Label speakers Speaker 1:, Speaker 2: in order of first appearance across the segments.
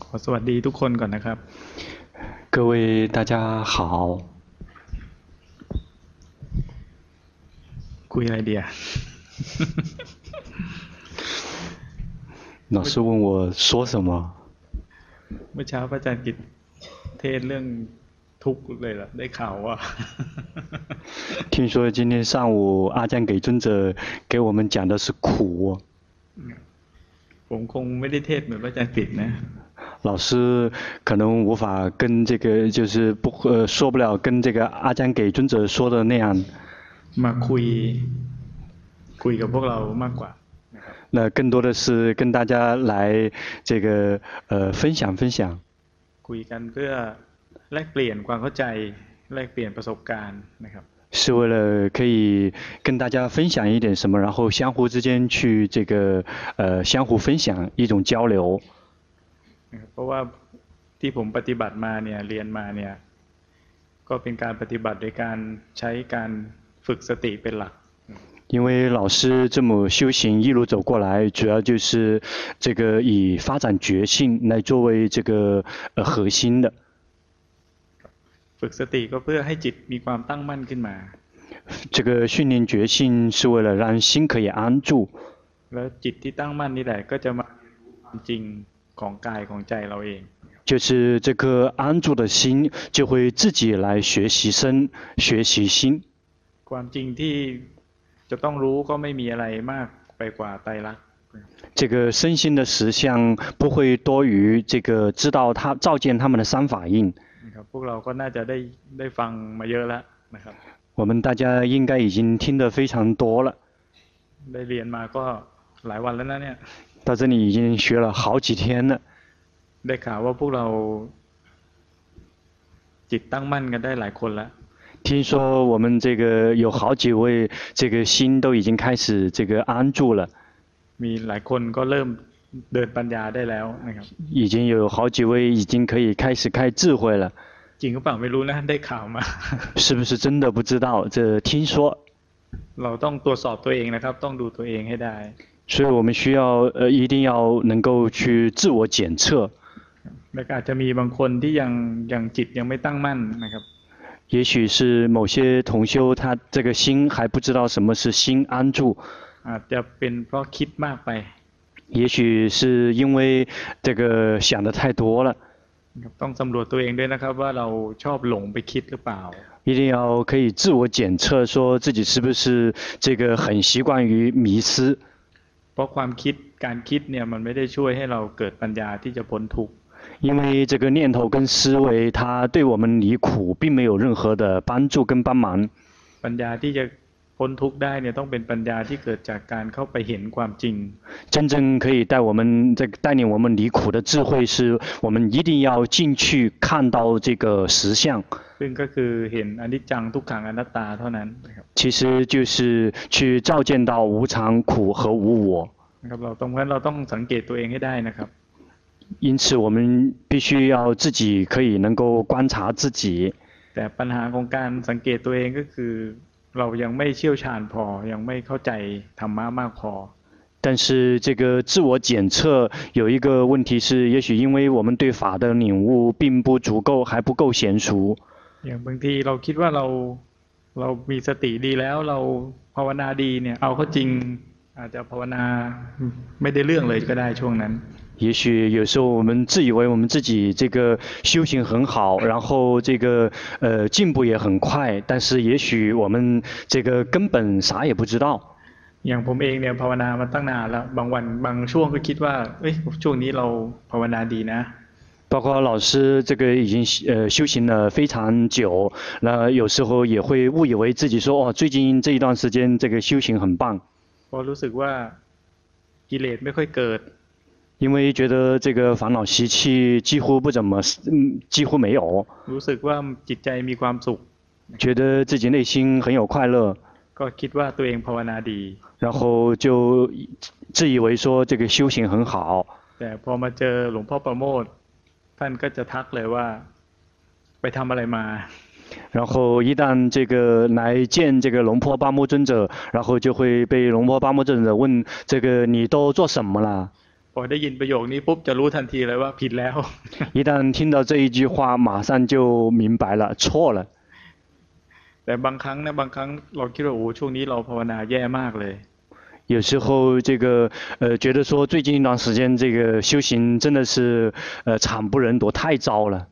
Speaker 1: ขอสวัสดีทุกคนก่อนนะครับ
Speaker 2: 各位大家好，
Speaker 1: คุยอะไรเดีย
Speaker 2: 老师问我说什么？
Speaker 1: เมื่อเช้าพระอาจารย์กิจเทศเรื่องทุกข์เลยล่ะ ได้ข่าวว่า
Speaker 2: 听说今天上午阿江给尊者给我们讲的是苦，
Speaker 1: ผมคงไม่ได้เทศเหมือนพระอาจารย์กิจนะ
Speaker 2: 老师可能无法跟这个就是不呃说不了跟这个阿江给尊者说的那样，
Speaker 1: มาคุย คุยกับพวกเรามากกว่า
Speaker 2: 那更多的是跟大家来这个呃分享分享，
Speaker 1: คุยกันเพื่อแลกเปลี่ยนความเข้าใจแลกเปลี่ยนประสบการณ์นะครับ
Speaker 2: 是为了可以跟大家分享一点什么，然后相互之间去这个呃相互分享一种交流。
Speaker 1: นะครับเพราะว่าที่ผมปฏิบัติมาเนี่ยเรียนมาเนี่ยก็เป็นการปฏิบัติโดยการใช้การฝึกสติเป็นหลัก
Speaker 2: 因为老师这么修行一路走过来，主要就是这个以发展觉性来作为这个呃核心的，
Speaker 1: ฝึกสติก็เพื่อให้จิตมีความตั้งมั่นขึ้นมา
Speaker 2: 这个训练觉性是为了让心可以安住，
Speaker 1: แล้วจิตที่ตั้งมั่นนี่แหละก็จะมาเรียนรู้ความจริงของกายของใจเราเอง
Speaker 2: 就是这颗安住的心就会自己来学习身，学习心。
Speaker 1: ความจริงที่จะต้องรู้ก็ไม่มีอะไรมากไปกว่าไตรลักษณ์
Speaker 2: 这个身心的实相不会多于这个知道它照见他们的三法印。
Speaker 1: นะครับพวกเราก็น่าจะได้ได้ฟังมาเยอะแล้วนะครับ
Speaker 2: 我们大家应该已经听得非常多了，
Speaker 1: ได้เรียนมาก็หลายวันแล้วนะเนี่ย
Speaker 2: 到这里已经学了好几天了。
Speaker 1: ได้ข่าวว่าพวกเราจิตตั้งมั่นกันได้หลายคนแล้ว
Speaker 2: 听说我们这个有好几位，这个心都已经开始这个安住了，
Speaker 1: มีหลายคนก็เริ่มเดินปัญญาได้แล้วนะครับ
Speaker 2: 已经有好几位已经可以开始开智慧了，
Speaker 1: จริงหรือเปล่าไม่รู้นะได้ข่าวมา
Speaker 2: 是不是真的不知道？这听说，
Speaker 1: เราต้องตรวจสอบตัวเองนะครับ ต้องดูตัวเองให้ได้
Speaker 2: 所以我们需要呃一定要能够去自我检测。
Speaker 1: แล้วก็อาจจะมีบางคนที่ยังยังจิตยังไม่ตั้งมั่นนะครับ
Speaker 2: 也许是某些同修他这个心还不知道什么是心安住，
Speaker 1: อาจจะ啊เป็นเพราะคิดมากไป
Speaker 2: 也许是因为这个想的太多了。
Speaker 1: นะครับต้องสำรวจตัวเองด้วยนะครับ ว่าเราชอบหลงไปคิดหรือเปล่า
Speaker 2: 一定要可以自我检测，说自己是不是这个很习惯于迷失，
Speaker 1: เพราะความคิดการคิดเนี่ยมันไม่ได้ช่วยให้เราเกิดปัญญาที่จะพ้นทุกข์
Speaker 2: 因为这个念头跟思维，它对我们离苦并没有任何的帮助跟帮忙。
Speaker 1: ปัญญาที่จะพ้นทุกข์ได้เนี่ยต้องเป็นปัญญาที่เกิดจากการเข้าไปเห็นความจริง
Speaker 2: 真正可以带我们这个带领我们离苦的智慧，是我们一定要进去看到这个实相，
Speaker 1: ซึ่งก็คือเห็นอนิจจังทุกขังอนัตตาเท่านั้นนะครับ
Speaker 2: 其实就是去照见到无常、苦和无我。
Speaker 1: นะครับเราตรงนั้นเราต้องสังเกตตัวเองให้ได้นะครับ
Speaker 2: 因此，我们必须要自己可以能够观察自己。
Speaker 1: แต่ปัญหาของการสังเกตตัวเองก็คือ เรายังไม่เชี่ยวชาญพอยังไม่เข้าใจธรรมะมากพอ
Speaker 2: 但是这个自我检测有一个问题是，也许因为我们对法的领悟并不足够，还不够娴熟。
Speaker 1: อย่างบางทีเราคิดว่าเราเรามีสติดีแล้วเราภาวนาดีเนี่ยเอาเข้าจริงอาจจะภาวนาไม่ได้เรื่องเลยก็ได้ช่วงนั้น
Speaker 2: 也许有时候我们自以为我们自己这个修行很好，然后这个呃进步也很快，但是也许我们这个根本啥也不知道。
Speaker 1: อย่างผมเองเนี่ยภาวนามาตั้งนานแล้วบางวันบางช่วงก็คิดว่าเอ้ยช่วงนี้เราภาวนาดีนะ
Speaker 2: 包括老师这个已经呃修行了非常久，那有时候也会误以为自己说哦，最近这一段时间这个修行很棒。
Speaker 1: เพราะรู้สึกว่ากิเลสไม่ค่อยเกิด
Speaker 2: 因为觉得这个烦恼习气几乎不怎么，嗯，几乎没有，
Speaker 1: รู้สึกว่าจิตใจมีความสุข
Speaker 2: 觉得自己内心很有快乐，
Speaker 1: ก็คิดว่าตัวเองภาวนาดี
Speaker 2: 然后就自以为说这个修行很好。
Speaker 1: แต่พอมาเจอหลวงพ่อประโมทท่านก็จะทักเลยว่า ไปทำอะไรมา
Speaker 2: 然后一旦这个来见这个龙坡巴木尊者，然后就会被龙坡巴木尊者问这个你都做什么啦？
Speaker 1: พอได้ยินประโยคนี้ปุ๊บจะรู้ทันทีเลยว่าผิดแล้ว
Speaker 2: 一旦听到这一句话，马上就明白了，错了。
Speaker 1: แต่บางครั้งนะบางครั้งเราคิดว่าโอ้โหช่วงนี้เราภาวนาแย่มากเลย
Speaker 2: 有时候这个呃，觉得说最近一段时间这个修行真的是呃惨不忍睹，太糟了。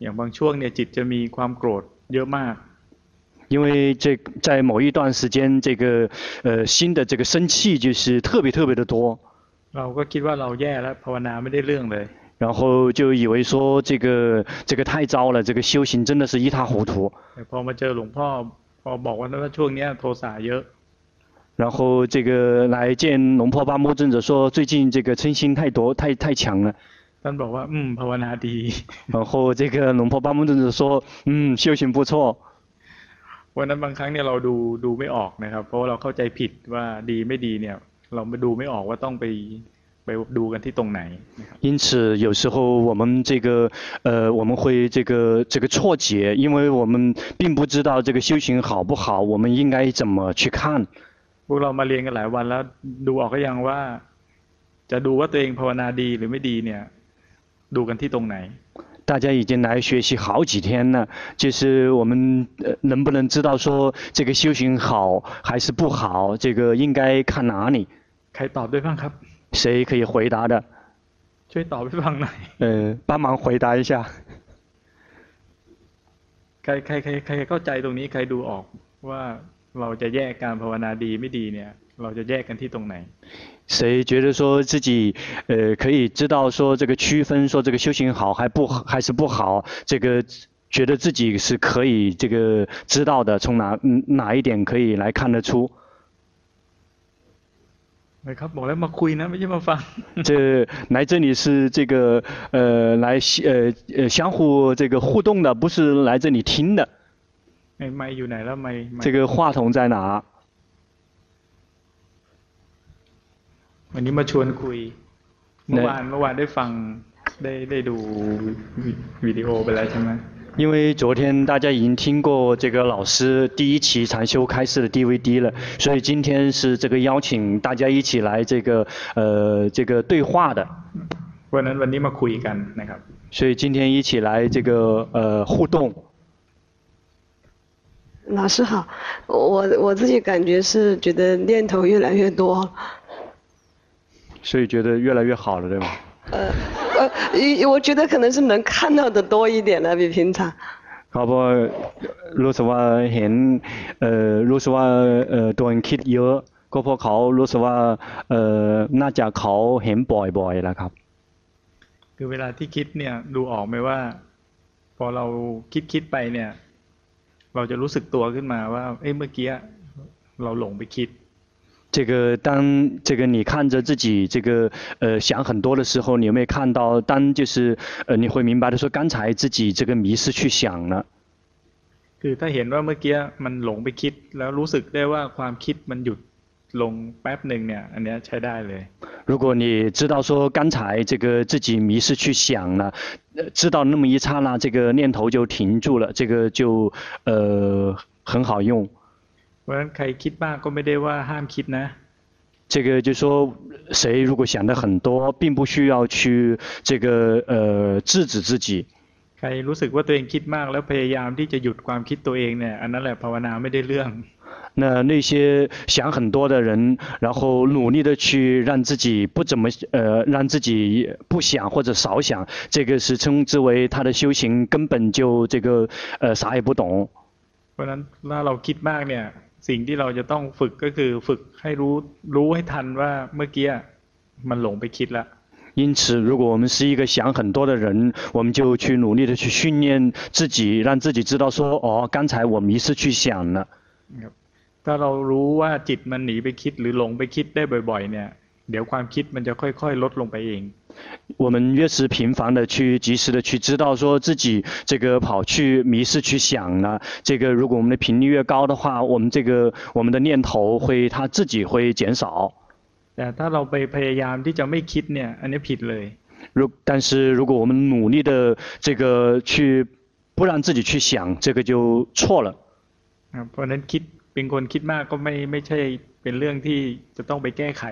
Speaker 1: อย่างบางช่วงเนี่ยจิตจะมีความโกรธเยอะมาก
Speaker 2: 因为这在某一段时间，这个呃新的这个生气就是特别特别的多，
Speaker 1: เราก็คิดว่าเราแย่แล้วภาวนาไม่ได้เรื่องเลย
Speaker 2: 然后就以为说这个这个太糟了，这个修行真的是一塌糊涂。
Speaker 1: แต่พอมาเจอหลวงพ่อพอบอกว่าว่าช่วงเนี้ยโทสะเยอะ
Speaker 2: 然后这个来见龙婆巴木尊者说，最近这个嗔心太多，太太强了。
Speaker 1: ท่านบอกว่า อืมภาวนาดี
Speaker 2: 然后这个龙婆巴木尊者说，嗯，修行不错。
Speaker 1: วันนั้นบางครั้งเนี่ยเราดูดูไม่ออกนะครับ เพราะว่าเราเข้าใจผิดว่าดีไม่ดีเนี่ย เราไม่ดูไม่ออกว่าต้องไปไปดูกันที่ตรงไหน
Speaker 2: 因此，有时候我们这个呃，我们会这个这个错觉，因为我们并不知道这个修行好不好，我们应该怎么去看。
Speaker 1: พวกเรามาเรียนกันหลายวันแล้วดูออกก็ยังว่า จะดูว่าตัวเองภาวนาดีหรือไม่ดีเนี่ย ดูกันที่ตรงไหน
Speaker 2: 大家已经来学习好几天了，就是我们呃能不能知道说这个修行好还是不好，这个应该看哪里？
Speaker 1: ใครตอบด้วยบ้างครับ
Speaker 2: 谁可以回答的？
Speaker 1: ช่วยตอบให้ฟังหน่อย
Speaker 2: 呃，帮忙回答一下。
Speaker 1: ใครใครใครใครเข้าใจตรงนี้ใครดูออกว่าเราจะแยกการภาวนาดีไม่ดีเนี่ย เราจะแยกกันที่ตรงไหน
Speaker 2: 谁觉得说自己呃可以知道说这个区分说这个修行好还不还是不好，这个觉得自己是可以这个知道的，从哪嗯哪一点可以来看得出？
Speaker 1: นะครับบอกแล้วมาคุยนะไม่ใช่มาฟัง
Speaker 2: 这来这里是这个呃来呃呃相互这个互动的，不是来这里听的。
Speaker 1: ไอ้ไม่อยู่ไหนแล้วไม่ไม่
Speaker 2: 这个话筒在哪？
Speaker 1: วันนี้มาชวนคุย เมื่อวานเมื่อวานได้ฟังได้ได้ดูวิวิดีโอไปแล้วใช่ไหม
Speaker 2: 因为昨天大家已经听过这个老师第一期禅修开示的 DVD 了，所以今天是这个邀请大家一起来这个呃这个对话的，
Speaker 1: วันนั้นวันนี้มาคุยกันนะครับ
Speaker 2: 所以今天一起来这个呃互动。
Speaker 3: 老师好，我我自己感觉是觉得念头越来越多，
Speaker 2: 所以觉得越来越好了，对吧？
Speaker 3: 呃，一我觉得可能是能看到的多一点了，比平常。
Speaker 2: ครับว่ารู้สึกว่าเห็นเอ่อรู้สึกว่าเอ่อตัวเอง呃คิดเยอะก็เพราะเขารู้สึกว่าเอ่อน่าจะเขาเห็นบ่อยๆแล้วครับ
Speaker 1: คือเวลาที่คิดเนี่ยดูออกไหมว่า พอเราคิดคิดไปเนี่ย เราจะรู้สึกตัวขึ้นมาว่า เอ้ยเมื่อกี้เราหลงไปคิด
Speaker 2: 这个当这个你看着自己这个呃想很多的时候，你有没有看到？当就是呃你会明白的说，刚才自己这个迷失去想了。
Speaker 1: คือถ้าเห็นว่าเมื่อกี้มันหลงไปคิด แล้วรู้สึกได้ว่าความคิดมันหยุดลงแป๊บหนึ่งเนี่ย อันเนี้ยใช้ได้เลย
Speaker 2: 如果你知道说刚才这个自己迷失去想了，呃知道那么一刹那这个念头就停住了，这个就呃很好用。
Speaker 1: เพราะฉะนั้นใครคิดมากก็ไม่ได้ว่าห้ามคิดนะ
Speaker 2: 这个就说谁如果想的很多，并不需要去这个呃制止自己。
Speaker 1: ใครรู้สึกว่าตัวเองคิดมากแล้วพยายามที่จะหยุดความคิดตัวเองเนี่ย อันนั้นแหละภาวนาไม่ได้เรื่อง
Speaker 2: 那那些想很多的人，然后努力的去让自己不怎么呃，让自己不想或者少想，这个是称之为他的修行根本就这个呃啥也不懂。
Speaker 1: เพราะฉะนั้นถ้าเราคิดมากเนี่ย สิ่งที่เราจะต้องฝึกก็คือฝึกให้รู้รู้ให้ทันว่าเมื่อกี้มันหลงไปคิดละ
Speaker 2: 因此，如果我们是一个想很多的人，我们就去努力的去训练自己，让自己知道说哦，刚才我迷失去想了。
Speaker 1: นะครับถ้าเรารู้ว่าจิตมันหนีไปคิดหรือหลงไปคิดได้บ่อยๆ เนี่ย เดี๋ยวความคิดมันจะค่อยๆ ลดลงไปเอง
Speaker 2: 我们越是频繁的去及时的去知道说自己这个跑去迷失去想呢，这个如果我们的频率越高的话，我们这个我们的念头会它自己会减少。
Speaker 1: แต่ถ้าเราไปพยายามที่จะไม่คิดเนี่ย อันนี้ผิดเลย
Speaker 2: 如但是如果我们努力的这个去不让自己去想，这个就错了。
Speaker 1: นะครับเพราะฉะนั้นคิดเป็นคนคิดมากก็ไม่ไม่ใช่เป็นเรื่องที่จะต้องไปแก้ไข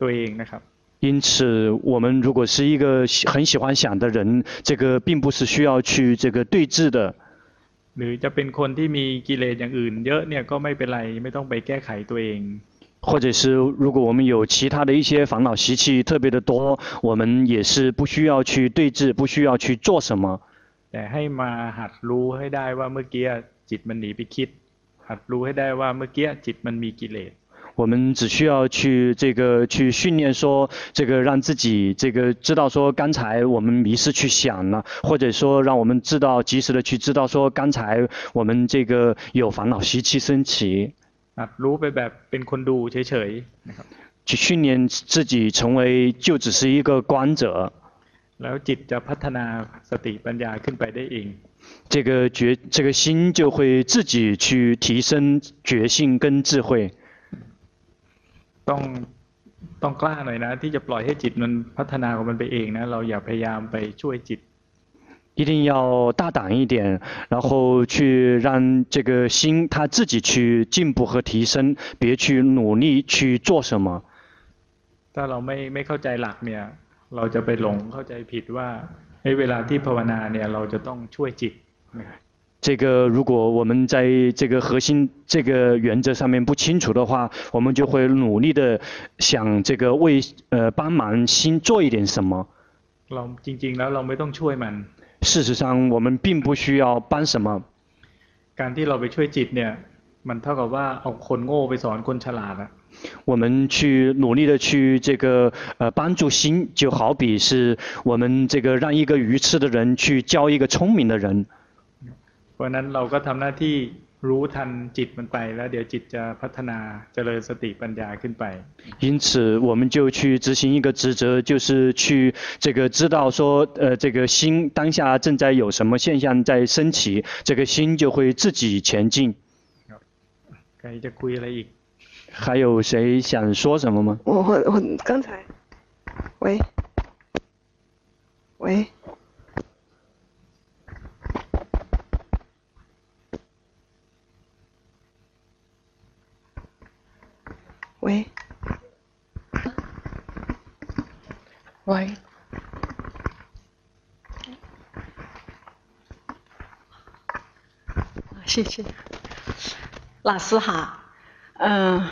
Speaker 1: ตัวเองนะครับ
Speaker 2: 因此，我们如果是一个喜很喜欢想的人，这个并不是需要去这个对峙的。
Speaker 1: หรือจะเป็นคนที่มีกิเลสอย่างอื่น เยอะเนี่ยก็ไม่เป็นไรไม่ต้องไปแก้ไขตัวเอง
Speaker 2: 或者是如果我们有其他的一些烦恼习气特别的多，我们也是不需要去对峙，不需要去做什么。
Speaker 1: แต่ให้มาหัดรู้ให้ได้ว่าเมื่อกี้จิตมันหนีไปคิด หัดรู้ให้ได้ว่าเมื่อกี้จิตมันมีกิเลส
Speaker 2: 我们只需要去这个去训练说，这个让自己这个知道说刚才我们迷失去想了，或者说让我们知道及时的去知道说刚才我们这个有烦恼习气升起，
Speaker 1: หัดรู้ไปแบบเป็นคนดูเฉยๆนะครับ
Speaker 2: 去训练自己成为就只是一个观者，
Speaker 1: แล้วจิตจะพัฒนาสติปัญญาขึ้นไปได้เอง
Speaker 2: 这个觉这个心就会自己去提升觉性跟智慧。
Speaker 1: ต้องต้องกล้าหน่อยนะ ที่จะปล่อยให้จิตมันพัฒนาของมันไปเองนะ เราอย่าพยายามไปช่วยจิต
Speaker 2: 一定要大胆一点，然后去让这个心它自己去进步和提升，别去努力去做什么。
Speaker 1: ถ้าเราไม่ไม่เข้าใจหลักเนี่ย เราจะไปหลงเข้าใจผิดว่าเฮ้ยเวลาที่ภาวนาเนี่ยเราจะต้องช่วยจิตนะครับ
Speaker 2: 这个如果我们在这个核心这个原则上面不清楚的话，我们就会努力的想这个为呃帮忙心做一点什么。
Speaker 1: เราจริง ๆ แล้วเราไม่ต้องช่วยมัน
Speaker 2: 事实上，我们并不需要帮什么。
Speaker 1: การที่เราไปช่วยจิตเนี่ย มันเท่ากับว่าเอาคนโง่ไปสอนคนฉลาดอะ
Speaker 2: 我们去努力的去这个呃帮助心，就好比是我们这个让一个愚痴的人去教一个聪明的人。
Speaker 1: เพราะฉะนั้นเราก็ทำหน้าที่รู้ทันจิตมันไป แล้วเดี๋ยวจิตจะพัฒนาเจริญสติปัญญาขึ้นไป
Speaker 2: 因此，我们就去执行一个职责，就是去这个知道说，呃，这个心当下正在有什么现象在升起，这个心就会自己前进。
Speaker 1: ใครจะคุยอะไรอีก
Speaker 2: 还有谁想说什么吗？
Speaker 3: 我我我刚才，喂，喂，喂，
Speaker 4: 喂，谢谢老师好。嗯、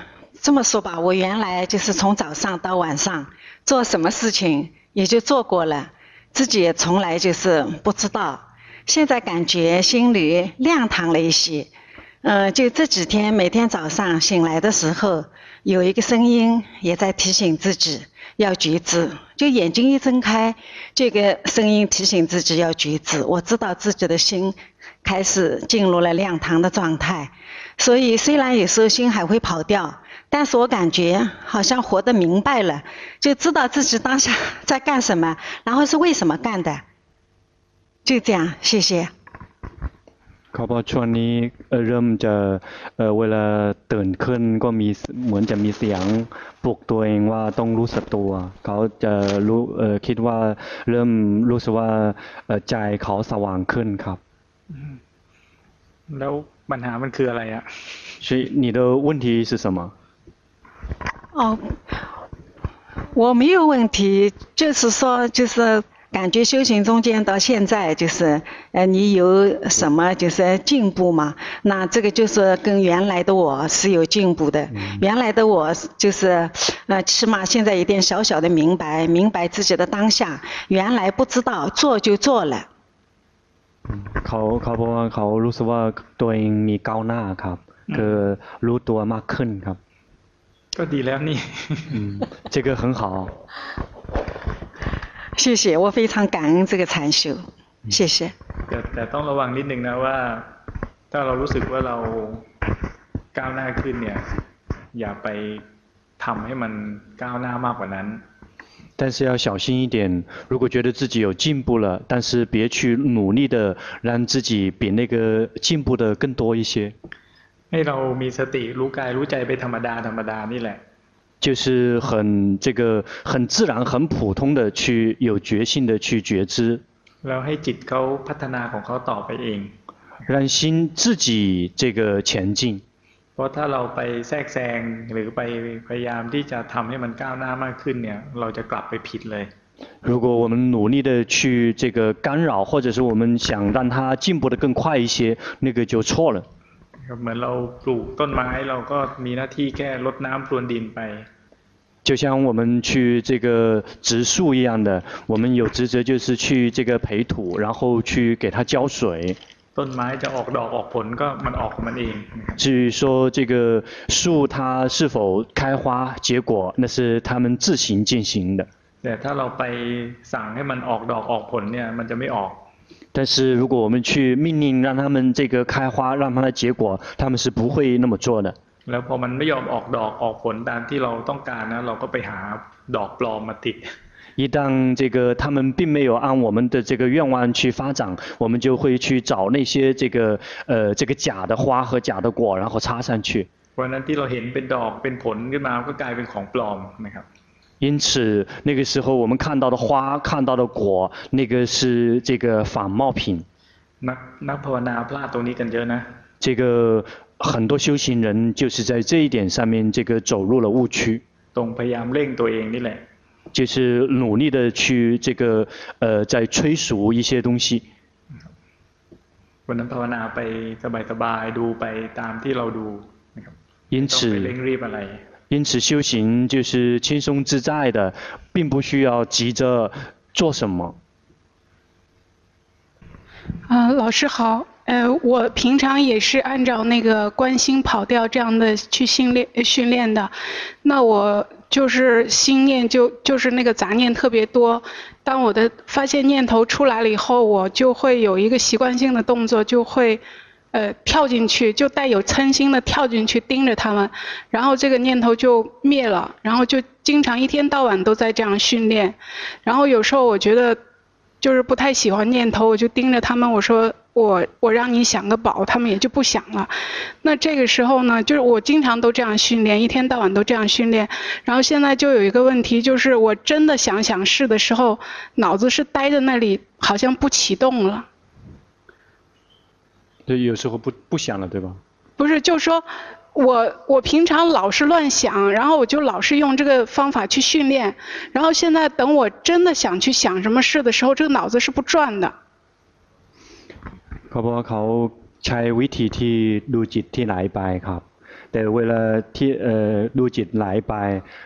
Speaker 4: 这么说吧，我原来就是从早上到晚上做什么事情也就做过了，自己也从来就是不知道。现在感觉心里亮堂了一些。嗯、就这几天每天早上醒来的时候，有一个声音也在提醒自己要觉知，就眼睛一睁开，这个声音提醒自己要觉知。我知道自己的心开始进入了亮堂的状态，所以虽然有时候心还会跑掉，但是我感觉好像活得明白了，就知道自己当下 在干什么，然后是为什么干的，就这样，谢谢。
Speaker 2: เขาบอกช่วงนี้เอ่อเริ่มจะเอ่อเวลาตื่นขึ้นก็มีเหมือนจะมีเสียงปลุกตัวเองว่าต้องรู้สึกตัว เขาจะรู้เอ่อคิดว่าเริ่มรู้สึกว่าเอ่อใจเขาสว่างขึ้นครับ
Speaker 1: แล้วปัญหามันคืออะไรอะ
Speaker 2: 所以你的问题是什么？
Speaker 4: 哦，我没有问题，就是说，就是感觉修行中间到现在，就是呃，你有什么就是进步吗？那这个就是跟原来的我是有进步的，原来的我就是呃，起码现在有点小小的明白，明白自己的当下，原来不知道做就做了。
Speaker 2: เขาเขาบอกว่าเขารู้สึกว่าตัวเองมีก้าวหน้าครับ คือรู้ตัวมากขึ้นครับ
Speaker 1: ก็ดีแล้วนี่
Speaker 2: อืม这个很好
Speaker 4: 谢谢，我非常感恩这个禅修，谢谢。
Speaker 1: แต่แต่ต้องระวังนิดนึงนะว่า ถ้าเรารู้สึกว่าเราก้าวหน้าขึ้นเนี่ย อย่าไปทำให้มันก้าวหน้ามากกว่านั้น
Speaker 2: 但是要小心一点，如果觉得自己有进步了，但是别去努力的让自己比那个进步的更多一些，
Speaker 1: ให้เรามีสติรู้กายรู้ใจไปธรรมดาธรรมดานี่แหละ
Speaker 2: 就是很这个很自然、很普通的去有决心的去觉知，
Speaker 1: แล้วให้จิตเขาพัฒนาของเขาต่อไปเอง
Speaker 2: 让心自己这个前进。
Speaker 1: เพราะถ้าเราไปแทรกแซงหรือไปพยายามที่จะทำให้มันก้าวหน้ามากขึ้นเนี่ย เราจะกลับไปผิดเลย
Speaker 2: 如果我们努力的去这个干扰，或者是我们想让它进步的更快一些，那个就错了。
Speaker 1: ครับเหมือนเราปลูกต้นไม้เราก็มีหน้าที่แค่รดน้ำพรวนดินไป
Speaker 2: 就像我们去这个植树一样的，我们有职责就是去这个培土，然后去给它浇水。
Speaker 1: ต้นไม้จะออกดอกออกผลก็มันออกของมันเองนะครับ
Speaker 2: 至于说这个树它是否开花结果，那是它们自行进行的。
Speaker 1: แต่ถ้าเราไปสั่งให้มันออกดอกออกผลเนี่ย มันจะไม่ออก
Speaker 2: 但是如果我们去命令让它们这个开花，让它的结果，它们是不会那么做的。
Speaker 1: แล้วพอมันไม่ยอมออกดอกออกผลตามที่เราต้องการนะ เราก็ไปหาดอกปลอมมาติด
Speaker 2: 一旦这个它们并没有按我们的这个愿望去发展，我们就会去找那些这个呃这个假的花和假的果，然后插上去。
Speaker 1: เพราะฉะนั้นที่เราเห็นเป็นดอกเป็นผลขึ้นมาก็กลายเป็นของปลอมนะครับ
Speaker 2: 因此，那个时候我们看到的花、看到的果，那个是这个仿冒品。
Speaker 1: นักนักภาวนาพลาดตรงนี้กันเยอะนะ
Speaker 2: 这个很多修行人就是在这一点上面，这个走入了误区，
Speaker 1: ตรงพยายามเร่งตัวเองนี่แหละ
Speaker 2: 就是努力的去这个呃，在催熟一些东西。
Speaker 1: วันนั้นภาวนาไปสบายๆดูไปตามที่เราดูนะครับ
Speaker 2: 因
Speaker 1: ต้องไป
Speaker 2: 此，
Speaker 1: เร่งรีบอะไร
Speaker 2: 因此修行就是轻松自在的，并不需要急着做什么。
Speaker 5: 啊、老师好，呃，我平常也是按照那个观心跑调这样的去训练呃训练的，那我就是心念就就是那个杂念特别多，当我的发现念头出来了以后，我就会有一个习惯性的动作，就会。呃，跳进去就带有嗔心的跳进去盯着他们，然后这个念头就灭了，然后就经常一天到晚都在这样训练，然后有时候我觉得就是不太喜欢念头，我就盯着他们，我说我我让你想个宝，他们也就不想了。那这个时候呢，就是我经常都这样训练，一天到晚都这样训练，然后现在就有一个问题，就是我真的想想事的时候，脑子是呆在那里，好像不启动了。
Speaker 2: 对，有时候不不想了，对吧？
Speaker 5: 不是，就说我我平常老是乱想，然后我就老是用这个方法去训练，然后现在等我真的想去想什么事的时候，这个脑子是不转的。
Speaker 2: เขาบอกว่าเขาใช้วิธีที่ดูจิตที่ไหลไปครับ แต่เวลาที่เอ่อดูจิตไหลไป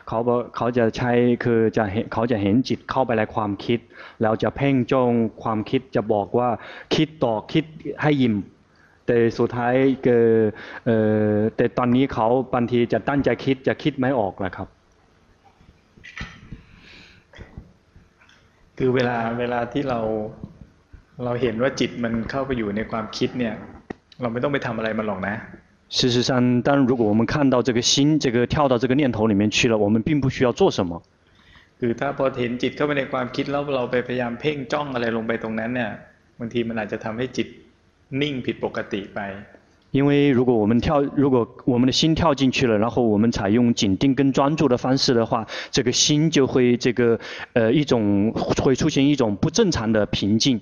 Speaker 2: เขาบอกเขาจะใช้คือจะเห็นเขาจะเห็นจิตเข้าไปในความคิด แล้วจะเพ่งจ้องความคิดจะบอกว่าคิดต่อคิดให้ยิ้มแต่สุดท้ายเกิดเอ่อแต่ตอนนี้เขาบางทีจะตั้งใจคิดจะคิดไม่ออกแหละครับ
Speaker 1: คือเวลาเวลาที่เราเราเห็นว่าจิตมันเข้าไปอยู่ในความคิดเนี่ย เราไม่ต้องไปทำอะไรมันหรอกนะ
Speaker 2: 事实上，当如果我们看到这个心，这个跳到这个念头里面去了，我们并不需要做什么。
Speaker 1: คือถ้าพอเห็นจิตเข้าไปในความคิดแล้วเราไปพยายามเพ่งจ้องอะไรลงไปตรงนั้นเนี่ยบางทีมันอาจจะทำให้จิตนิ่งผิดปกติไป
Speaker 2: 因为如果我们跳，如果我们的心跳进去了，然后我们采用紧盯跟专注的方式的话，这个心就会这个呃一种会出现一种不正常的平静。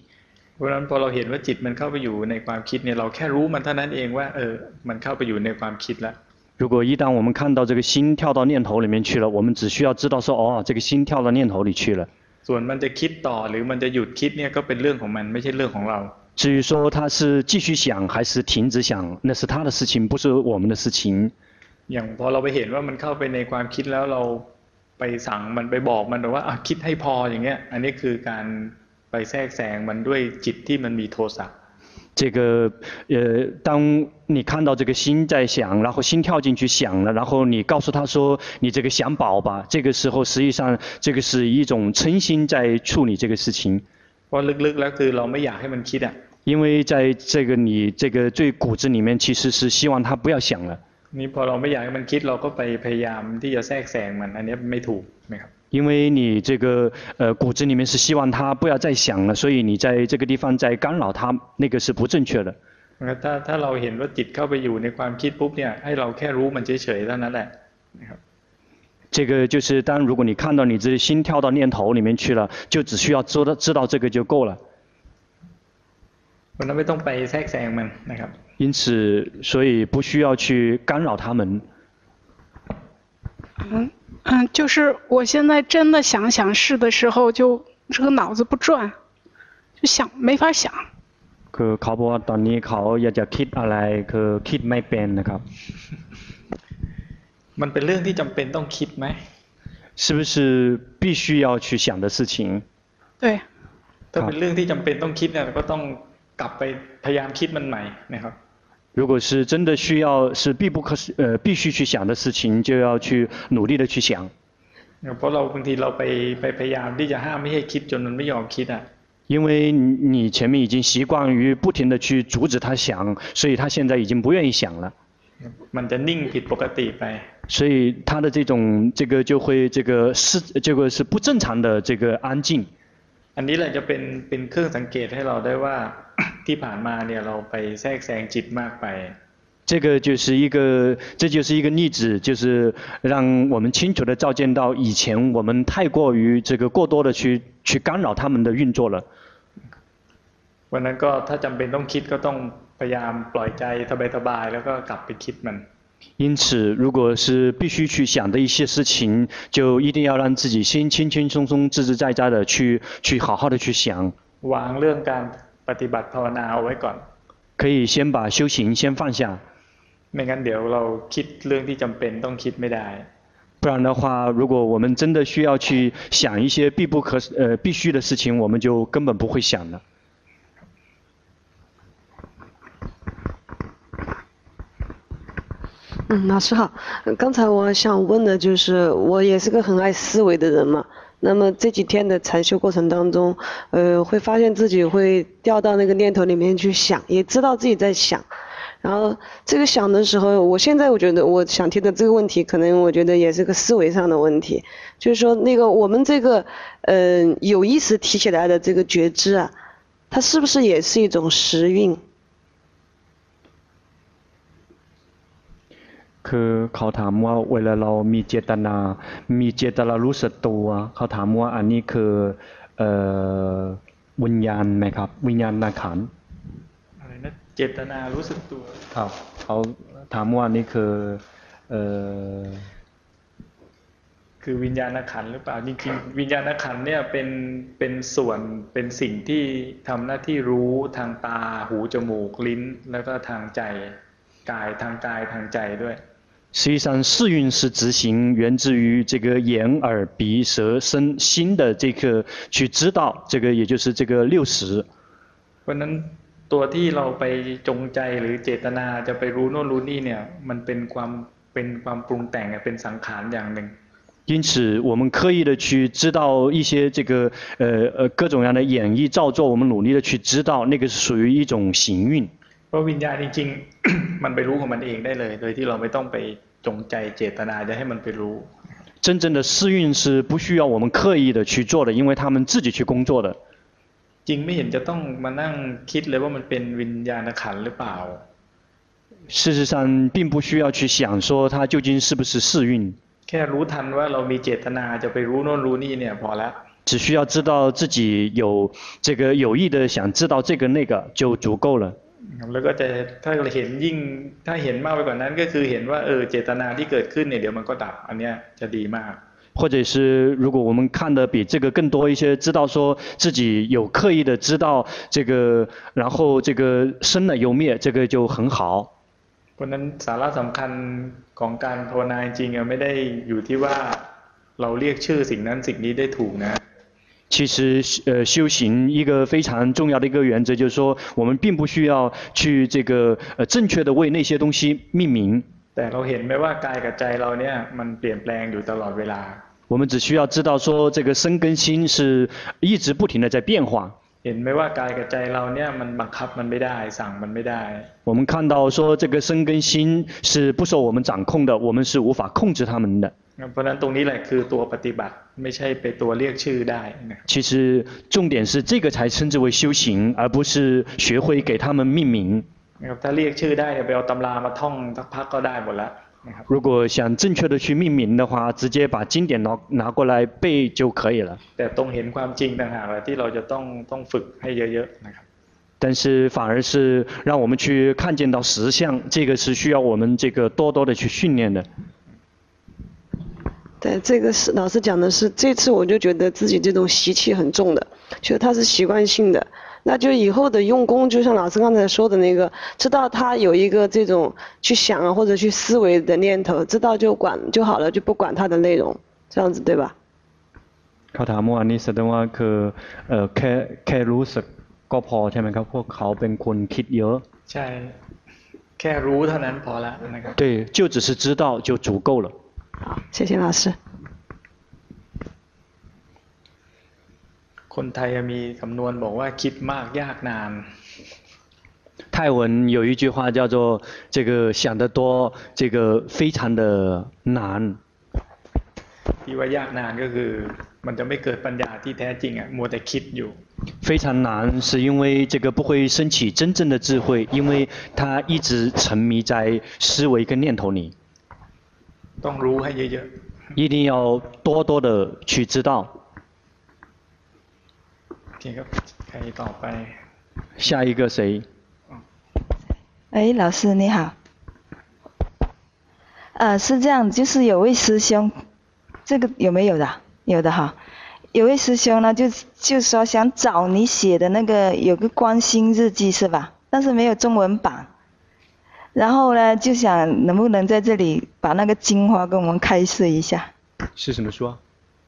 Speaker 1: เพราะฉะนั้นพอเราเห็นว่าจิตมันเข้าไปอยู่ในความคิดเนี่ยเราแค่รู้มันเท่านั้นเองว่าเออมันเข้าไปอยู่ในความคิดแล้ว
Speaker 2: 如果一旦我们看到这个心跳到念头里面去了，我们只需要知道说哦，这个心跳到念头里去了。
Speaker 1: ส่วนมันจะคิดต่อหรือมันจะหยุดคิดเนี่ยก็เป็นเรื่องของมันไม่ใช่เรื่องของเรา
Speaker 2: 至于说他是继续想还是停止想，那是他的事情，不是我们的事情。
Speaker 1: อย่างพอเราไปเห็นว่ามันเข้าไปในความคิดแล้วเราไปสั่งมันไปบอกมันว่าอ่ะคิดให้พออย่างเงี้ย อันนี้คือการไปแทรกแซงมันด้วยจิตที่มันมีโทสะ
Speaker 2: 这个呃，当你看到这个心在想，然后心跳进去想了，然后你告诉他说你这个想宝吧，这个时候实际上这个是一种嗔心在处理这个事情，
Speaker 1: เพราะลึกๆแล้วคือเราไม่อยากให้มันคิดอ่ะ
Speaker 2: 因为在这个你这个最骨子里面其实是希望他不要想了，
Speaker 1: นี่พอเราไม่อยากให้มันคิดเราก็ไปพยายามที่จะแทรกแซงมัน อันนี้ไม่ถูกนะครับ
Speaker 2: 因为你这个呃骨子里面是希望他不要再想了，所以你在这个地方在干扰他，那个是不正确的。
Speaker 1: งั้นถ้าถ้าเราเห็นว่าจิตเข้าไปอยู่ในความคิดปุ๊บเนี่ยให้เราแค่รู้มันเฉยๆเท่านั้นแหละนะครับ
Speaker 2: 这个就是当如果你看到你自己心跳到念头里面去了，就只需要知道知道这个就够了。
Speaker 1: เพราะฉะนั้นไม่ต้องไปแทรกแซงมันนะครับ
Speaker 2: 因此，所以不需要去干扰他们。
Speaker 5: 嗯嗯，就是我现在真的想想事的时候，就这个脑子不转，就想没法想。
Speaker 2: คือเขาบอกว่าตอนนี้เขาอยากจะคิดอะไรคือคิดไม่เป็นนะครับ
Speaker 1: มันเป็นเรื่องที่จำเป็นต้องคิดไหม
Speaker 2: 是不是必须要去想的事情？
Speaker 5: 对，
Speaker 1: ถ้าเป็นเรื่องที่จำเป็นต้องคิดเนี่ยเราก็ต้องกลับไปพยายามคิดมันใหม่นะครับ
Speaker 2: 如果是真的需要是必不可呃必须去想的事情，就要去努力的去想，
Speaker 1: เพราะเราบางทีเราไปไปพยายามที่จะห้ามไม่ให้คิดจนมันไม่ยอมคิดอ่ะ
Speaker 2: 因为你你前面已经习惯于不停的去阻止他想，所以他现在已经不愿意想了，
Speaker 1: มันจะนิ่งผิดปกติไป
Speaker 2: 所以他的这种这个就会这个是这个是不正常的这个安静。
Speaker 1: อันนี้แหละจะเป็นเป็นเครื่องสังเกตให้เราได้ว่า ที่ผ่านมาเนี่ยเราไปแทรกแซงจิตมากไป
Speaker 2: 这个就是一个，这就是一个例子，就是让我们清楚的照见到以前我们太过于这个过多的去去干扰他们的运作了。
Speaker 1: วันนั้นก็ถ้าจำเป็นต้องคิดก็ต้องพยายามปล่อยใจสบายๆแล้วก็กลับไปคิดมัน
Speaker 2: 因此，如果是必须去想的一些事情，就一定要让自己先轻轻松松、自自在在的去去好好的去想，
Speaker 1: วางเรื่องการปฏิบัติภาวนาเอาไว้ก่อน
Speaker 2: 可以先把修行先放下，
Speaker 1: ไม่งั้นเดี๋ยวเราคิดเรื่องที่จำเป็นต้องคิดไม่ได้
Speaker 2: 不然的话，如果我们真的需要去想一些必不可呃必须的事情，我们就根本不会想了。
Speaker 3: 嗯，老师好。呃刚才我想问的就是，我也是个很爱思维的人嘛。那么这几天的禅修过程当中，呃，会发现自己会掉到那个念头里面去想，也知道自己在想。然后这个想的时候，我现在我觉得我想提的这个问题，可能我觉得也是个思维上的问题，就是说那个我们这个，嗯、有意识提起来的这个觉知啊，它是不是也是一种时运？
Speaker 2: คือเขาถามว่าเวลาเรามีเจตนา มีเจตนารู้สึกตัว เขาถามว่าอันนี้คือเอ่อวิญญาณไหมครับ วิญญาณนาขันธ์
Speaker 1: อะไรนะเจตนารู้สึกตัว
Speaker 2: ครับเขาถามว่าอันนี้คือเอ่อ
Speaker 1: คือวิญญาณขันธ์หรือเปล่าจริงๆวิญญาณขันธ์เนี่ยเป็นเป็นส่วนเป็นสิ่งที่ทำหน้าที่รู้ทางตาหูจมูกลิ้น แล้วก็ทางใจกายทางกายทางใจด้วย
Speaker 2: 实际上，四运是执行源自于这个眼、耳、鼻、舌、身、心的这个去知道，这个也就是这个六识。
Speaker 1: เพราะฉะนั้นตัวที่เราไปจงใจหรือเจตนาจะไปรู้โน่นรู้นี่เนี่ยมันเป็นความเป็นความปรุงแต่งอะเป็นสังขารอย่างหนึ่ง
Speaker 2: 因此，我们刻意的去知道一些这个呃呃各种各样的演绎造作，我们努力的去知道，那个是属于一种行运。
Speaker 1: เพราะวิญญาณจริงๆ มันไปรู้ของมันเองได้เลย โดยที่เราไม่ต้องไปจงใจเจตนาจะให้มันไปรู้
Speaker 2: 真正的试运是不需要我们刻意的去做的，因为他们自己去工作的。
Speaker 1: จริงไม่เห็นจะต้องมานั่งคิดเลยว่ามันเป็นวิญญาณขันธ์หรือเปล่า
Speaker 2: 事实上，并不需要去想说它究竟是不是试运，
Speaker 1: แค่รู้ทันว่าเรามีเจตนาจะไปรู้โน่นรู้นี่เนี่ยพอละ
Speaker 2: 只需要知道自己有这个有意的想知道这个那个就足够了。
Speaker 1: แล้วก็จะถ้าเราเห็นยิ่งถ้าเห็นมากไปกว่านั้นก็คือเห็นว่าเออเจตนาที่เกิดขึ้นเนี่ยเดี๋ยวมันก็ดับอันเนี้ยจะดีมาก
Speaker 2: 或者是如果我们看的比这个更多一些，知道说自己有刻意的知道这个，然后这个生了又灭，这个就很好。
Speaker 1: เพราะฉะนั้นสาระสำคัญของการภาวนาจริงๆอะไม่ได้อยู่ที่ว่าเราเรียกชื่อสิ่งนั้นสิ่งนี้ได้ถูกนะ
Speaker 2: 其实，呃，修行一个非常重要的一个原则，就是说，我们并不需要去这个呃正确的为那些东西命名，
Speaker 1: แต่เราเห็นไหมว่ากายกับใจเราเนี่ยมันเปลี่ยนแปลงอยู่ตลอดเวลา
Speaker 2: 我们只需要知道说，这个生跟心是一直不停的在变化。
Speaker 1: เห็นไหมว่ากายกับใจเราเนี่ยมันบังคับมันไม่ได้สั่งมันไม่ได้
Speaker 2: 我们看到说，这个生跟心是不受我们掌控的，我们是无法控制他们的。
Speaker 1: เพราะฉะนั้นตรงนี้แหละคือตัวปฏิบัติไม่ใช่ไปตัวเรียกชื่อได้นะ
Speaker 2: 其实重点是这个才称之为修行，而不是学会给他们命名。
Speaker 1: นะครับถ้าเรียกชื่อได้เนี่ยไปเอาตำรามาท่องสักพักก็ได้หมดแล้วนะครับ
Speaker 2: 如果想正确的去命名的话，直接把经典拿拿过来背就可以了。
Speaker 1: แต่ตรงเห็นความจริงต่างหากแหละที่เราจะต้องต้องฝึกให้เยอะๆนะครับ
Speaker 2: 但是反而是让我们去看见到实相，这个是需要我们这个多多的去训练的。
Speaker 3: 对，这个是老师讲的是，这次我就觉得自己这种习气很重的，觉得它是习惯性的。那就以后的用功，就像老师刚才说的那个，知道他有一个这种去想啊或者去思维的念头，知道就管就好了，就不管它的内容，这样子对吧？
Speaker 6: เขาถามเมื่อวานนี้แสดงว่าคือเอ่อแค่แค่รู้สึกก็พอใช่ไหมครับพวกเขาเป็นคนคิดเยอะ
Speaker 1: ใช่ แค่รู้เท่านั้นพอละนะครับ
Speaker 2: 对，就只是知道就足够了。
Speaker 3: 好，谢谢老师。
Speaker 1: คนไทยมีคำนวณบอกว่าคิดมากยากนาน
Speaker 2: 泰文有一句话叫做“这个想得多，这个非常的难
Speaker 1: ที่ว่ายากนานก็คือ มันจะไม่เกิดปัญญาที่แท้จริงอ่ะมัวแต่คิดอยู่ ”，
Speaker 2: 非常难是因为这个不会升起真正的智慧，因为他一直沉迷在思维跟念头里，
Speaker 1: ต้องรู้ให้เยอะ
Speaker 2: 一定要多多的去知道。
Speaker 1: ๆโอเคครับใครต่อไป
Speaker 2: 下一个谁？
Speaker 7: 哎，老师你好。呃，是这样，就是有位师兄，这个有没有的？有的哈。有位师兄呢，就就说想找你写的那个有个观心日记是吧？但是没有中文版。然后呢，就想能不能在这里把那个精华给我们开示一下？
Speaker 6: 是什么书啊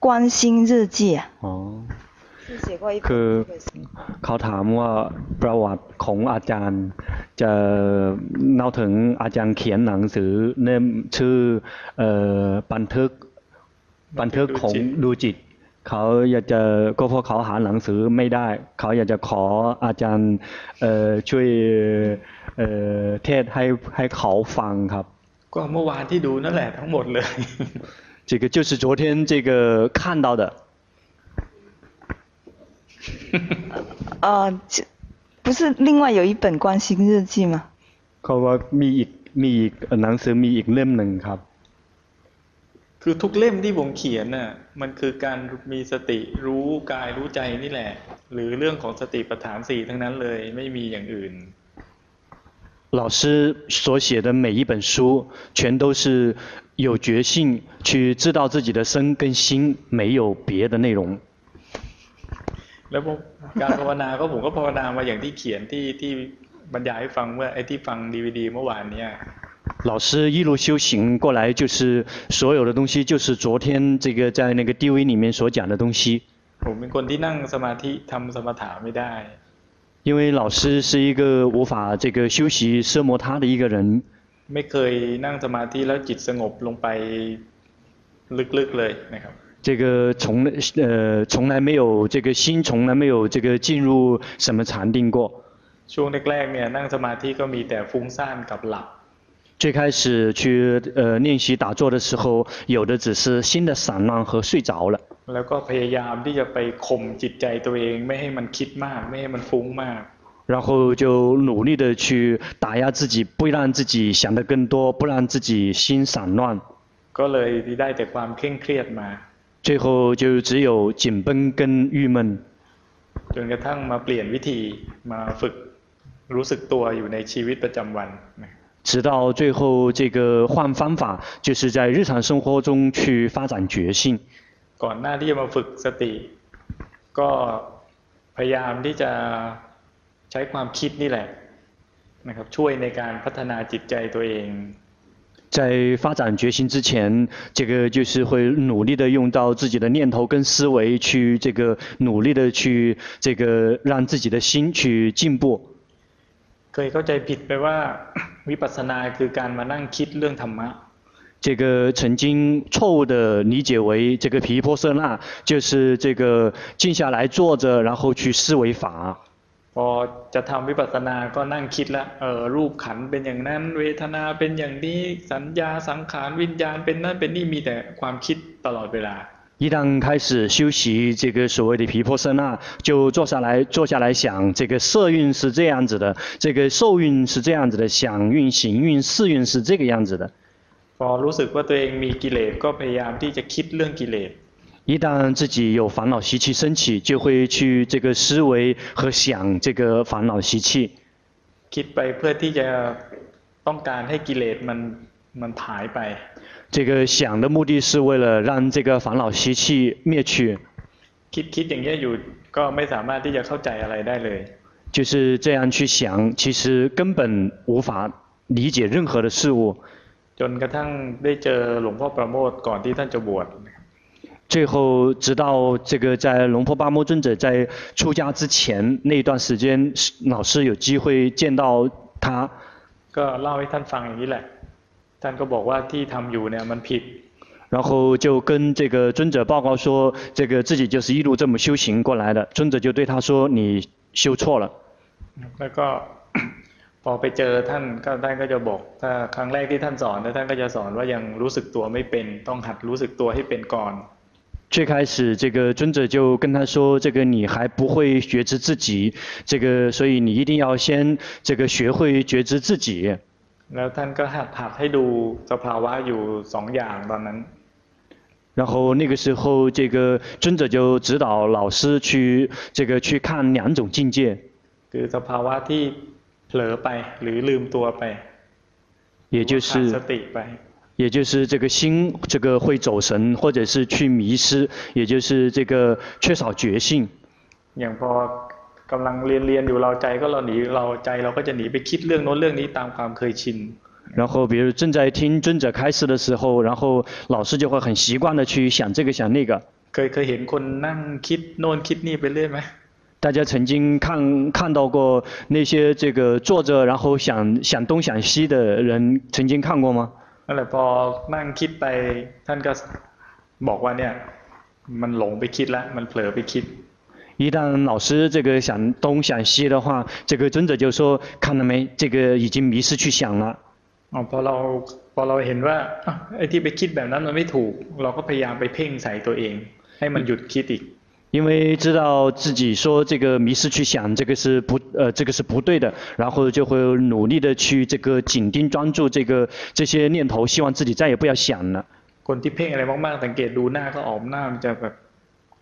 Speaker 7: 观心日记啊，
Speaker 6: 哦
Speaker 7: 是写过一本
Speaker 6: คือ
Speaker 7: 这个书
Speaker 6: เขาถามว่าประวัติของอาจารย์ จะเล่าถึงอาจารย์เขียนหนังสือเล่มชื่อเอ่อบันทึกบันทึกของดูจิต เขาอยากจะก็เพราะเขาหาหนังสือไม่ได้ เขาอยากจะขออาจารย์เอ่อช่วยเอ่อเทศน์ให้ให้เขาฟังครับ
Speaker 1: ก็เมื่อวานที่ดูนั่นแหละทั้งหมดเลย
Speaker 2: 这个就是昨天这个看到的，
Speaker 7: 哦，就不是另外有一本观心日记吗？
Speaker 6: เขาว่ามีอีกมีอีกหนังสือมีอีกเล่มหนึ่งครับ
Speaker 1: คือทุกเล่มที่ผมเขียนน่ะมันคือการมีสติรู้กายรู้ใจนี่แหละ หรือเรื่องของสติปัฏฐานสี่ทั้งนั้นเลยไม่มีอย่างอื่น
Speaker 2: 老师所写的每一本书，全都是有决心去知道自己的身跟心，没有别的内容。
Speaker 1: แล้วผมการภาวนาก็ผมก็ภาวนามาอย่างที่เขียนที่ที่บรรยายให้ฟังเมื่อไอ้ที่ฟังดีวดีเมื่อวานเนี่ย
Speaker 2: 老师一路修行过来，就是所有的东西，就是昨天这个在那个 DV 里面所讲的东西。
Speaker 1: ผมเป็นคนที่นั่งสมาธิทำสมถะไม่ได้
Speaker 2: 因为老师是一个无法这个修习奢摩他的一个人，
Speaker 1: ไม่เคยนั่งสมาธิแล้วจิตสงบลงไปลึกๆเลยนะครับ
Speaker 2: 这个从来呃从来没有这个心从来没有这个进入什么禅定过。
Speaker 1: ช่วงแรกๆเนี่ยนั่งสมาธิก็มีแต่ฟุ้งซ่านกับหลับ
Speaker 2: 最开始去呃练习打坐的时候，有的只是心的散乱和睡着了，
Speaker 1: แล้วก็พยายามที่จะไปข่มจิตใจตัวเอง ไม่ให้มันคิดมากไม่ให้มันฟุ้งมาก
Speaker 2: 然后就努力的去打压自己，不让自己想得更多，不让自己心散乱，
Speaker 1: ก็เลยได้แต่ความเคร่งเครียดมา
Speaker 2: 最后就只有紧绷跟郁闷。
Speaker 1: จนกระทั่งมาเปลี่ยนวิธีมาฝึกรู้สึกตัวอยู่ในชีวิตประจำวันนะครับ
Speaker 2: 直到最后，这个换方法，就是在日常生活中去发展觉性。
Speaker 1: ก่อนหน้าที่จะมาฝึกสติ ก็พยายามที่จะใช้ความคิดนี่แหละนะครับช่วยในการพัฒนาจิตใจตัวเอง
Speaker 2: 在发展觉性之前，这个就是会努力的用到自己的念头跟思维去这个努力的去这个让自己的心去进步。
Speaker 1: เคยเข้าใจผิดไปว่า วิปัสสนาคือการมานั่งคิดเรื่องธรรมะ
Speaker 2: 这个曾经错误的理解为这个皮婆舍那就是这个静下来坐着，然后去思维法。
Speaker 1: พอจะทำวิปัสสนาก็นั่งคิดละเออรูปขันธ์เป็นอย่างนั้น เวทนาเป็นอย่างนี้สัญญาสังขารวิญญาณเป็นนั่นเป็นนี่มีแต่ความคิดตลอดเวลา
Speaker 2: 一旦开始修习这个所谓的皮婆舍那，就坐下来，坐下来想这个色蕴是这样子的，这个受蕴是这样子的，想蕴、行蕴、识蕴是这个样子的。
Speaker 1: พอรู้สึกว่าตัวเองมีกิเลสก็พยายามที่จะคิดเรื่องกิเลส
Speaker 2: 一旦自己有烦恼习气升起，就会去这个思维和想这个烦恼习气。
Speaker 1: คิดไปเพื่อที่จะต้องการให้กิเลสมันมันหายไป。
Speaker 2: 这个想的目的是为了让这个烦恼习气灭去。
Speaker 1: คิดคิดอย่างนี้อยู่ก็ไม่สามารถที่จะเข้าใจอะไรได้เลย。
Speaker 2: 就是这样去想，其实根本无法理解任何的事物。
Speaker 1: จนกระทั่งได้เจอหลวงพ่อประโมทก่อนที่ท่านจะบวช
Speaker 2: 最后，直到这个在龙婆巴摩尊者在出家之前那段时间，老师有机会见到他。
Speaker 1: ก็เล่าให้ท่านฟังอย่างนี้แหละ ท่านก็บอกว่าที่ทำอยู่เนี่ยมันผิด。
Speaker 2: 然后就跟这个尊者报告说，这个自己就是一路这么修行过来的。尊者就对他说：“你修错了。”
Speaker 1: แล้วก็ พอไปเจอท่านก็ท่านก็จะบอกถ้าครั้งแรกที่ท่านสอนท่านก็จะสอนว่ายังรู้สึกตัวไม่เป็นต้องหัดรู้สึกตัวให้เป็นก่อน
Speaker 2: 最开始，这个尊者就跟他说：“这个你还不会觉知自己，这个所以你一定要先这个学会觉知自己。”
Speaker 1: แล้วท่านก็หัดหัดให้ดูสภาวะอยู่สองอย่างตอนนั้น
Speaker 2: 然后那个时候，这个尊者就指导老师去这个去看两种境界，
Speaker 1: คือสภาวะที่เผลอไปหรือลืมตัวไป
Speaker 2: 也就
Speaker 1: ขาดสติไป
Speaker 2: 也就是这个心，这个会走神，或者是去迷失，也就是这个缺少觉性。
Speaker 1: อย่างพอกำลังเรียนเรียนอยู่เราใจก็เราหนีเราใจเราก็จะหนีไปคิดเรื่องโน้นเรื่องนี้ตามความเคยชิน
Speaker 2: 然后，比如正在听尊者开示的时候，然后老师就会很习惯的去想这个想那个。
Speaker 1: เคยเคยเห็นคนนั่งคิดโน่นคิดนี่ไปเรื่อยไหม
Speaker 2: 大家曾经看看到过那些这个坐着然后想想东想西的人，曾经看过吗？
Speaker 1: นั่นแหละพอนั่งคิดไปท่านก็บอกว่าเนี่ยมันหลงไปคิดละมันเผลอไปคิด
Speaker 2: 一旦老师这个想东想西的话，这个尊者就说：“看到没，这个已经迷失去想了。”
Speaker 1: อ๋อพอเราพอเราเห็นว่าไอ้ที่ไปคิดแบบนั้นมันไม่ถูก เราก็พยายามไปเพ่งใส่ตัวเอง ให้มันหยุดคิดอีก
Speaker 2: 因为知道自己说这个迷失去想，这个是不呃这个是不对的，然后就会努力的去这个紧盯专注这个这些念头，希望自己再也不要想了。
Speaker 1: คนที่เพ่งอะไรมากๆสังเกตดูหน้าก็ออมหน้ามันจะแบบ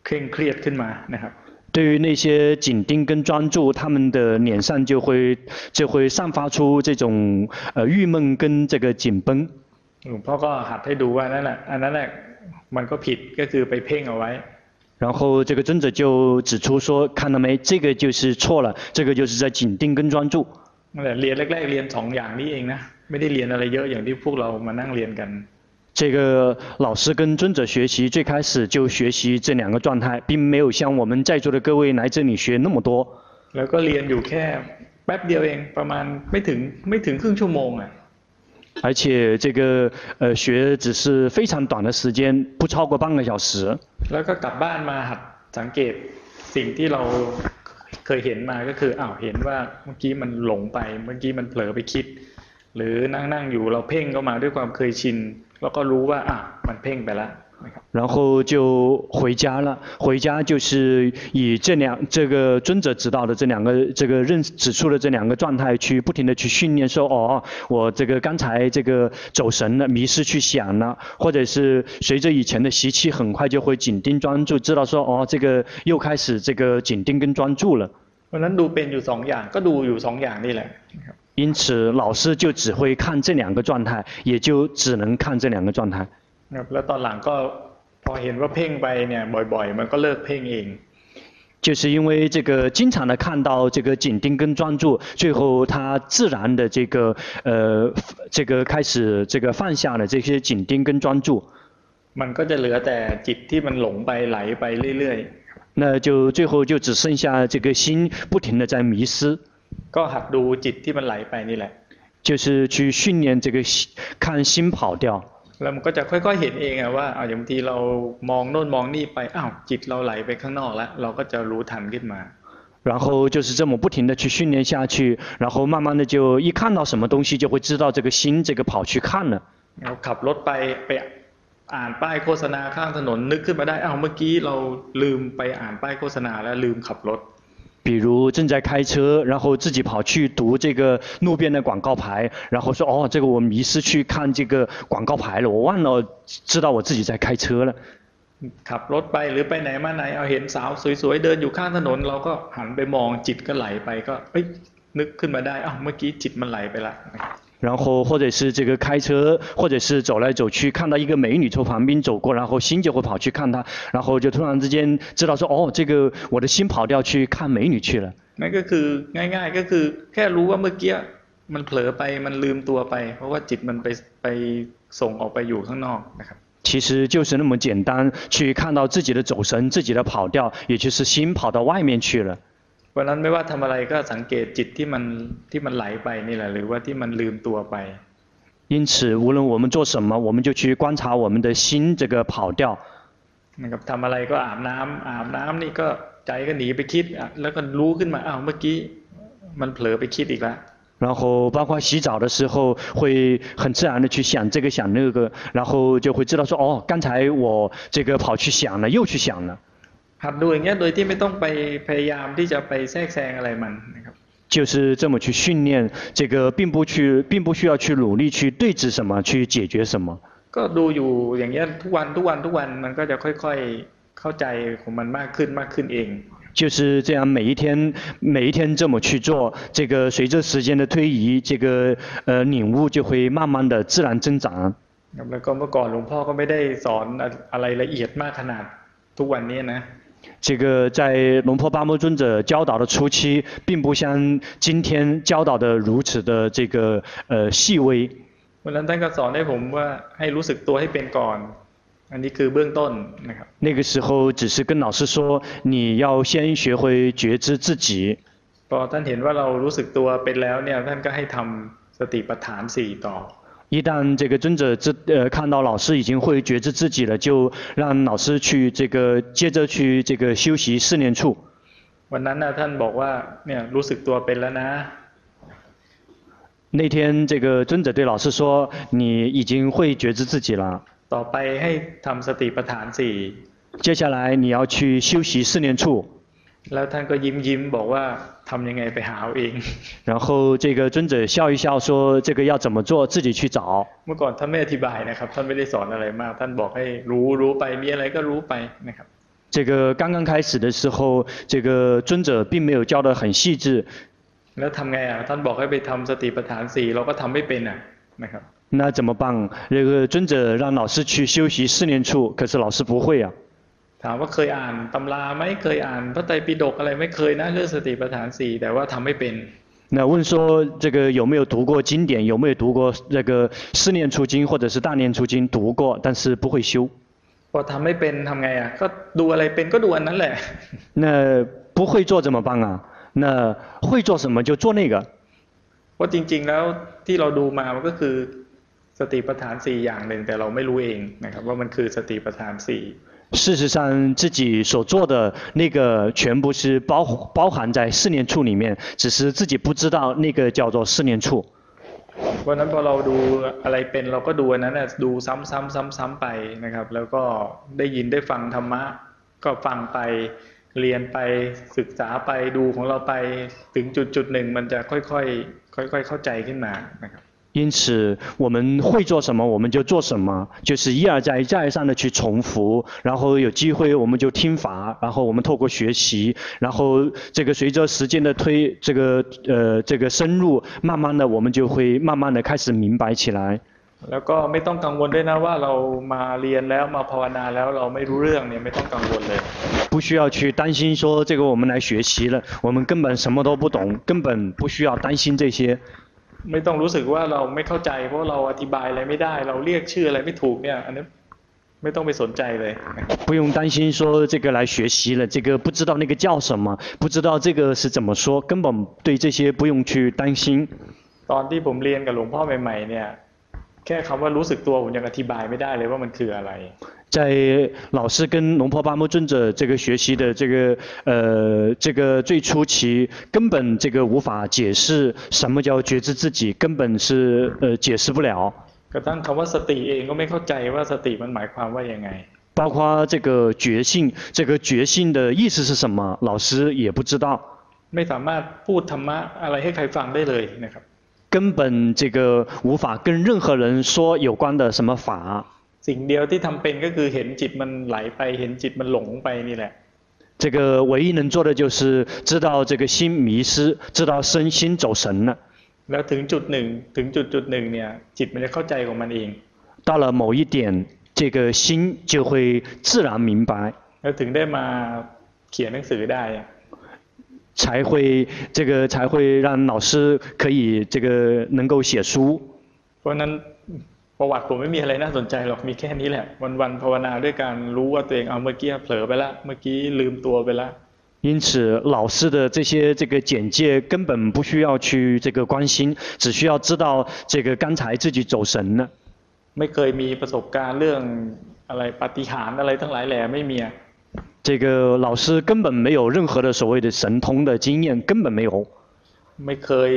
Speaker 1: เคร่งเครียดขึ้นมานะครับ
Speaker 2: 对于那些紧盯跟专注，他们的脸上就会就会散发出这种呃郁闷跟这个紧绷。
Speaker 1: หลวงพ่อก็หัดให้ดูว่านั่นแหละอันนั้นแหละมันก็ผิดก็คือไปเพ่งเอาไว้
Speaker 2: 然后这个尊者就指出说，看到没，这个就是错了，这个就是在紧盯跟专注。
Speaker 1: เรียนแรกๆเรียนสองอย่างนี้เองนะไม่ได้เรียนอะไรเยอะอย่างที่พวกเรามานั่งเรียนกัน
Speaker 2: 这个老师跟尊者学习，最开始就学习这两个状态，并没有像我们在座的各位来这里学那么多。
Speaker 1: แล้วก็เรียนอยู่แค่แป๊บเดียวเองประมาณไม่ถึงไม่ถึงครึ่งชั่วโมงอ่ะ
Speaker 2: 而且这个呃学只是非常短的时间，不超过半个小时。
Speaker 1: แล้วก็กลับบ้านมาหัดสังเกตสิ่งที่เราเคยเห็นมาก็คืออ้าวเห็นว่าเมื่อกี้มันหลงไปเมื่อกี้มันเผลอไปคิด หรือนั่งนั่งอยู่เราเพ่งเข้ามาด้วยความเคยชินแล้วก็รู้ว่าอ่ะมันเพ่งไปแล้ว
Speaker 2: 然后就回家了。回家就是以这两这个尊者指导的这两个这个认指出的这两个状态去不停的去训练说，说哦，我这个刚才这个走神了，迷失去想了，或者是随着以前的习气，很快就会紧盯专注，知道说哦，这个又开始这个紧盯跟专注了。因此，老师就只会看这两个状态，也就只能看这两个状态。
Speaker 1: แล้วตอนหลังก็พอเห็นว่าเพ่งไปเนี่ยบ่อยๆมันก็เลิกเพ่งเอง
Speaker 2: 就是因为这个经常的看到这个紧盯跟专注，最后他自然的这个呃这个开始这个放下了这些紧盯跟专注。
Speaker 1: มันก็จะเหลือแต่จิตที่มันหลงไปไหลไปเรื่อยๆ
Speaker 2: 那就最后就只剩下这个心不停的在迷失。
Speaker 1: ก็หัดดูจิตที่มันไหลไปนี่แหละ
Speaker 2: 就是去训练这个看心跑掉。
Speaker 1: แล้วมันก็จะค่อยๆเห็นเองอะว่าเอาอย่างบางทีเรามองโน่นมองนี่ไปอ้าวจิตเราไหลไปข้างนอกแล้วเราก็จะรู้ทันขึ้นมา
Speaker 2: 然后就是这么不停的去训练下去，然后慢慢的就一看到什么东西就会知道这个心这个跑去看了。
Speaker 1: เราขับรถไปไปอ่านป้ายโฆษณาข้างถนนนึกขึ้นมาได้อ้าวเมื่อกี้เราลืมไปอ่านป้ายโฆษณาแล้วลืมขับรถ
Speaker 2: 比如正在开车，然后自己跑去读这个路边的广告牌，然后说哦，这个我迷失去看这个广告牌了，我忘了知道我自己在开车了。
Speaker 1: ขับรถไปหรือไปไหนมาไหนเอาเห็นสาวสวยๆเดินอยู่ข้างถนน เราก็หันไปมองจิตก็ไหลไปก็เอ้ยนึกขึ้นมาได้อ้าวเมื่อกี้จิตมันไหลไปละ
Speaker 2: 然后或者是这个开车，或者是走来走去，看到一个美女从旁边走过，然后心就会跑去看她，然后就突然之间知道说，哦，这个我的心跑掉去看美女去了。
Speaker 1: นั่นก็คือง่าย ๆก็คือแค่รู้ว่าเมื่อกี้มันเผลอไปมันลืมตัวไป เพราะว่าจิตมันไปไปส่งออกไปอยู่ข้างนอกนะครับ
Speaker 2: 其实就是那么简单，去看到自己的走神，自己的跑掉，也就是心跑到外面去了。
Speaker 1: เพราะนั้นไม่ว่าทำอะไรก็สังเกตจิตที่มันที่มันไหลไปนี่แหละหรือว่าที่มันลืมตัวไป
Speaker 2: 因此，无论我们做什么，我们就去观察我们的心这个跑掉。
Speaker 1: นะครับทำอะไรก็อาบน้ำอาบน้ำนี่ก็ใจก็หนีไปคิดแล้วก็รู้ขึ้นมาอ้าวเมื่อกี้มันเผลอไปคิดอีกแล้ว
Speaker 2: 然后包括洗澡的时候，会很自然的去想这个想那个，然后就会知道说哦，刚才我这个跑去想了，又去想了。
Speaker 1: หัดดูอย่างเงี้ยโดยที่ไม่ต้องไปพยายามที่จะไปแทรกแซงอะไรมันนะครับ。
Speaker 2: 就是这么去训练，这个并不去，并不需要去努力去对峙什么，去解决什么。
Speaker 1: ก็ดูอยู่อย่างเงี้ยทุกวันทุกวันทุกวันมันก็จะค่อยๆเข้าใจของมันมากขึ้นมากขึ้นเอง
Speaker 2: 就是这样，每一天每一天这么去做，这个随着时间的推移，这个呃领悟就会慢慢的自然增长。
Speaker 1: แล้วก็เมื่อก่อนหลวงพ่อก็ไม่ได้สอนอะไรละเอียดมากขนาดทุกวันนี้นะ
Speaker 2: 这个在龙婆巴摩尊者教导的初期，并不像今天教导的如此的这个呃细微。
Speaker 1: วันนั้นท่านก็สอนให้ผมว่าให้รู้สึกตัวให้เป็นก่อนอันนี้คือเบื้องต้นนะครับ
Speaker 2: 那个时候只是跟老师说你要先学会觉知自己
Speaker 1: พอท่านเห็นว่าเรารู้สึกตัวเป็นแล้วเนี่ยท่านก็ให้ทำสติปัฏฐานสี่ต่อ
Speaker 2: 一旦这个尊者知呃看到老师已经会觉知自己了，就让老师去这个接着去这个修习四念处。
Speaker 1: วันนั้นนะท่านบอกว่าเนี่ยรู้สึกตัวเป็นแล้วนะ
Speaker 2: 那天这个尊者对老师说：“你已经会觉知自己了。”
Speaker 1: ต่อไปให้ทำสติปัฏฐานสี่
Speaker 2: 接下来你要去修习四念处
Speaker 1: แล้วท่านก็ยิ้มยิ้มบอกว่าทำยังไงไปหาเอง
Speaker 2: 然后这个尊者笑一笑说这个要怎么做自己去找
Speaker 1: เมื่อก่อนท่านไม่อธิบายนะครับท่านไม่ได้สอนอะไรมาก ท่านบอกให้รู้รู้ไปมีอะไรก็รู้ไปนะครับ
Speaker 2: 这个刚刚开始的时候这个尊者并没有教得很细致
Speaker 1: แล้วทำไงอ่ะท่านบอกให้ไปทำสติปัฏฐานสี่เราก็ทำไม่เป็นอ่ะนะครับ
Speaker 2: 那怎么办？那个尊者让老师去修习四念处，可是老师不会啊。
Speaker 1: ถามว่าเคยอ่านตำราไหมเคยอ่านพระไตรปิฎกอะไรไม่เคยนะเรื่องสติปัฏฐานสี่แต่ว่าทำไม่เป็น。
Speaker 2: 那问说这个有没有读过经典？有没有读过那个四念处经或者是大念处经？读过，但是不会修。
Speaker 1: พอทำไม่เป็นทำไงอ่ะก็ดูอะไรเป็นก็ดูอันนั้นแหละ。
Speaker 2: 那不会做怎么办啊？那会做什么就做那个。
Speaker 1: ว่าจริงๆแล้วที่เราดูมามันก็คือสติปัฏฐานสี่อย่างหนึ่งแต่เราไม่รู้เองนะครับว่ามันคือสติปัฏฐานสี่
Speaker 2: 事实上，自己所做的那个全部是包包含在四念处里面，只是自己不知道那个叫做四念处。
Speaker 1: วันนั้นพอเราดูอะไรเป็นเราก็ดูนั้นนะดูซ้ำๆๆๆไปนะครับแล้วก็ได้ยินได้ฟังธรรมะก็ฟังไปเรียนไปศึกษาไปดูของเราไปถึงจุดจุดหนึ่งมันจะค่อยๆค่อยๆเข้าใจขึ้นมานะครับ
Speaker 2: 因此，我们会做什么，我们就做什么，就是一而再、再而三的去重复。然后有机会，我们就听法，然后我们透过学习，然后这个随着时间的推，这个呃这个深入，慢慢的我们就会慢慢的开始明白起来。
Speaker 1: แล้วก็ไม่ต้องกังวลด้วยนะว่าเรามาเรียนแล้วมาภาวนาแล้วเราไม่รู้เรื่องเนี่ยไม่ต้องกังวลเลย
Speaker 2: 不需要去担心说这个我们来学习了，我们根本什么都不懂，根本不需要担心这些。
Speaker 1: ไม่ต้องรู้สึกว่าเราไม่เข้าใจเพราะเราอธิบายอะไรไม่ได้ เราเรียกชื่ออะไรไม่ถูกเนี่ยอันนี้ไม่ต้องไปสนใจเลย
Speaker 2: 不用担心说这个来学习了这个不知道那个叫什么不知道这个是怎么说根本对这些不用去担心
Speaker 1: ตอนที่ผมเรียนกับหลวงพ่อใหม่ๆเนี่ยแค่คำว่ารู้สึกตัวผมยังอธิบายไม่ได้เลยว่ามันคืออะไร
Speaker 2: 在老师跟龙婆巴木尊者这个学习的这个呃这个最初期，根本这个无法解释什么叫觉知自己，根本是呃解释不了。
Speaker 1: กระทั่งคำว่าสติเองก็ไม่เข้าใจว่าสติมันหมายความว่ายังไง。
Speaker 2: 包括这个觉性，这个觉性的意思是什么，老师也不知道。
Speaker 1: ไม่สามารถพูดธรรมะอะไรให้ใครฟังได้เลยนะครับ
Speaker 2: 根本这个无法跟任何人说有关的什么法。
Speaker 1: สิ่งเดียวที่ทำเป็นก็คือเห็นจิตมันไหลไปเห็นจิตมันหลงไปนี่แหละ
Speaker 2: 这个唯一能做的就是知道这个心迷失，知道身心走神了。
Speaker 1: แล้วถึงจุดหนึ่งถึงจุดจุดหนึ่งเนี่ยจิตมันจะเข้าใจของมันเอง
Speaker 2: 到了某一点，这个心就会自然明白，
Speaker 1: แล้วถึงได้มาเขียนหนังสือได้อะ
Speaker 2: 才会这个才会让老师可以这个能够写书。
Speaker 1: เพราะฉะนั้นประวัติผมไม่มีอะไรน่าสนใจหรอกมีแค่นี้แหละ วันๆภาวนาด้วยการรู้ว่าตัวเองเอาเมื่อกี้เผลอไปละเมื่อกี้ลืมตัวไปละ
Speaker 2: 因此，老师的这些这个简介根本不需要去这个关心，只需要知道这个刚才自己走神了。
Speaker 1: ไม่เคยมีประสบการณ์เรื่องอะไรปาฏิหาริย์อะไรทั้งหลายแหล่ไม่มีอะ
Speaker 2: 这个老师根本没有任何的所谓的神通的经验，根本没有。
Speaker 1: ไม่เคย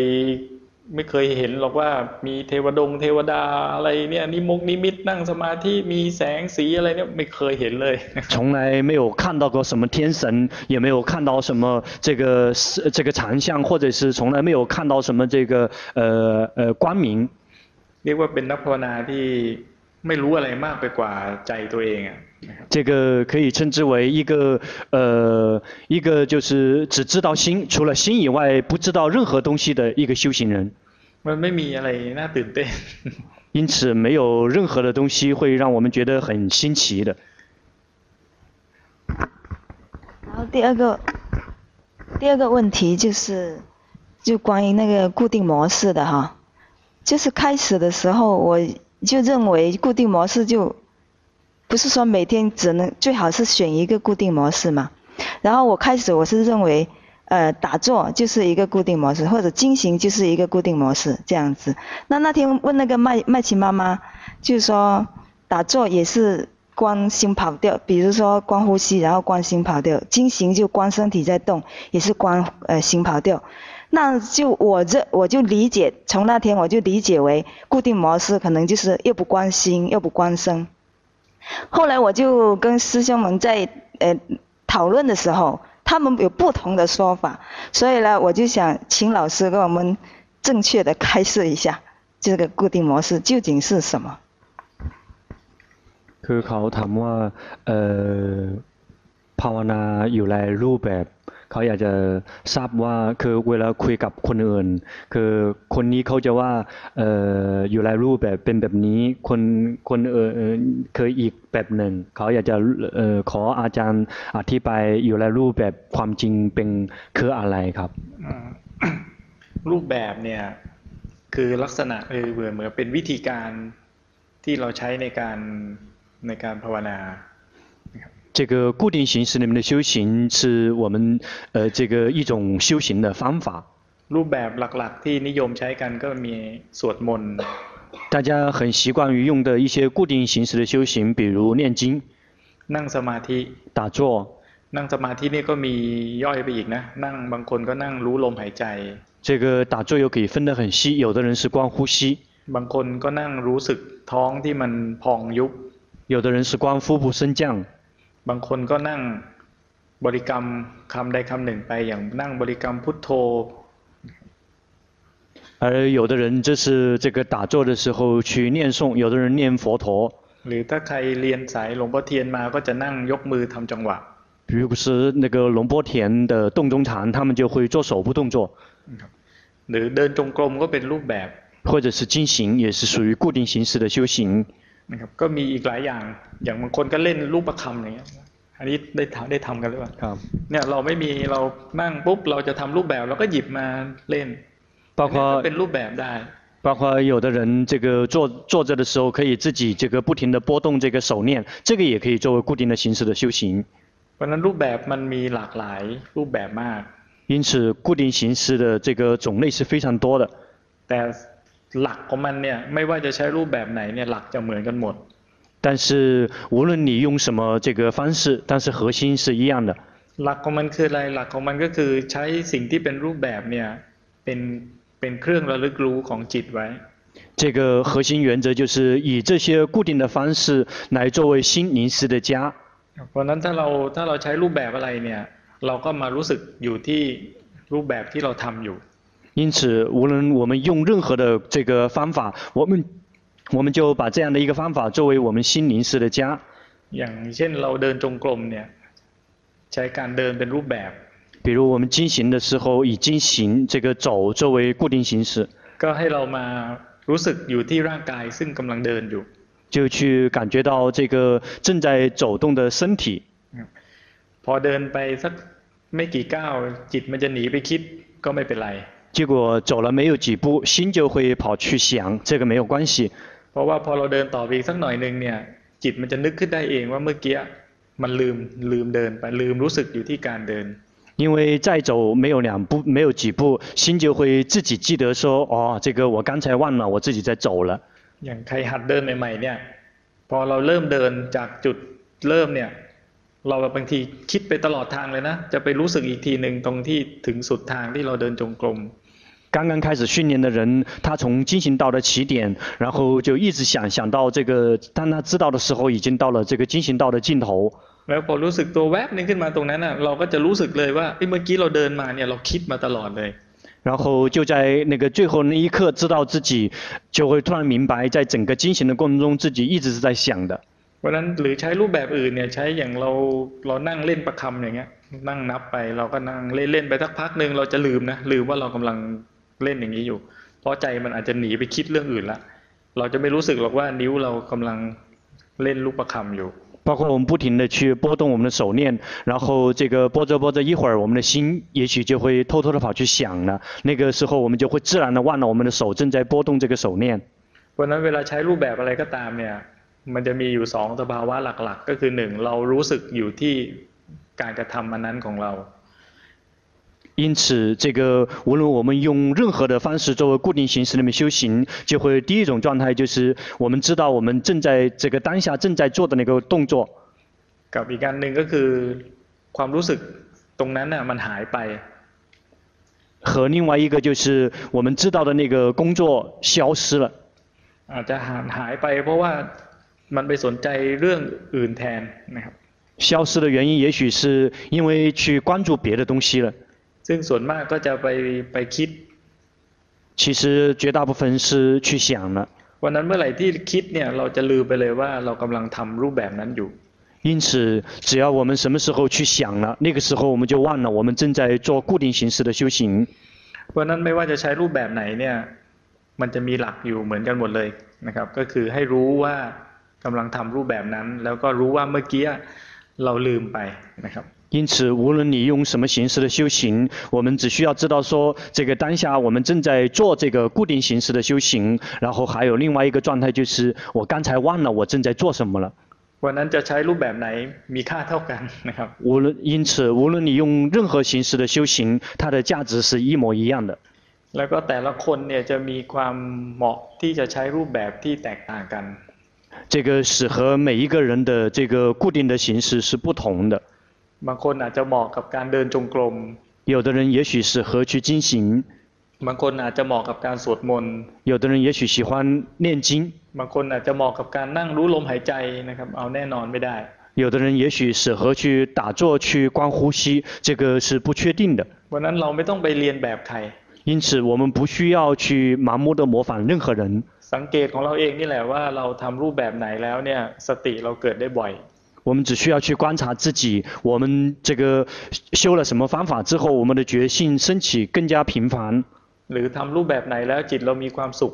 Speaker 1: ไม่เคยเห็นหรอกว่ามีเทวดงเทวดาอะไรเนี่ยนิมกนิมิตนั่งสมาธิมีแสงสีอะไรเนี่ยไม่เคยเห็นเลย
Speaker 2: 从来没有看到过什么天神，也没有看到什么这个是这个禅相，或者是从来没有看到什么这个呃呃光明。
Speaker 1: เรียกว่าเป็นนักภาวนาที่ไม่รู้อะไรมากไปกว่าใจตัวเองอะ
Speaker 2: 这个可以称之为一个呃一个就是只知道心，除了心以外不知道任何东西的一个修行人。
Speaker 1: มันไม่มีอะไรน่าตื่นเต้น
Speaker 2: 因此，没有任何的东西会让我们觉得很新奇的。
Speaker 7: 然后第二个，第二个问题就是，就关于那个固定模式的哈，就是开始的时候我就认为固定模式就不是说每天只能最好是选一个固定模式嘛。然后我开始我是认为，呃，打坐就是一个固定模式，或者进行就是一个固定模式这样子。那那天问那个麦麦琪妈妈，就是说打坐也是观心跑调，比如说观呼吸，然后观心跑调；进行就观身体在动，也是观呃心跑调。那就我这我就理解，从那天我就理解为固定模式，可能就是又不关心又不关身。后来我就跟师兄们在呃讨论的时候，他们有不同的说法，所以呢，我就想请老师给我们正确的开示一下，这个固定模式究竟是什么？
Speaker 6: คือเขาถามว่าเอ่อภาวนาอยู่หลายรูปแบบ เขาอยากจะทราบว่าคือเวลาคุยกับคนอื่น คือคนนี้เขาจะว่าเอ่ออยู่หลายรูปแบบเป็นแบบนี้คนคนเอ่อเคยอีกแบบหนึ่ง เขาอยากจะเอ่อขออาจารย์อธิบายอยู่หลายรูปแบบความจริงเป็นคืออะไรครับ
Speaker 1: อ่า รูปแบบเนี่ยคือลักษณะเออเหมือนเหมือนเป็นวิธีการที่เราใช้ในการในการภาวนา
Speaker 2: 这个固定形式里面的修行是我们呃这个一种修行的方法。
Speaker 1: รูปแบบหลักๆ ที่นิยมใช้กันก็มีสวดมนต์
Speaker 2: 大家很习惯于用的一些固定形式的修行，比如念经、
Speaker 1: นั่งสมาธิ
Speaker 2: 打坐。
Speaker 1: นั่งสมาธินี่ก็มีย่อยไปอีกนะ นั่งบางคนก็นั่งรู้ลมหายใจ
Speaker 2: 这个打坐又可以分得很细，有的人是观呼吸，
Speaker 1: บางคนก็นั่งรู้สึกท้องที่มันพองยุบ
Speaker 2: 有的人是观腹部升降，
Speaker 1: บางคนก็นั่งบริกรรมคำใดคำหนึ่งไปอย่างนั่งบริกรรมพุทโธ
Speaker 2: 而有的人这是这个打坐的时候去念诵，有的人念佛陀。
Speaker 1: หรือถ้าใครเรียนสายหลวงพ่อเทียนมาก็จะนั่งยกมือทำจังหวะ
Speaker 2: 如果是那个龙波田的洞中禅，他们就会做手部动作，
Speaker 1: หรือเดินจงกรมก็เป็นรูปแบบ
Speaker 2: 或者是进行，也是属于固定形式的修行。
Speaker 1: นะครับก็มีอีกหลายอย่างอย่างบางคนก็เล่นรูปประคำอย่างเงี้ยอันนี้ได้ทำได้ทำกันหรือเปล่า
Speaker 2: ครับ
Speaker 1: เนี่ยเราไม่มีเรานั่งปุ๊บเราจะทำรูปแบบเราก็หยิบมาเล่น
Speaker 2: 包
Speaker 1: อัน
Speaker 2: 括
Speaker 1: นี้ก็เป็นรูปแบบได้
Speaker 2: 包括有的人这个坐坐着的时候，可以自己这个不停的拨动这个手念，这个也可以作为固定的形式的修行。
Speaker 1: เพราะฉะนั้นรูปแบบมันมีหลากหลายรูปแบบมาก
Speaker 2: 因此，固定形式的这个种类是非常多的。
Speaker 1: แต่หลักของมันเนี่ยไม่ว่าจะใช้รูปแบบไหนเนี่ยหลักจะเหมือนกันหมด
Speaker 2: 但是无论你用什么这个方式，但是核心是一样的。
Speaker 1: หลักของมันคืออะไรหลักของมันก็คือใช้สิ่งที่เป็นรูปแบบเนี่ยเป็นเป็นเครื่องระลึกรู้ของจิตไว้
Speaker 2: 这个核心原则就是以这些固定的方式来作为心灵师的家。
Speaker 1: เพราะฉะนั้นถ้าเราถ้าเราใช้รูปแบบอะไรเนี่ยเราก็มารู้สึกอยู่ที่รูปแบบที่เราทำอยู่
Speaker 2: 因此，无论我们用任何的这个方法，我们我们就把这样的一个方法作为我们心灵式的家。
Speaker 1: อย่างเช่นเราเดินจงกรมเนี่ยใช้การเดินเป็นรูปแบบ
Speaker 2: 比如我们经行的时候，以经行这个走作为固定形式，
Speaker 1: ก็ให้เรามารู้สึกอยู่ที่ร่างกายซึ่งกำลังเดินอยู่
Speaker 2: 就去感觉到这个正在走动的身体。
Speaker 1: พอเดินไปสักไม่กี่ก้าวจิตมันจะหนีไปคิดก็ไม่เป็นไร
Speaker 2: 结果走了没有几步，心就会跑去想，这个没有关系，
Speaker 1: เพราะว่าพอเราเดินต่อไปอีกสักหน่อยหนึ่งเนี่ยจิตมันจะนึกขึ้นได้เองว่าเมื่อกี้มันลืมลืมเดินไปลืมรู้สึกอยู่ที่การเดิน
Speaker 2: 因为再走没有两步，没有几步，心就会自己记得说，哦，这个我刚才忘了，我自己在走了。
Speaker 1: อย่างใครหัดเดินใหม่ๆเนี่ยพอเราเริ่มเดินจากจุดเริ่มเนี่ยเราบางทีคิดไปตลอดทางเลยนะ จะไปรู้สึกอีกทีหนึ่งตรงที่ถึงสุดทางที่เราเดินจงกรม
Speaker 2: 刚刚开始训练的人，他从进行到的起点，然后就一直想想到这个，当他知道的时候，已经到了这个进行到的尽头。
Speaker 1: แล้วพอรู้สึกตัวแวบหนึงขึ้นมาตรงนั้นน่ะเราก็จะรู้สึกเลยว่าเอ้ยเมื่อกี้เราเดินมาเนี่ยเราคิดมาตลอดเลย
Speaker 2: 然后就在那个最后那一刻，知道自己就会突然明白，在整个进行的过程中，自己一直是在想的。
Speaker 1: เพราะฉะนั้นหรือใช้รูปแบบอื่นเนี่ยใช้อย่างเราเรานั่งเล่นประคำอย่างเงี้ยนั่งนับไปเราก็นั่งเล่นเล่นไปสักพักหนึ่งเราจะลืมนะลืมว่าเรากำลังเล่นอย่างนี้อยู่ เพราะใจมันอาจจะหนีไปคิดเรื่องอื่นละเราจะไม่รู้สึกหรอกว่านิ้วเรากำลังเล่นลูกประคำอยู่
Speaker 2: 包括我们不停的去拨动我们的手链，然后这个拨着拨着，一会儿我们的心也许就会偷偷的跑去想了。那个时候我们就会自然的忘了我们的手正在拨动这个手链。
Speaker 1: เพราะฉะนั้นเวลาใช้รูปแบบอะไรก็ตามเนี่ยมันจะมีอยู่สองสภาวะหลักๆ ก็คือหนึ่งเรารู้สึกอยู่ที่การกระทำอันนั้นของเรา
Speaker 2: 因此，这个无论我们用任何的方式作为固定形式里面修行，就会第一种状态就是我们知道我们正在这个当下正在做的那个动作，
Speaker 1: กับอีกการหนึ่งก็คือความรู้สึกตรงนั้นน่ะมันหายไป
Speaker 2: 和另外一个就是我们知道的那个工作消失了，
Speaker 1: อาจจะหายหายไปเพราะว่ามันไปสนใจเรื่องอื่นแทนนะครับ
Speaker 2: 消失的原因也许是因为去关注别的东西了。
Speaker 1: ซึ่งส่วนมากก็จะไปไปคิด
Speaker 2: 其实绝大部分是去想了，
Speaker 1: วันนั้นเมื่อไหร่ที่คิดเนี่ยเราจะลืมไปเลยว่าเรากำลังทำรูปแบบนั้นอยู่
Speaker 2: 因此只要我们什么时候去想了，那个时候我们就忘了我们正在做固定形式的修行。
Speaker 1: เพราะฉะนั้นไม่ว่าจะใช้รูปแบบไหนเนี่ยมันจะมีหลักอยู่เหมือนกันหมดเลยนะครับ ก็คือให้รู้ว่ากำลังทำรูปแบบนั้น แล้วก็รู้ว่าเมื่อกี้เราลืมไปนะครับ
Speaker 2: 因此，无论你用什么形式的修行，我们只需要知道说，这个当下我们正在做这个固定形式的修行。然后还有另外一个状态，就是我刚才忘了我正在做什么了。
Speaker 1: วันนั้นจะใช้รูปแบบไหนมีค่าเท่ากันนะครับ
Speaker 2: 无论因此，无论你用任何形式的修行，它的价值是一模一样的。
Speaker 1: แล้วก็แต่ละคนเนี่ยจะมีความเหมาะที่จะใช้รูปแบบที่แตกต่างกัน
Speaker 2: 这个使和每一个人的这个固定的形式是不同的。
Speaker 1: บางคนอาจจะเหมาะกับการเดินจงกรม
Speaker 2: 有的人也许是和去经行，
Speaker 1: บางคนอาจจะเหมาะกับการสวดมนต์
Speaker 2: 有的人也许喜欢念经，
Speaker 1: บางคนอาจจะเหมาะกับการนั่งรู้ลมหายใจนะครับ เอาแน่นอนไม่ได้
Speaker 2: 有的人也许是和去打坐、去观呼吸，这个是不确定的。
Speaker 1: วันนั้นเราไม่ต้องไปเรียนแบบใคร
Speaker 2: 因此，我们不需要去盲目的模仿任何人。
Speaker 1: สังเกตของเราเองนี่แหละว่าเราทำรูปแบบไหนแล้วเนี่ยสติเราเกิดได้บ่อย
Speaker 2: 我们只需要去观察自己，我们这个修了什么方法之后，我们的觉性升起更加频繁，
Speaker 1: หรือทำรูปแบบไหนแล้วจิตเรามีความสุข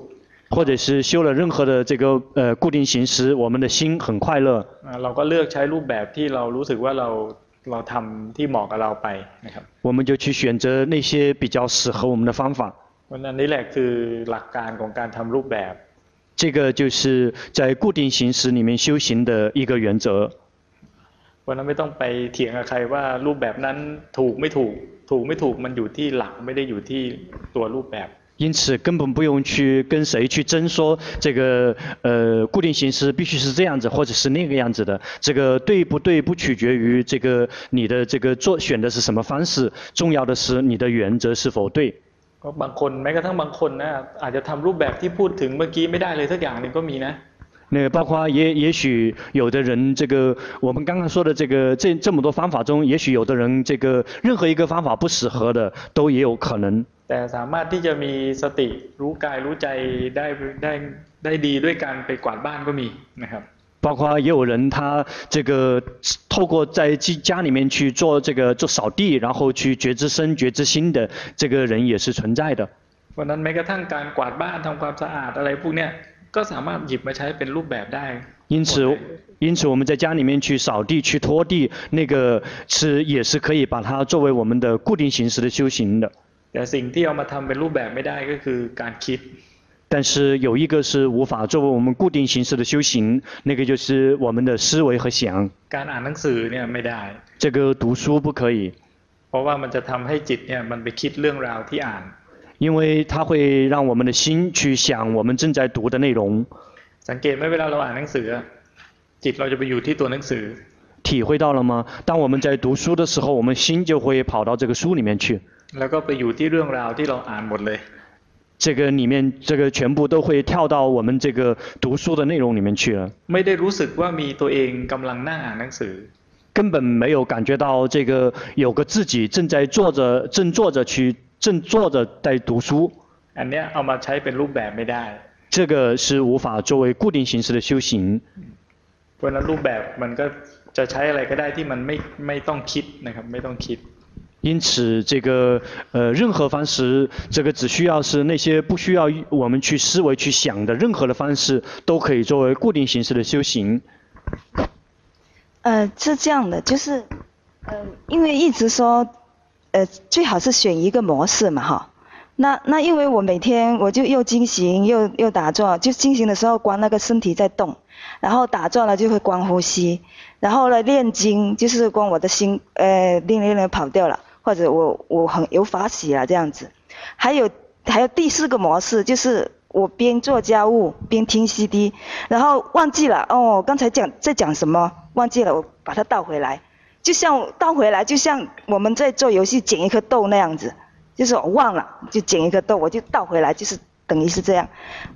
Speaker 2: 或者是修了任何的这个呃固定形式，我们的心很快乐。
Speaker 1: อ่าเราก็เลือกใช้รูปแบบที่เรารู้สึกว่าเราเราทำที่เหมาะกับเราไปนะครับ
Speaker 2: 我们就去选择那些比较适合我们的方法。
Speaker 1: วันนั้นนี่แหละคือหลักการของการทำรูปแบบ
Speaker 2: 这个就是在固定形式里面修行的一个原则。
Speaker 1: วันนั้นไม่ต้องไปเถียงกับใครว่ารูปแบบนั้นถูกไม่ถูก ถูกไม่ถูกมันอยู่ที่หลักไม่ได้อยู่ที่ตัวรูปแบบ
Speaker 2: 因此，根本不用去跟谁去争说这个呃固定形式必须是这样子，或者是那个样子的。这个对不对不取决于这个你的这个做选的是什么方式，重要的是你的原则是否对。
Speaker 1: ก็บางคนแม้กระทั่งบางคนนะอาจจะทำรูปแบบที่พูดถึงเมื่อกี้ไม่ได้เลยสักอย่างหนึ่งก็มีนะ
Speaker 2: 那个包括也也许有的人这个我们刚刚说的这个这这么多方法中，也许有的人这个任何一个方法不适合的都也有可能。
Speaker 1: แต่สามารถที่จะมีสติรู้กายรู้ใจได้ได้ ได้ดีด้วยการไปกวาดบ้านก็มีนะครับ
Speaker 2: 包括也有人他这个透过在自家里面去做这个做扫地，然后去觉知身、觉知心的这个人也是存在的。
Speaker 1: เพราะนั้นแม้กระทั่งการกวาดบ้านทำความสะอาดอะไรพวกเนี้ยก็สามารถหยิบมาใช้เป็นรูปแบบได้
Speaker 2: 因此，因此我们在家里面去扫地、去拖地，那个是也是可以把它作为我们的固定形式的修行的。
Speaker 1: แต่สิ่งที่เอามาทำเป็นรูปแบบไม่ได้ก็คือการคิด
Speaker 2: 但是有一个是无法作为我们固定形式的修行，那个就是我们的思维和想。
Speaker 1: การอ่านหนังสือเนี่ยไม่ได้
Speaker 2: 这个读书不可以，
Speaker 1: เพราะว่ามันจะทำให้จิตเนี่ยมันไปคิดเรื่องราวที่อ่าน
Speaker 2: 因为它会让我们的心去想我们正在读的内容，
Speaker 1: สังเกตไหมเวลาเราอ่านหนังสือ จิตเราจะไปอยู่ที่ตัวหนังสือ
Speaker 2: 体会到了吗？当我们在读书的时候，我们心就会跑到这个书里面去，
Speaker 1: แล้วก็ไปอยู่ที่เรื่องราวที่เราอ่านหมดเลย
Speaker 2: 这个里面这个全部都会跳到我们这个读书的内容里面去了，
Speaker 1: ไม่ได้รู้สึกว่ามีตัวเองกำลังนั่งอ่านหนังสือ
Speaker 2: 根本没有感觉到这个有个自己正在坐着正坐着去正坐着在读书。
Speaker 1: อันเนี้ยเอามาใช้เป็นรูปแบบไม่ได้
Speaker 2: 这个是无法作为固定形式的修行，
Speaker 1: เพราะฉะนั้นรูปแบบมันก็จะใช้อะไรก็ได้ที่มันไม่ไม่ต้องคิดนะครับไม่ต้องคิด
Speaker 2: 因此这个呃任何方式，这个只需要是那些不需要我们去思维去想的任何的方式，都可以作为固定形式的修行。
Speaker 7: 呃，是这样的，就是，呃，因为一直说，呃，最好是选一个模式嘛，哈。那那因为我每天我就又进行又又打坐，就进行的时候光那个身体在动，然后打坐了就会光呼吸，然后呢念经就是光我的心呃令令人跑掉了，或者我我很有法喜了这样子。还有还有第四个模式就是我边做家务边听 CD，然后忘记了哦，刚才讲在讲什么忘记了，我把它倒回来，就像倒回来就像我们在做游戏捡一颗豆那样子，就是我忘了就捡一颗豆，我就倒回来，就是等于是这样，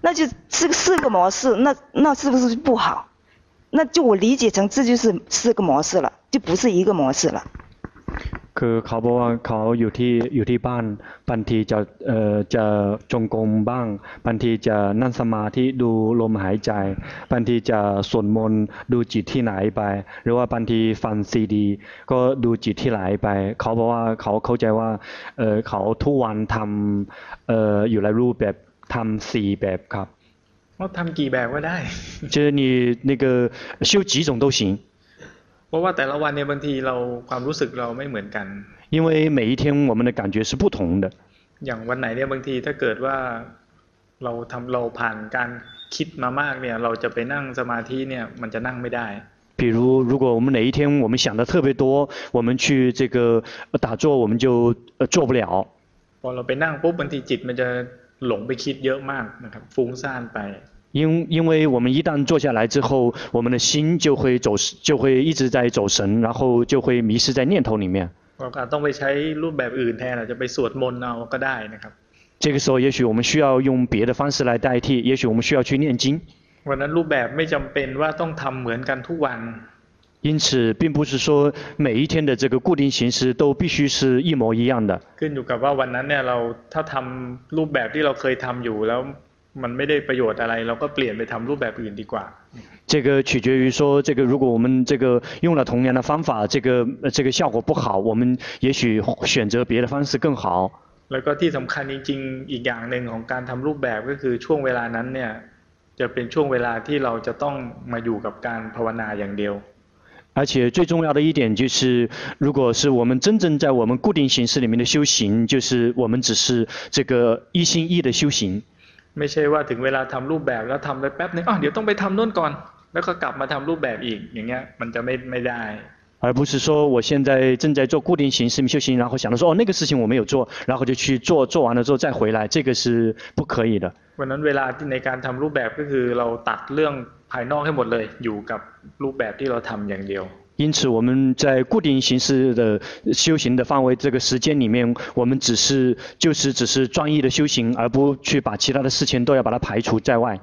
Speaker 7: 那就四四个模式，那那是不是不好？那就我理解成这就是四个模式了，就不是一个模式了。
Speaker 6: คือเขาบอกว่าเขาอยู่ที่อยู่ที่บ้านบางทีจะเอ่อจะจงกรมบ้างบางทีจะนั่งสมาธิดูลมหายใจบางทีจะสวดมนต์ดูจิตที่ไหนไป หรือว่าบางทีฟังซีดี ก็ดูจิตที่ไหนไป เขาบอกว่าเขาเข้าใจว่าเออเขาทุกวันทำเอ่ออยู่หลายรูปแบบทำสี่แบบครับ
Speaker 1: ว่าทำกี่แบบก็ได้
Speaker 2: 就是你那个修几种都行，
Speaker 1: เพราะว่าแต่ละวันเนี่ยบางทีเราความรู้สึกเราไม่เหมือนกัน
Speaker 2: 因为每一天我们的感觉是不同的。
Speaker 1: อย่างวันไหนเนี่ยบางทีถ้าเกิดว่าเราทำเราผ่านการคิดมามากเนี่ย เราจะไปนั่งสมาธิเนี่ยมันจะนั่งไม่ได้
Speaker 2: 比如，如果我们哪一天我们想的特别多，我们去这个呃打坐，我们就呃做不了。
Speaker 1: พอเราไปนั่งปุ๊บบางทีจิตมันจะหลงไปคิดเยอะมากนะครับฟุ้งซ่านไป
Speaker 2: 因因为我们一旦坐下来之后，我们的心就会走，就会一直在走神，然后就会迷失在念头里面。
Speaker 1: เราก็อาจต้องไปใช้รูปแบบอื่นแทนอาจจะไปสวดมนต์เอาก็ได้นะครับ
Speaker 2: 这个时候，也许我们需要用别的方式来代替，也许我们需要去念经。
Speaker 1: วันนั้นรูปแบบไม่จำเป็นว่าต้องทำเหมือนกันทุกวัน
Speaker 2: 因此，并不是说每一天的这个固定形式都必须是一模一样的。
Speaker 1: ขึ้นอยู่กับว่าวันนั้นเนี่ยเราถ้าทำรูปแบบที่เราเคยทำอยู่แล้วมันไม่ได้ประโยชน์อะไร เราก็เปลี่ยนไปทำรูปแบบอื่นดีกว่า
Speaker 2: 这个取决于说，这个如果我们这个用了同样的方法，这个呃这个效果不好，我们也许选择别的方式更好。
Speaker 1: แล้วก็ที่สำคัญจริง ๆ อีกอย่างหนึ่งของการทำรูปแบบก็คือช่วงเวลานั้นเนี่ยจะเป็นช่วงเวลาที่เราจะต้องมาอยู่กับการภาวนาอย่างเดียว
Speaker 2: 而且最重要的一点就是，如果是我们真正在我们固定形式里面的修行，就是我们只是这个一心一意的修行，
Speaker 1: ไม่ใช่ว่าถึงเวลาทำรูปแบบแล้วทำไปแป๊บนึงอ๋อเดี๋ยวต้องไปทำโน่นก่อน แล้วก็กลับมาทำรูปแบบอีกอย่างเงี้ยมันจะไม่ไม่ได้
Speaker 2: 而不是说我现在正在做固定形式修行，然后想到说哦那个事情我没有做，然后就去做，做完了之后再回来，这个是不可以的。
Speaker 1: วันนั้นเวลาที่ในการทำรูปแบบก็คือเราตัดเรื่องภายนอกให้หมดเลย อยู่กับรูปแบบที่เราทำอย่างเดียว
Speaker 2: 因此，我们在固定形式的修行的范围这个时间里面，我们只是就是只是专一的修行，而不去把其他的事情都要把它排除在外。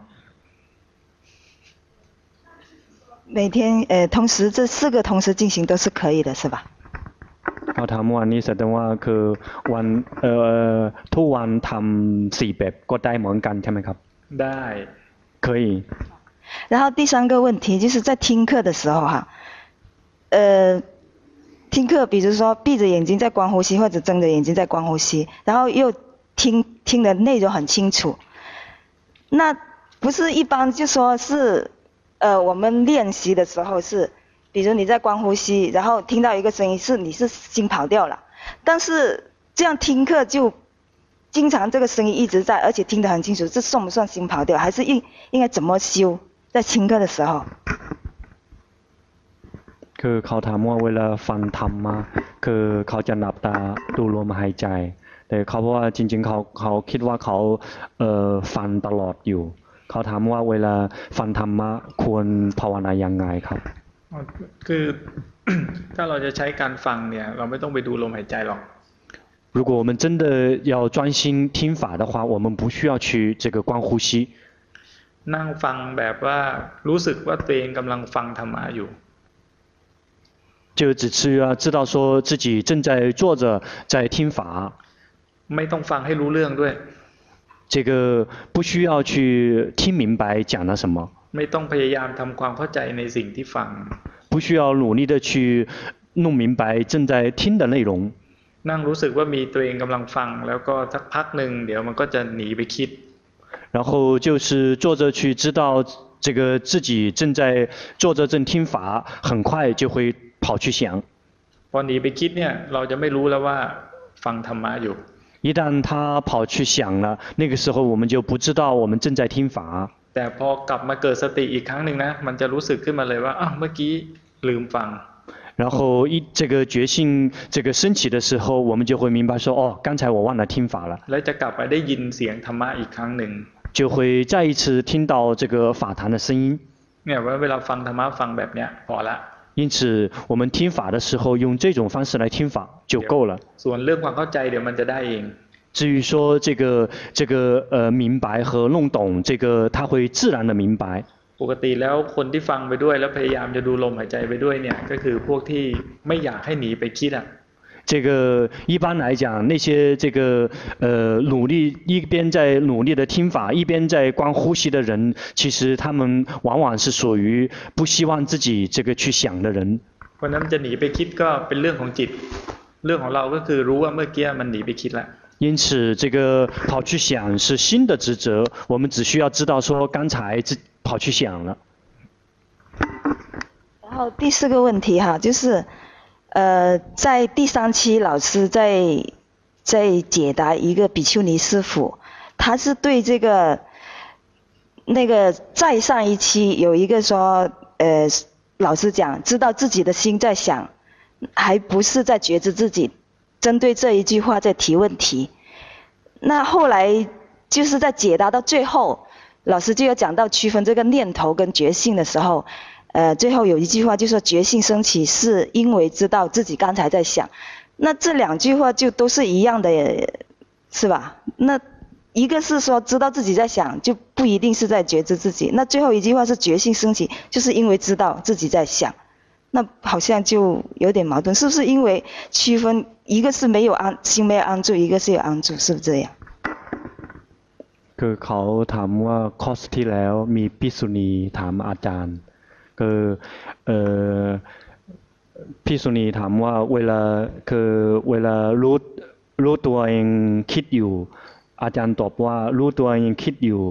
Speaker 7: 每天呃，同时这四个同时进行都是可以的，是吧？
Speaker 6: เขาถาม
Speaker 2: 啊
Speaker 6: ว่านี่แสดงว่าคือวันเอ่
Speaker 2: 呃
Speaker 6: อทุกวันทำสี่แบบก็ได้เหมือนกันใช่ไหมครับ
Speaker 1: ได้
Speaker 6: 可以。
Speaker 7: 然后第三个问题就是在听课的时候哈，呃，听课比如说闭着眼睛在观呼吸或者睁着眼睛在观呼吸，然后又听听的内容很清楚，那不是一般就说是，呃，我们练习的时候是，比如你在观呼吸，然后听到一个声音是你是心跑掉了，但是这样听课就。经常这个声音一直在，而且听得很清楚，这算不算心跑掉？还是应应该怎么修？在听课的时候，
Speaker 6: คือเขาถามว่าเวลาฟังธรรมะคือเขาจะหลับตาดูลมหายใจ แต่เขาบอกว่าจริง ๆ เขาเขาคิดว่าเขาเอ่อฟังตลอดอยู่ เขาถามว่าเวลาฟังธรรมะควรภาวนายังไงครับ
Speaker 1: คือ ถ้าเราจะใช้การฟังเนี่ยเราไม่ต้องไปดูลมหายใจหรอก
Speaker 2: 如果我们真的要专心听法的话，我们不需要去这个观呼吸。
Speaker 1: นั่งฟังแบบว่ารู้สึกว่าตัวเองกำลังฟังธรรมะอยู่
Speaker 2: 就只是要知道说自己正在坐着在听法。
Speaker 1: ไม่ต้องฟังให้รู้เรื่องด้วย
Speaker 2: 这个不需要去听明白讲了什么。
Speaker 1: ไม่ต้องพยายามทำความเข้าใจในสิ่งที่ฟัง
Speaker 2: 不需要努力的去弄明白正在听的内容。
Speaker 1: นั่งรู้สึกว่ามีตัวเองกำลังฟัง แล้วก็สักพักหนึ่งเดี๋ยวมันก็จะหนีไปคิด
Speaker 2: 然后就是坐着去知道这个自己正在坐着正听法，很快就会跑去想。
Speaker 1: พอหนีไปคิดเนี่ยเราจะไม่รู้แล้วว่าฟังธรรมะอยู่
Speaker 2: 一旦他跑去想了，那个时候我们就不知道我们正在听法。
Speaker 1: แต่พอกลับมาเกิดสติอีกครั้งหนึ่งนะมันจะรู้สึกขึ้นมาเลยว่าอ้าวเมื่อกี้ลืมฟัง
Speaker 2: 然后一这个觉性这个升起的时候，我们就会明白说，哦，刚才我忘了听法了。
Speaker 1: 来，再กลับไปได้ยินเสียงธรรมะอีกครั้งหนึ่ง
Speaker 2: 就会再一次听到这个法坛的声音。
Speaker 1: เนี่ยว่าเวลาฟังธรรมะฟังแบบเนี้ยพอละ
Speaker 2: 因此，我们听法的时候用这种方式来听法就够了。
Speaker 1: ส่วนเรื่องความเข้าใจเดี๋ยวมันจะได้เอง
Speaker 2: 至于说这个这个呃明白和弄懂，这个他会自然的明白。
Speaker 1: ปกติแล้วคนที่ฟังไปด้วยแล้วพยายามจะดูลมหายใจไปด้วยเนี่ยก็คือพวกที่ไม่อยากให้หนีไปคิดอ่ะ
Speaker 2: 这个一般来讲，那些这个呃努力一边在努力的听法，一边在观呼吸的人，其实他们往往是属于不希望自己这个去想的人。
Speaker 1: เพราะนั้นจะหนีไปคิดก็เป็นเรื่องของจิต เรื่องของเราก็คือรู้ว่าเมื่อกี้มันหนีไปคิดแล้ว
Speaker 2: 因此，这个跑去想是新的职责，我们只需要知道说刚才自跑去想了。
Speaker 7: 然后第四个问题哈，就是，呃，在第三期老师在在解答一个比丘尼师傅，他是对这个那个再上一期有一个说，呃，老师讲知道自己的心在想，还不是在觉知自己。针对这一句话在提问题，那后来就是在解答到最后，老师就要讲到区分这个念头跟觉性的时候，呃，最后有一句话就说觉性升起是因为知道自己刚才在想，那这两句话就都是一样的，是吧？那一个是说知道自己在想，就不一定是在觉知自己，那最后一句话是觉性升起，就是因为知道自己在想。那好像就有点矛盾，是不是因为区分一个是没有安心没有安住，一个是有安住，是不是这样？
Speaker 6: คือเขาถามว่าคอสที่แล้วมีพิสุณีถามอาจารย์คือเออพิสุณีถามว่าเวลาคือเวลารู้รู้ตัวเองคิดอยู่ อาจารย์ตอบว่ารู้ตัวเองคิดอยู่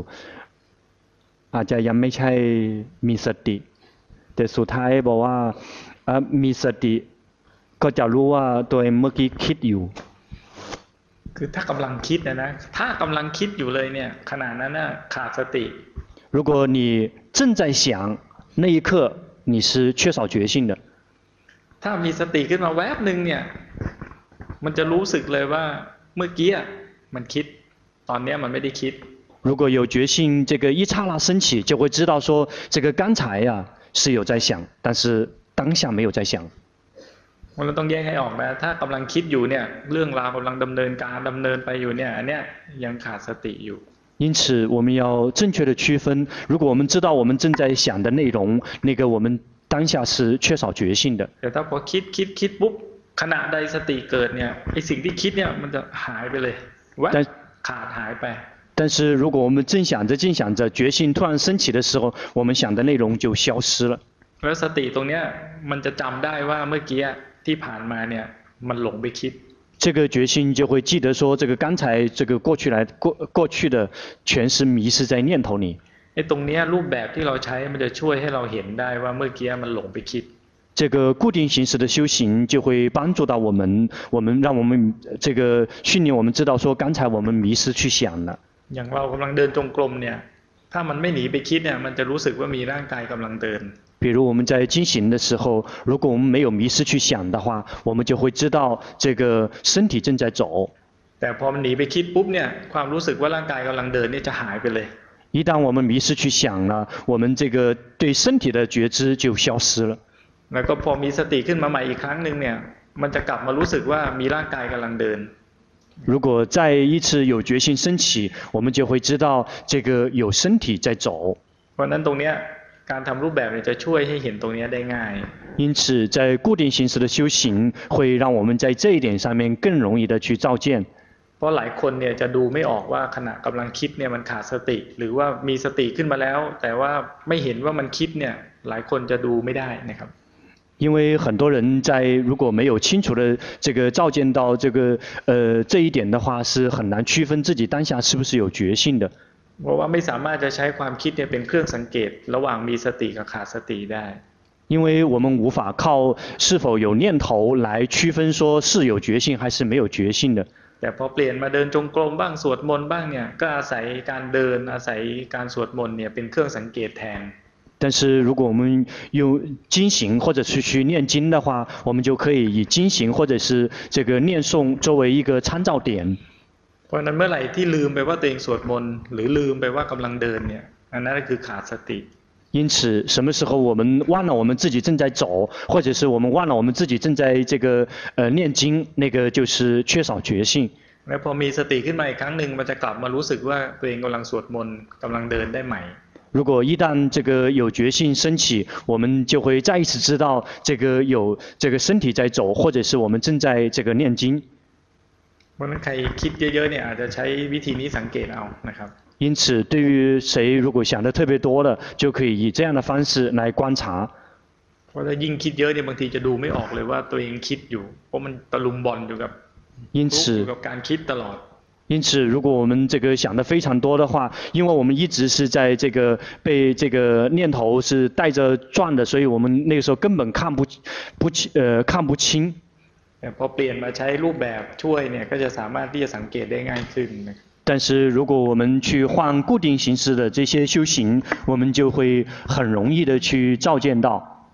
Speaker 6: อาจจะยังไม่ใช่มีสติแต่สุดท้ายบอกว่ามีสติก็จะรู้ว่าตัวเองเมื่อกี้คิดอยู่
Speaker 1: คือถ้ากำลังคิดนะนะถ้ากำลังคิดอยู่เลยเนี่ยขณะนั้นน่ะขาดสติ
Speaker 2: 如果你正在想那一刻你是缺少决心的
Speaker 1: ถ้ามีสติขึ้นมาแวบหนึ่งเนี่ยมันจะรู้สึกเลยว่าเมื่อกี้มันคิดตอนนี้มันไม่ได้คิด
Speaker 2: 如果有决心这个一刹那升起就会知道说这个刚才呀、啊是有在想，但是当下没有在想。
Speaker 1: 我们ต้องแยกให้ออกนะถ้ากำลังคิดอยู่เนี่ยเรื่องราวกำลังดำเนินการดำเนินไปอยู่เนี่ยอันเนี้ยยังขาดสติอยู่
Speaker 2: 因此，我们要正确的区分。如果我们知道我们正在想的内容，那个我们当下是缺少决心的。
Speaker 1: แต่ถ้าพอคิดคิดคิดปุ๊บขณะใดสติเกิดเนี่ยไอสิ่งที่คิดเนี่ยมันจะหายไปเลยว่าขาดหายไป
Speaker 2: 但是如果我们正想着正想着，决心突然升起的时候，我们想的内容就消失了。
Speaker 1: แล้วสติตรงเนี้ยมันจะจำได้ว่าเมื่อกี้ที่ผ่านมาเนี่ยมันหลงไปคิด
Speaker 2: 这个决心就会记得说，这个刚才这个过去来过过去的，全是迷失在念头里。
Speaker 1: ไอ้ตรงเนี้ยรูปแบบที่เราใช้มันจะช่วยให้เราเห็นได้ว่าเมื่อกี้มันหลงไปคิด
Speaker 2: 这个固定形式的修行就会帮助到我们，我们让我们呃这个训练我们知道说，刚才我们迷失去想了。
Speaker 1: อย่างเรากำลังเดินจงกรมเนี่ยถ้ามันไม่หนีไปคิดเนี่ยมันจะรู้สึกว่ามีร่างกายกำลังเดิน
Speaker 2: 比如我们在进行的时候，如果我们没有迷失去想的话，我们就会知道这个身体正在走。
Speaker 1: แต่พอมันหนีไปคิดปุ๊บเนี่ยความรู้สึกว่าร่างกายกำลังเดินเนี่ยจะหายไปเลย
Speaker 2: 一旦我们迷失去想了，我们这个对身体的觉知就消失了。
Speaker 1: แล้วก็พอมีสติขึ้นมาใหม่อีกครั้งหนึ่งเนี่ยมันจะกลับมารู้สึกว่ามีร่างกายกำลังเดิน
Speaker 2: 如果再一次有决心升起，我们就会知道这个有身体在走。
Speaker 1: เพราะนั้นตรงเนี้ยการทำรูปแบบเนี่ยจะช่วยให้เห็นตรงนี้ได้ง่าย。
Speaker 2: 因此，在固定形式的修行，会让我们在这一点上面更容易的去照见。
Speaker 1: เพราะหลายคนเนี่ยจะดูไม่ออกว่าขณะกำลังคิดเนี่ยมันขาดสติ หรือว่ามีสติขึ้นมาแล้ว แต่ว่าไม่เห็นว่ามันคิดเนี่ยหลายคนจะดูไม่ได้นะครับ
Speaker 2: 因为很多人在如果没有清楚的这个照见到这个呃这一点的话，是很难区分自己当下是不是有觉性的。
Speaker 1: เพราะว่าไม่สามารถจะใช้ความคิดเนี่ยเป็นเครื่องสังเกตระหว่างมีสติกับขาดสติได้。
Speaker 2: 因为我们无法靠是否有念头来区分说是有觉性还是没有觉性的。
Speaker 1: แต่พอเปลี่ยนมาเดินจงกรมบ้างสวดมนต์บ้างเนี่ยก็อาศัยการเดินอาศัยการสวดมนต์เนี่ยเป็นเครื่องสังเกตแทน
Speaker 2: 但是如果我们用经行或者是去念经的话，我们就可以以经行或者是这个念诵作为一个参照点。
Speaker 1: เพราะนั้นเมื่อไหร่ที่ลืมไปว่าตัวเองสวดมนต์หรือลืมไปว่ากำลังเดินเนี่ยอันนั้นคือขาดสติ
Speaker 2: 因此，什么时候我们忘了我们自己正在走，或者是我们忘了我们自己正在这个呃念经，那个就是缺少觉性。
Speaker 1: แล้วพอมีสติขึ้นมาอีกครั้งหนึ่งมันจะกลับมารู้สึกว่าตัวเองกำลังสวดมนต์กำลังเดินได้ใหม่
Speaker 2: 如果一旦这个有觉性升起，我们就会再一次知道这个有这个身体在走，或者是我们正在这个念经。
Speaker 1: เพราะนั้นใครคิดเยอะๆเนี่ยอาจจะใช้วิธีนี้สังเกตเอานะครับ
Speaker 2: 因此，对于谁如果想的特别多了，就可以以这样的方式来观察。
Speaker 1: เพราะถ้ายิ่งคิดเยอะเนี่ยบางทีจะดูไม่ออกเลยว่าตัวเองคิดอยู่เพราะมันตะลุมบอลอยู่กับ
Speaker 2: 因此，
Speaker 1: กับการคิดตลอด
Speaker 2: 因此，如果我们这个想的非常多的话，因为我们一直是在这个被这个念头是带着转的，所以我们那个时候根本看不不清呃看不清。
Speaker 1: พอเปลี่ยนมาใช้รูปแบบช่วยเนี่ยก็จะสามารถที่จะสังเกตได้ง่ายขึ้นนะ
Speaker 2: 但是如果我们去换固定形式的这些修行，我们就会很容易的去照见到。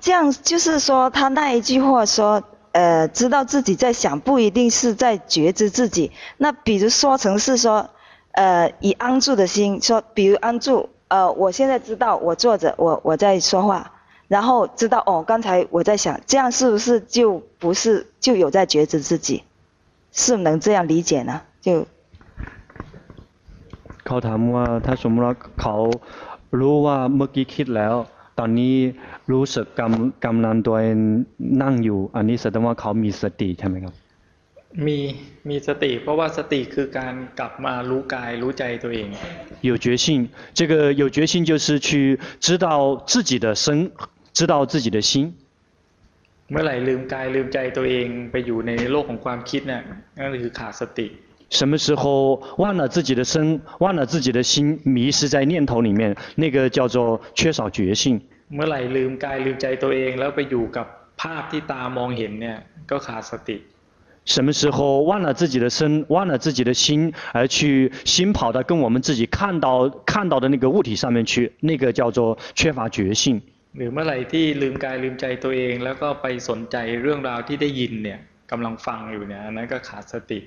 Speaker 7: 这样就是说，他那一句话说。呃，知道自己在想，不一定是在觉知自己。那比如说成是说，呃，以安住的心说，比如安住，呃，我现在知道我坐着，我我在说话，然后知道哦，刚才我在想，这样是不是就不是就有在觉知自己？是能这样理解呢？就。
Speaker 6: เขาถามว่าถ้าสมมติว่าเขารู้ว่าเมื่อกี้คิดแล้วตอนนี้รู้สึกกำกำลังตัวเองนั่งอยู่ อันนี้แสดงว่าเขามีสติใช่ไหมครับ
Speaker 1: มีมีสติ เพราะว่าสติคือการกลับมารู้กายรู้ใจตัวเอง
Speaker 2: 有觉性这个有觉性就是去知道自己的身知道自己的心
Speaker 1: เมื่อไหร่ลืมกายลืมใจตัวเองไปอยู่ในโลกของความคิดเนี่ยนั่นคือขาดสติ
Speaker 2: 什么时候忘了自己的身，忘了自己的心，迷失在念头里面，那个叫做缺少觉性。
Speaker 1: เมื่อไหร่ลืมกายลืมใจตัวเองแล้วไปอยู่กับภาพที่ตามองเห็นเนี่ยก็ขาดสติ。
Speaker 2: 什么时候忘了自己的身，忘了自己的心，而去心跑到跟我们自己看到看到的那个物体上面去，那个叫做缺乏觉性。
Speaker 1: หรือเมื่อไหร่ที่ลืมกายลืมใจตัวเองแล้วก็ไปสนใจเรื่องราวที่ได้ยินเนี่ยกำลังฟังอยู่เนี่ยนั่นก็ขาดสติ。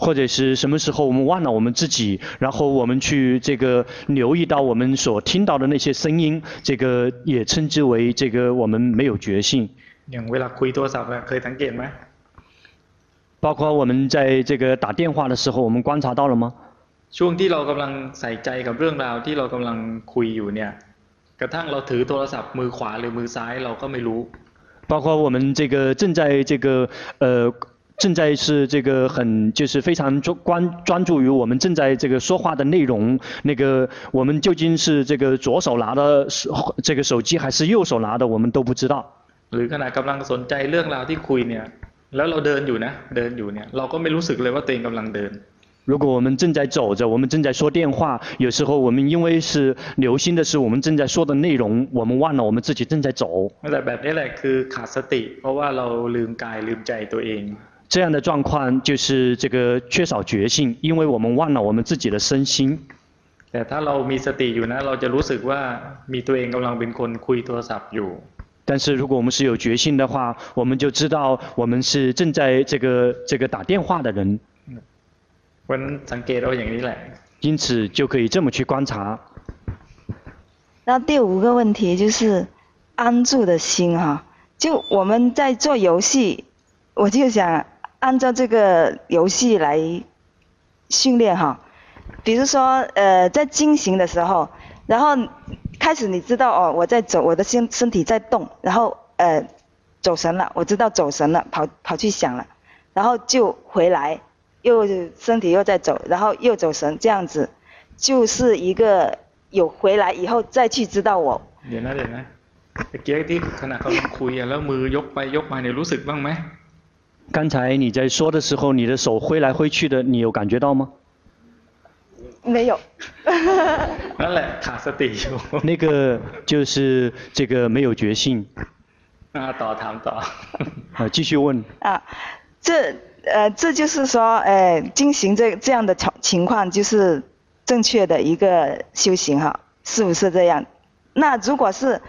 Speaker 2: 或者是什么时候我们忘了我们自己，然后我们去这个留意到我们所听到的那些声音，这个也称之为这个我们没有觉性。
Speaker 1: อย่างเวลาคุยโทรศัพท์เคยสังเกตไหม？
Speaker 2: 包括我们在这个打电话的时候，我们观察到了吗？
Speaker 1: ช่วงที่เรากำลังใส่ใจกับเรื่องราวที่เรากำลังคุยอยู่เนี่ยกระทั่งเราถือโทรศัพท์มือขวาหรือมือซ้ายเราก็ไม่รู้。
Speaker 2: 包括我们这个正在这个呃。正在是这个很就是非常专关专注于我们正在这个说话的内容。那个我们究竟是这个左手拿的手这个手机还是右手拿的，我们都不知道。
Speaker 1: หรือขณะกำลังสนใจเรื่องราวที่คุยเนี่ยแล้วเราเดินอยู่นะเดินอยู่เนี่ยเราก็ไม่รู้สึกเลยว่าตัวเองกำลังเดิน
Speaker 2: 如果我们正在走着，我们正在说电话，有时候我们因为是留心的是我们正在说的内容，我们忘了我们自己正在走。
Speaker 1: แต่แบบนี้แหละคือขาดสติ เพราะว่าเราลืมกายลืมใจตัวเอง
Speaker 2: 这样的状况就是这个缺少觉性，因为我们忘了我们自己的身心。
Speaker 1: แต่ถ้าเรามีสติอยู่นะเราจะรู้สึกว่ามีตัวเองกำลังเป็นคนคุยโทรศัพท์อยู่
Speaker 2: 但是如果我们是有决心的话，我们就知道我们是正在这个这个打电话的人。
Speaker 1: วันสังเกตเอาอย่างนี้แหละ
Speaker 2: 因此就可以这么去观察。
Speaker 7: 那第五个问题就是安住的心哈、啊，就我们在做游戏，我就想按照这个游戏来训练哈、啊。比如说呃，在进行的时候，然后开始你知道哦，我在走，我的身身体在动，然后呃走神了，我知道走神了，跑跑去想了，然后就回来。又身体又在走，然后又走神，这样子，就是一个有回来以后再去知道我。
Speaker 1: เดี๋ยวนะเดี๋ยวนะตะเกียกที่ขณะกำลังคุยแล้วมือยกไปยกมาเนี่ยรู้สึกบ้างไหม
Speaker 2: 刚才你在说的时候，你的手挥来挥去的，你有感觉到吗？
Speaker 7: 没有。
Speaker 1: นั่นแหละขาดสติอยู่
Speaker 2: 那个就是这个没有觉性。
Speaker 1: 啊，ต่อถามต่อ。
Speaker 2: 啊，继续问。
Speaker 7: 啊，这。呃，这就是说，呃，进行这这样的情情况，就是正确的一个修行哈，是不是这样？那如果是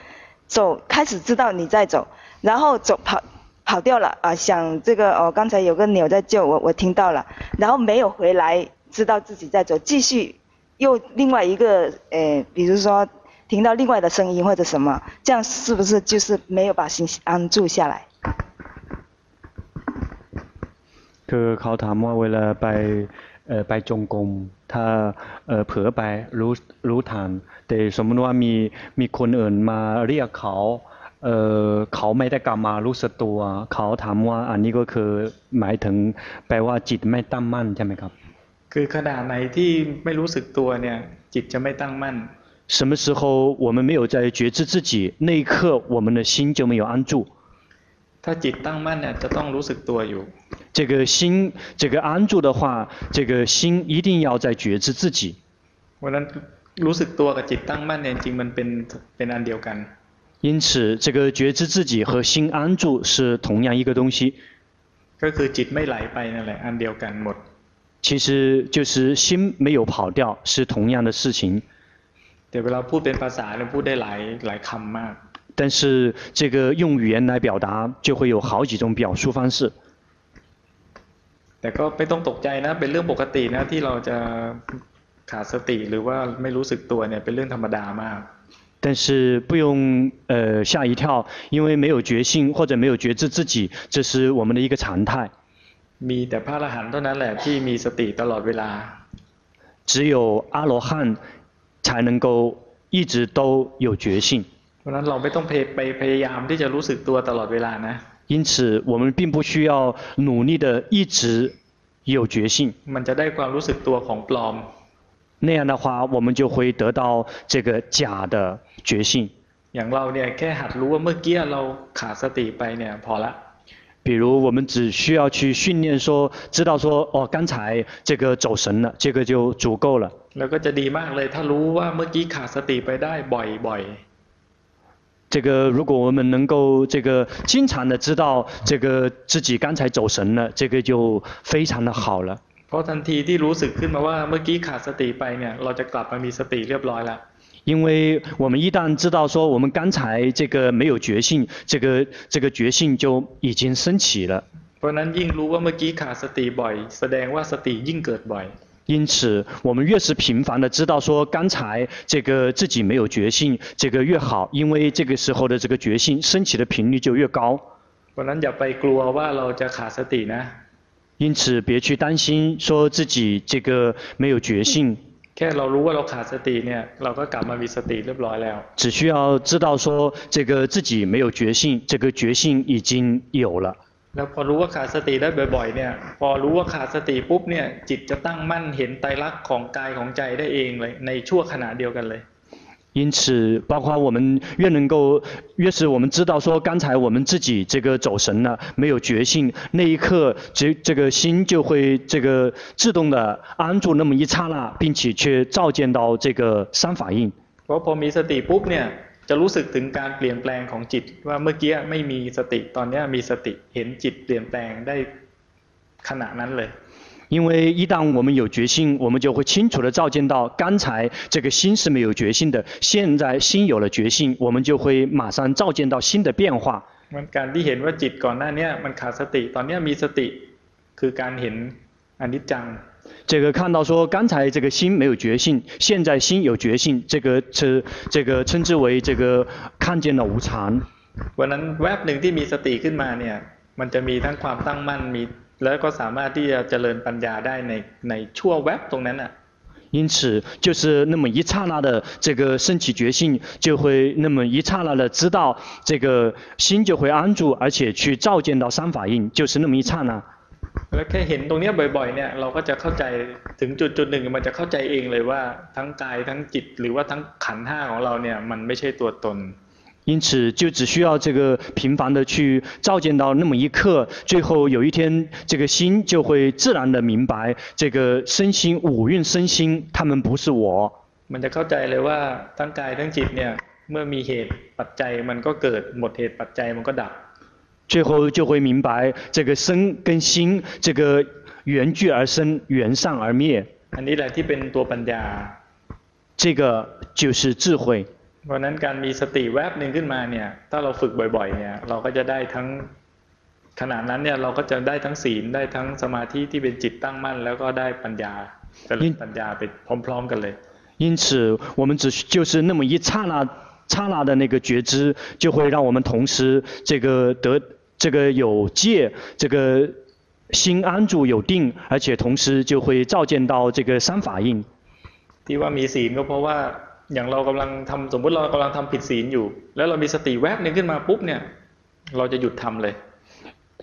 Speaker 7: 走，开始知道你在走，然后走跑跑掉了啊、呃，想这个哦，刚才有个鸟在叫我，我听到了，然后没有回来，知道自己在走，继续又另外一个呃，比如说听到另外的声音或者什么，这样是不是就是没有把心安住下来？
Speaker 6: คือเขาถามว่าเวลาไปไปจงกรมถ้าเผลอไปรู้รู้ทันแต่สมมติว่ามีมีคนอื่นมาเรียกเขาเขาไม่ได้กลับมารู้สึกตัว เขาถามว่าอันนี้ก็คือหมายถึงแปลว่าจิตไม่ตั้งมั่นใช่ไหมครับ
Speaker 1: คือขณะไหนที่ไม่รู้สึกตัวเนี่ยจิตจะไม่ตั้งมั่น
Speaker 2: 什么时候我们没有在觉知自己那一刻我们的心就没有安住
Speaker 1: ถ้าจิตตั้งมั่นเนี่ยจะต้องรู้สึกตัวอยู่
Speaker 2: 这个心，这个安住的话，这个心一定要在觉知自己。
Speaker 1: 我能รู้สึกตัวกับจิตตั้งมั่นเนี่ยจริงมันเป็นเป็นอันเดียวกัน。
Speaker 2: 因此，这个觉知自己和心安住是同样一个东西。
Speaker 1: ก็คือจิตไม่ไหลไปนั่นแหละอันเดียวกันหมด。
Speaker 2: 其实就是心没有跑掉，是同样的事情。
Speaker 1: แต่เวลาพูดเป็นภาษาเราพูดได้หลายหลายคำมาก。
Speaker 2: 但是这个用语言来表达，就会有好几种表述方式。
Speaker 1: แต่ก็ไม่ต้องตกใจนะ เป็นเรื่องปกตินะที่เราจะขาดสติหรือว่าไม่รู้สึกตัวเนี่ยเป็นเรื่องธรรมดามาก
Speaker 2: 但是不用呃吓一跳，因为没有觉性或者没有觉知自己，这是我们的一个常态。
Speaker 1: มีแต่พระอรหันต์เท่านั้นแหละที่มีสติตลอดเวลา
Speaker 2: 只有阿罗汉才能够一直都有觉性。
Speaker 1: เพราะนั้นเราไม่ต้องไปพยายามที่จะรู้สึกตัวตลอดเวลานะ
Speaker 2: 因此，我们并不需要努力的一直有决心。
Speaker 1: มันจะได้ความรู้สึกตัวของปลอม。
Speaker 2: 那样的话，我们就会得到这个假的觉性。
Speaker 1: อย่างเราเนี่ยแค่หัดรู้ว่าเมื่อกี้เราขาดสติไปเนี่ยพอละ。
Speaker 2: 比如，我们只需要去训练说，知道说哦，刚才这个走神了，这个就足够了。
Speaker 1: แล้วก็จะดีมากเลยถ้ารู้ว่าเมื่อกี้ขาดสติไปได้บ่อยๆ
Speaker 2: 这个，如果我们能够这个经常的知道这个自己刚才走神了，这个就非常的好了。
Speaker 1: เพราะทันทีที่รู้สึกขึ้นมาว่าเมื่อกี้ขาดสติไปเนี่ยเราจะกลับมามีสติเรียบร้อยแล้ว
Speaker 2: 因为我们一旦知道说我们刚才这个没有觉性，这个这个觉性就已经升起了。
Speaker 1: เพราะนั้นยิ่งรู้ว่าเมื่อกี้ขาดสติบ่อย แสดงว่าสติยิ่งเกิดบ่อย
Speaker 2: 因此，我们越是频繁的知道说刚才这个自己没有觉性，这个越好，因为这个时候的这个觉性升起的频率就越高。因此，别去担心说自己这个没有觉性。只需要知道说这个自己没有觉性，这个觉性已经有了。
Speaker 1: แล้วพอรู้ว่าขาดสติได้บ่อย ๆ เนี่ย พอรู้ว่าขาดสติปุ๊บเนี่ย จิตจะตั้งมั่นเห็นไตรลักษณ์ของกายของใจได้เองเลย ในชั่วขณะเดียวกันเลย
Speaker 2: 因此，包括我们越能够，越是我们知道说，刚才我们自己这个走神了，没有觉性，那一刻，这这个心就会这个自动的安住那么一刹那，并且却照见到这个三法印。
Speaker 1: เพราะพอมีสติปุ๊บเนี่ยจะรู้สึกถึงการเปลี่ยนแปลงของจิตว่าเมื่อกี้ไม่มีสติตอนนี้มีสติเห็นจิตเปลี่ยนแปลงได้ขณะนั้นเลย
Speaker 2: 因为一旦我们有决心，我们就会清楚的照见到，刚才这个心是没有决心的，现在心有了决心，我们就会马上照见到新的变化。
Speaker 1: มันการที่เห็นว่าจิตก่อนหน้านี้มันขาดสติตอนนี้มีสติคือการเห็นอนิจจัง
Speaker 2: 这个看到说刚才这个心没有觉性，现在心有觉性，这个称这个称之为这个看见了无常。
Speaker 1: วันนั้นแวบหนึ่งที่มีสติขึ้นมาเนี่ยมันจะมีทั้งความตั้งมั่นมีแล้วก็สามารถที่จะเจริญปัญญาได้ในในชั่วแวบตรงนั้นอ่ะ
Speaker 2: 因此，就是那么一刹那的这个升起觉性，就会那么一刹那的知道这个心就会安住，而且去照见到三法印，就是那么一刹那。
Speaker 1: แล้วแค่เห็นตรงนี้บ่อยๆเนี่ยเราก็จะเข้าใจถึงจุดจุดหนึ่งมันจะเข้าใจเองเลยว่าทั้งกายทั้งจิตหรือว่าทั้งขันห้าของเราเนี่ยมันไม่ใช่ตัวตน
Speaker 2: 因此，就只需要这个频繁的去照见到那么一刻，最后有一天，这个心就会自然的明白，这个身心五蕴身心，他们不是我。
Speaker 1: มันจะเข้าใจเลยว่าทั้งกายทั้งจิตเนี่ยเมื่อมีเหตุปัจจัยมันก็เกิดหมดเหตุปัจจัยมันก็ดับ
Speaker 2: 最后就会明白，这个身跟心，这个缘聚而生，缘散而灭。
Speaker 1: อันนี้แหละที่เป็นตัวปัญญา
Speaker 2: 这个就是智慧。
Speaker 1: เพราะนั้นการมีสติแวบหนึ่งขึ้นมาเนี่ย ถ้าเราฝึกบ่อยๆ เนี่ย เราก็จะได้ทั้งขณะนั้นเนี่ยเราก็จะได้ทั้งศีลได้ทั้งสมาธิที่เป็นจิตตั้งมั่น แล้วก็ได้ปัญญาจะเรียนปัญญาไปพร้อม ๆ กันเลย。
Speaker 2: 因此，我们只就是那么一刹那、刹那的那个觉知，就会让我们同时这个得这个有戒，这个心安住有定，而且同时就会照见到这个三法印。
Speaker 1: ที่ว่ามีศีลก็เพราะว่าอย่างเรากำลังทำสมมุติเรากำลังทำผิดศีลอยู่ แล้วเรามีสติแวบหนึ่งขึ้นมาปุ๊บเนี่ย เราจะหยุดทำเลย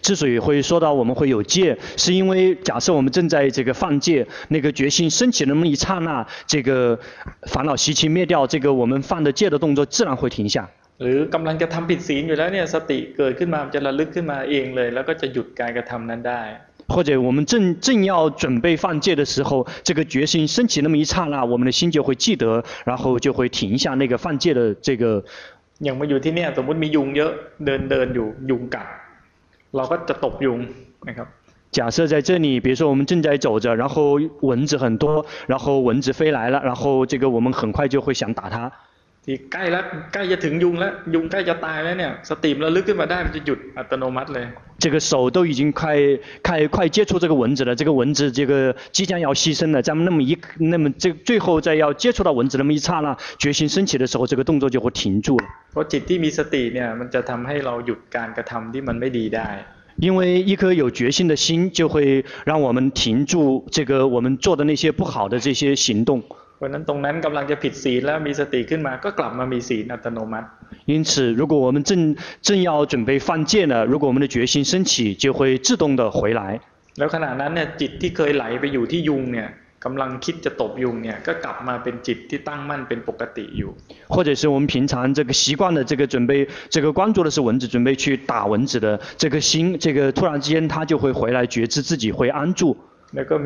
Speaker 2: 之所以会说到我们会有戒，是因为假设我们正在这个犯戒，那个决心升起那么一刹那，这个烦恼习气灭掉，这个我们犯的戒的动作自然会停下。
Speaker 1: หรือกำลังจะทำผิดศีลอยู่แล้วเนี่ยสติเกิดขึ้นมาจะระลึกขึ้นมาเองเลย แล้วก็จะหยุดการกระทำนั้นได้
Speaker 2: 或者我们正正要准备犯戒的时候，这个决心升起那么一刹那，我们的心就会记得，然后就会停下那个犯戒的这个。
Speaker 1: อย่างมาอยู่ที่เนี่ยสมมติมียุงเยอะเดินเดินอยู่ยุงกัดเราก็จะตบยุงนะครับ
Speaker 2: 假设在这里，比如说我们正在走着，然后蚊子很多，然后蚊子飞来了，然后这个我们很快就会想打它。
Speaker 1: ที่ใกล้แล้วใกล้จะถึงยุงแล้วยุงใกล้จะตายแล้วเนี่ยสติมระลึกขึ้นมาได้มันจะหยุดอัตโนมัติเลย
Speaker 2: 这个手都已经快快快接触这个蚊子了，这个蚊子这个即将要牺牲了，咱们那么一那么这最后在要接触到蚊子那么一刹那，决心升起的时候，这个动作就会停住了。
Speaker 1: เพราะจิตที่มีสติเนี่ยมันจะทำให้เราหยุดการกระทำที่มันไม่ดีได้
Speaker 2: 因为一颗有决心的心，就会让我们停住这个我们做的那些不好的这些行动。
Speaker 1: วันนั้นตรงนั้นกำลังจะผิดศีลแล้วมีสติขึ้นมาก็กลับมามีศีลอัตโนมัติ
Speaker 2: 因此如果我们正正要准备犯戒呢如果我们的决心升起就会自动的回来
Speaker 1: แล้วขณะนั้นเนี่ยจิตที่เคยไหลไปอยู่ที่ยุงเนี่ยกำลังคิดจะตบยุงเนี่ยก็กลับมาเป็นจิตที่ตั้งมั่นเป็นปกติอยู่
Speaker 2: 或者是我们平常这个习惯的这个准备这个关注的是蚊子准备去打蚊子的这个心这个突然之间它就会回来觉知自己会安住
Speaker 1: แล้วก็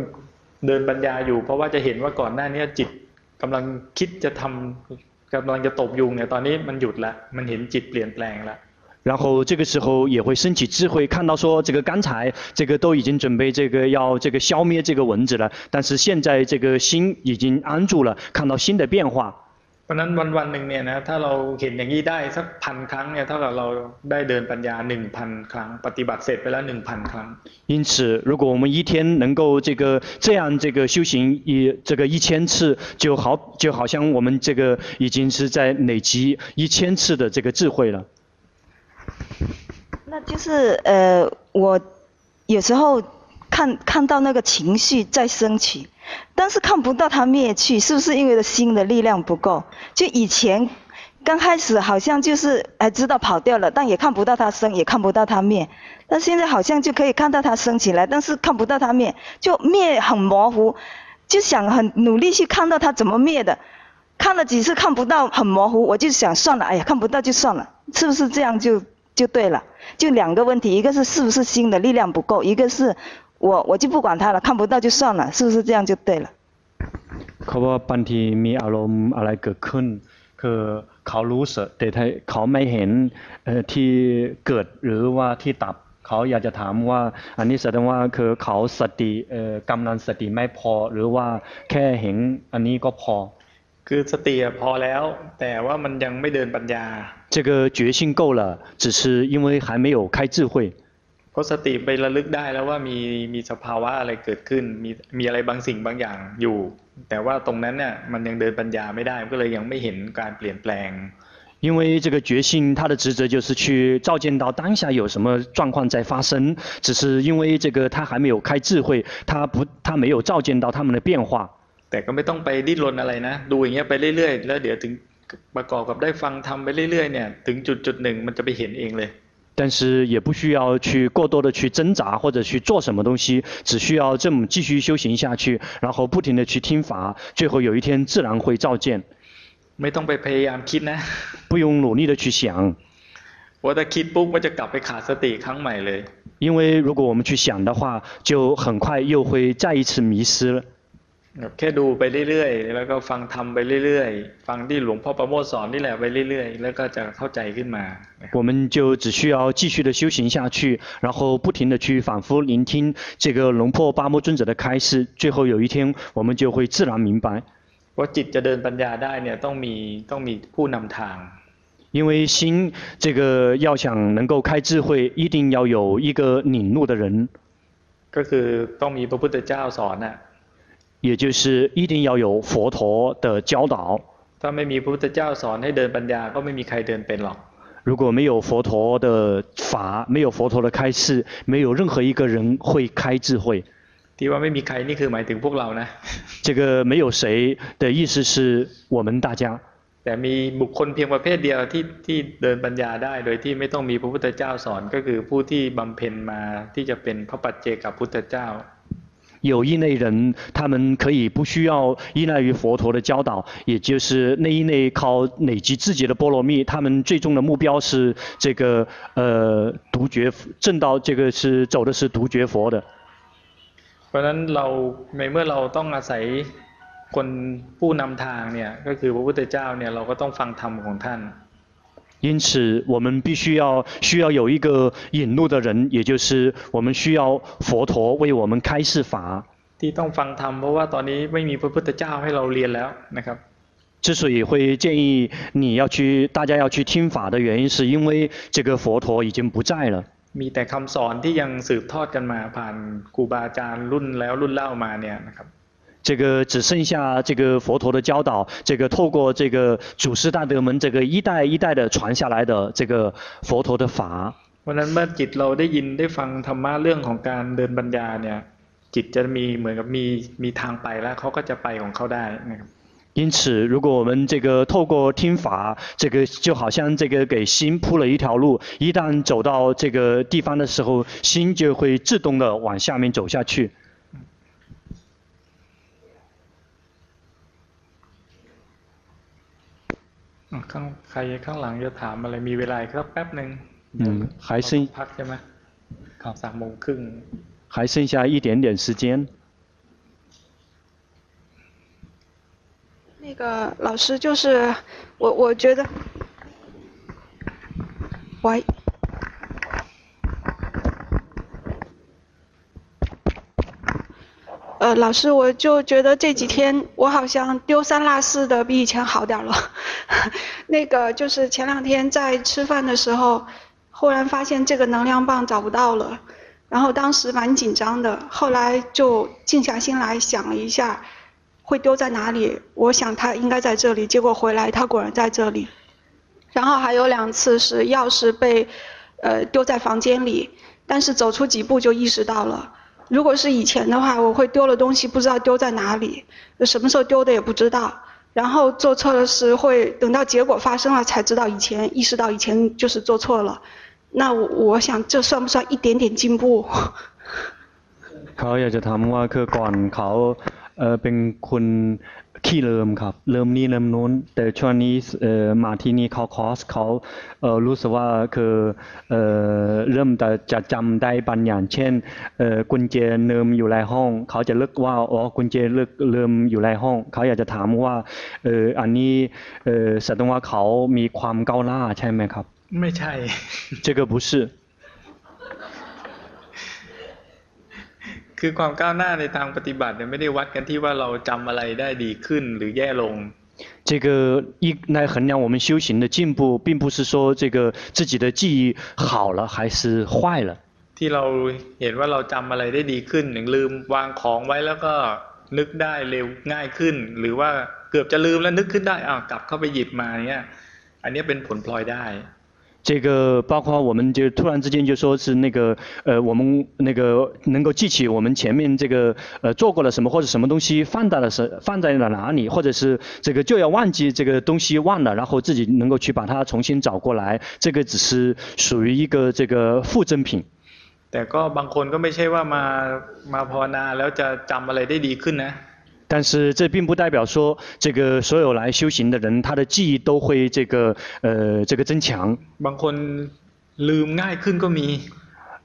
Speaker 1: เดินปัญญาอยู่เพราะว่าจะเห็นว่าก่อนหน้านี้จิตกำลังคิดจะทำกำลังจะตบยุงเนี่ยตอนนี้มันหยุดละมันเห็นจิตเปลี่ยนแปลงละ
Speaker 2: 然后这个时候也会升起智慧，看到说这个刚才这个都已经准备这个要这个消灭这个蚊子了，但是现在这个心已经安住了，看到新的变化。
Speaker 1: เพราะนั้นวันวันหนึ่งเนี่ยนะถ้าเราเห็นอย่างนี้ได้สักพันครั้งเนี่ยเท่ากับเราได้เดินปัญญาหนึ่งพันครั้งปฏิบัติเสร็จไปแล้วหนึ่งพันครั้ง
Speaker 2: 因此，如果我们一天能够这个这样这个修行一这个一千次，就好就好像我们这个已经是在累积一千次的这个智慧了。
Speaker 7: 那就是呃，我有时候看看到那个情绪在升起，但是看不到它灭去，是不是因为的心的力量不够？就以前刚开始好像就是哎知道跑掉了，但也看不到它生，也看不到它灭。但现在好像就可以看到它升起来，但是看不到它灭，就灭很模糊，就想很努力去看到它怎么灭的。看了几次看不到，很模糊，我就想算了，哎呀，看不到就算了，是不是这样就就对了？就两个问题，一个是是不是心的力量不够，一个是我我就不管它了，看不到就算了，是不是这样就对了？
Speaker 6: เขาว่าบางทีมีอารมณ์อะไรเกิดขึ้น คือเขารู้สึกแต่เขาไม่เห็นที่เกิดหรือว่าที่ตับเขาอยากจะถามว่า อันนี้แสดงว่าคือเขาสติกำลังสติไม่พอ หรือว่าแค่เห็นอันนี้ก็พอ
Speaker 1: คือสติพอแล้ว แต่ว่ามันยังไม่เดินปัญญา
Speaker 2: 这个决心够了只是因为还没有开智慧
Speaker 1: เพราะสติไประลึกได้แล้วว่ามีมีสภาวะอะไรเกิดขึ้น มีมีอะไรบางสิ่งบางอย่างอยู่ แต่ว่าตรงนั้นเนี่ยมันยังเดินปัญญาไม่ได้ก็เลยยังไม่เห็นการเปลี่ยนแปลง
Speaker 2: 因为这个决心，它的职责就是去照见到当下有什么状况在发生，只是因为这个他还没有开智慧，他不，他没有照见到他们的变化。
Speaker 1: แต่ก็ไม่ต้องไปดิ้นรนอะไรนะ ดูอย่างเงี้ยไปเรื่อยๆ แล้วเดี๋ยวถึงประกอบกับได้ฟังทำไปเรื่อยๆ เนี่ย ถึงจุดจุดหนึ่งมันจะไปเห็นเองเลย
Speaker 2: 但是也不需要去过多的去挣扎或者去做什么东西，只需要这么继续修行下去，然后不停的去听法，最后有一天自然会照见。
Speaker 1: ไม่ต้องไปพยายามคิดนะ
Speaker 2: 不用努力的去想
Speaker 1: ว่าถ้าคิดปุ๊บก็จะกลับไปขาดสติครั้งใหม่เลย
Speaker 2: 因为如果我们去想的话就很快又会再一次迷失了
Speaker 1: แค่ดูไปเรื่อยๆ แล้วก็ฟังทำไปเรื่อยๆ ฟังที่หลวงพ่อประโมทสอนนี่แหละไปเรื่อยๆ แล้วก็จะเข้าใจขึ้นมา
Speaker 2: 我们就只需要继续的修行下去然后不停的去反复聆听这个龙破八摩尊者的开示最后有一天我们就会自然明白
Speaker 1: ว่าจิตจะเดินปัญญาได้เนี่ยต้องมีต้องมีผู้นำทาง
Speaker 2: 因为心这个要想能够开智慧，一定要有一个领路的人，
Speaker 1: ก็คือต้องมีพระพุทธเจ้าสอนน่ะ
Speaker 2: 也就是一定要有佛陀的教导。
Speaker 1: ถ้าไม่มีพระพุทธเจ้าสอนให้เดินปัญญาก็ไม่มีใครเดินเป็นหรอก
Speaker 2: 如果没有佛陀的法，没有佛陀的开示，没有任何一个人会开智慧。
Speaker 1: ที่ว่าไม่มีใครนี่คือหมายถึงพวกเรานะ
Speaker 2: 这个没有谁的意思是我们大家。
Speaker 1: แต่มีบุคคลเพียงประเภทเดียวที่ที่เดินปัญญาได้โดยที่ไม่ต้องมีพระพุทธเจ้าสอนก็คือผู้ที่บำเพ็ญมาที่จะเป็นพระปัจเจกับพุทธเจ้า
Speaker 2: 有一类人，他们可以不需要依赖于佛陀的教导，也就是那一类靠累积自己的波罗蜜，他们最终的目标是这个呃独觉正道，这个是走的是独觉佛的。
Speaker 1: เพราะนั้นเราในเมื่อเราต้องอาศัยคนผู้นำทางเนี่ยก็คือพระพุทธเจ้าเนี่ยเราก็ต้องฟังธรรมของท่าน。
Speaker 2: 因此，我们必须要需要有一个引路的人，也就是我们需要佛陀为我们开示法。
Speaker 1: ที่ต้องฟังธรรมเพราะว่าตอนนี้ไม่มีพระพุทธเจ้าให้เราเรียนแล้วนะครับ。
Speaker 2: 之所以会建议你要去大家要去听法的原因，是因为这个佛陀已经不在了。
Speaker 1: มีแต่คำสอนที่ยังสืบทอดกันมาผ่านครูบาอาจารย์รุ่นแล้วรุ่นเล่ามาเนี่ยนะครับ
Speaker 2: 这个只剩下这个佛陀的教导，这个透过这个祖师大德们这个一代一代的传下来的这个佛陀的法。
Speaker 1: เพราะนั้นเมื่อจิตเราได้ยินได้ฟังธรรมะเรื่องของการเดินปัญญาเนี่ยจิตจะมีเหมือนกับมีมีทางไปแล้วเขาก็จะไปของเขาได้นะครับ
Speaker 2: 因此，如果我们这个透过听法，这个就好像这个给心铺了一条路，一旦走到这个地方的时候，心就会自动的往下面走下去。
Speaker 1: ข้างใครข้างหลังจะถามอะไรมีเวลาสักแป๊บหนึ่ง
Speaker 2: อืม嗯还剩
Speaker 1: พักใช่ไหมครับสามโมงครึ่ง
Speaker 2: 还剩下一点点时间
Speaker 8: 那个老师就是我，我觉得，喂，呃，老师，我就觉得这几天我好像丢三落四的，比以前好点了。 那个就是前两天在吃饭的时候，忽然发现这个能量棒找不到了，然后当时蛮紧张的，后来就静下心来想了一下。会丢在哪里？我想它应该在这里，结果回来它果然在这里。然后还有两次是钥匙被，呃丢在房间里，但是走出几步就意识到了。如果是以前的话，我会丢了东西不知道丢在哪里，什么时候丢的也不知道。然后做错了事会等到结果发生了才知道以前意识到以前就是做错了，那我我想这算不算一点点进步？
Speaker 6: เขาอยากจะถามว่าคือก่อนเขาเออเป็นคนขี้เริ่มครับ เริ่มนี่เริ่มนู้น แต่ช่วงนี้เออมาที่นี่เขาคอร์สเขาเออรู้สึกว่าคือเออเริ่มแต่จะจำได้บางอย่าง เช่นเออกุญแจเนิ่มอยู่ในห้อง เขาจะเลิกว่าอ๋อกุญแจเลิกเริ่มอยู่ในห้อง เขาอยากจะถามว่าเอออันนี้เออแสดงว่าเขามีความก้าวหน้าใช่ไหมครับ
Speaker 1: ไม่ใช่
Speaker 6: 这个不是
Speaker 1: คือความก้าวหน้าในทางปฏิบัติเนี่ยไม่ได้วัดกันที่ว่าเราจำอะไรได้ดีขึ้นหรือแย่ลง
Speaker 2: 这个一来衡量我们修行的进步，并不是说这个自己的记忆好了还是坏了。
Speaker 1: ที่เราเห็นว่าเราจำอะไรได้ดีขึ้นอย่างลืมวางของไว้แล้วก็นึกได้เร็วง่ายขึ้น หรือว่าเกือบจะลืมแล้วนึกขึ้นได้อ้าวกลับเข้าไปหยิบมาเนี่ยอันนี้เป็นผลพลอยได้
Speaker 2: 这个包括我们就突然之间就说是那个呃，我们那个能够记起我们前面这个呃做过了什么或者什么东西放在了什放在了哪里，或者是这个就要忘记这个东西忘了，然后自己能够去把它重新找过来，这个只是属于一个这个附赠品。
Speaker 1: แต่ก็บางคนก็ไม่ใช่ว่ามามาภาวนาแล้วจะจำอะไรได้ดีขึ้นนะ
Speaker 2: 但是这并不代表说这个所有来修行的人，他的记忆都会这个呃这个增强。
Speaker 1: บางคนลืมง่ายขึ้นก็มี，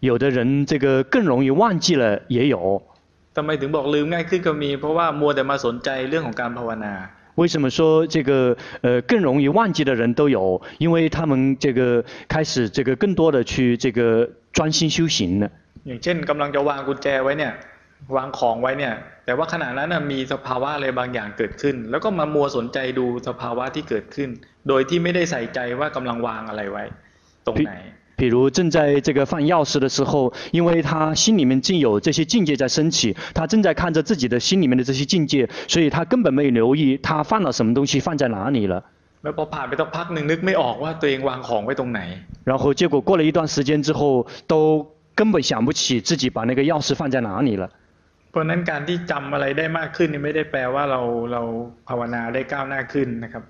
Speaker 2: 有的人这个更容易忘记了也有。
Speaker 1: ทำไมถึงบอกลืมง่ายขึ้นก็มีเพราะว่ามัวแต่มาสนใจเรื่องของการภาวนา。
Speaker 2: 为什么说这个呃更容易忘记的人都有？因为他们这个开始这个更多的去这个专心修行了。
Speaker 1: อย่างเช่นกำลังจะวางกุญแจไว้เนี่ยวางของไว้เนี่ยแต่ว่าขณะนั้นมีสภาวะอะไรบางอย่างเกิดขึ้น แล้วก็มามัวสนใจดูสภาวะที่เกิดขึ้น โดยที่ไม่ได้ใส่ใจว่ากำลังวางอะไรไว้ ตรงไหน
Speaker 2: 比如正在这个放钥匙的时候，因为他心里面竟有这些境界在升起，他正在看着自己的心里面的这些境界，所以他根本没有留意他放了什么东西放在哪里了。
Speaker 1: แล้วพอผ่านไปสักพักหนึ่งนึกไม่ออกว่าตัวเองวางของไว้ตรงไหน
Speaker 2: 然后结果过了一段时间之后，都根本想不起自己把那个钥匙放在哪里了。
Speaker 1: พราะนั้นการที่จำอะไรได้มากขึ้นนี่ไม่ได้แปลว่าเราเราภาวนาได้ก้าวหน้าขึ้นนะครับ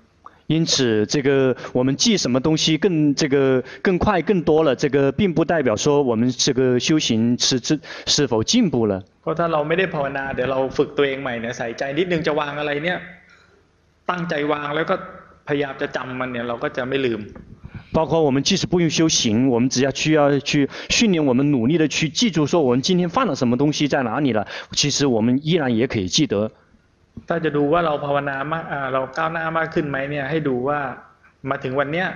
Speaker 2: 因此，这个我们记什么东西更这个更快更多了，这个并不代表说我们这个修行是是是否进步了。
Speaker 1: เพราะถ้าเราไม่ได้ภาวนาเดี๋ยวเราฝึกตัวเองใหม่เนี่ยใส่ใจนิดนึงจะวางอะไรเนี่ยตั้งใจวางแล้วก็พยายามจะจำมันเนี่ยเราก็จะไม่ลืม
Speaker 2: 包括我们即使不用修行，我们只要需要去训练，我们努力的去记住，说我们今天放了什么东西在哪里了，其实我们依然也可以记得。
Speaker 1: 大家ดูว่าเราภาวนามากเราก้าวหน้ามากขึ้นไหมเนี่ยให้ดูว่ามาถึงวันเนี้ย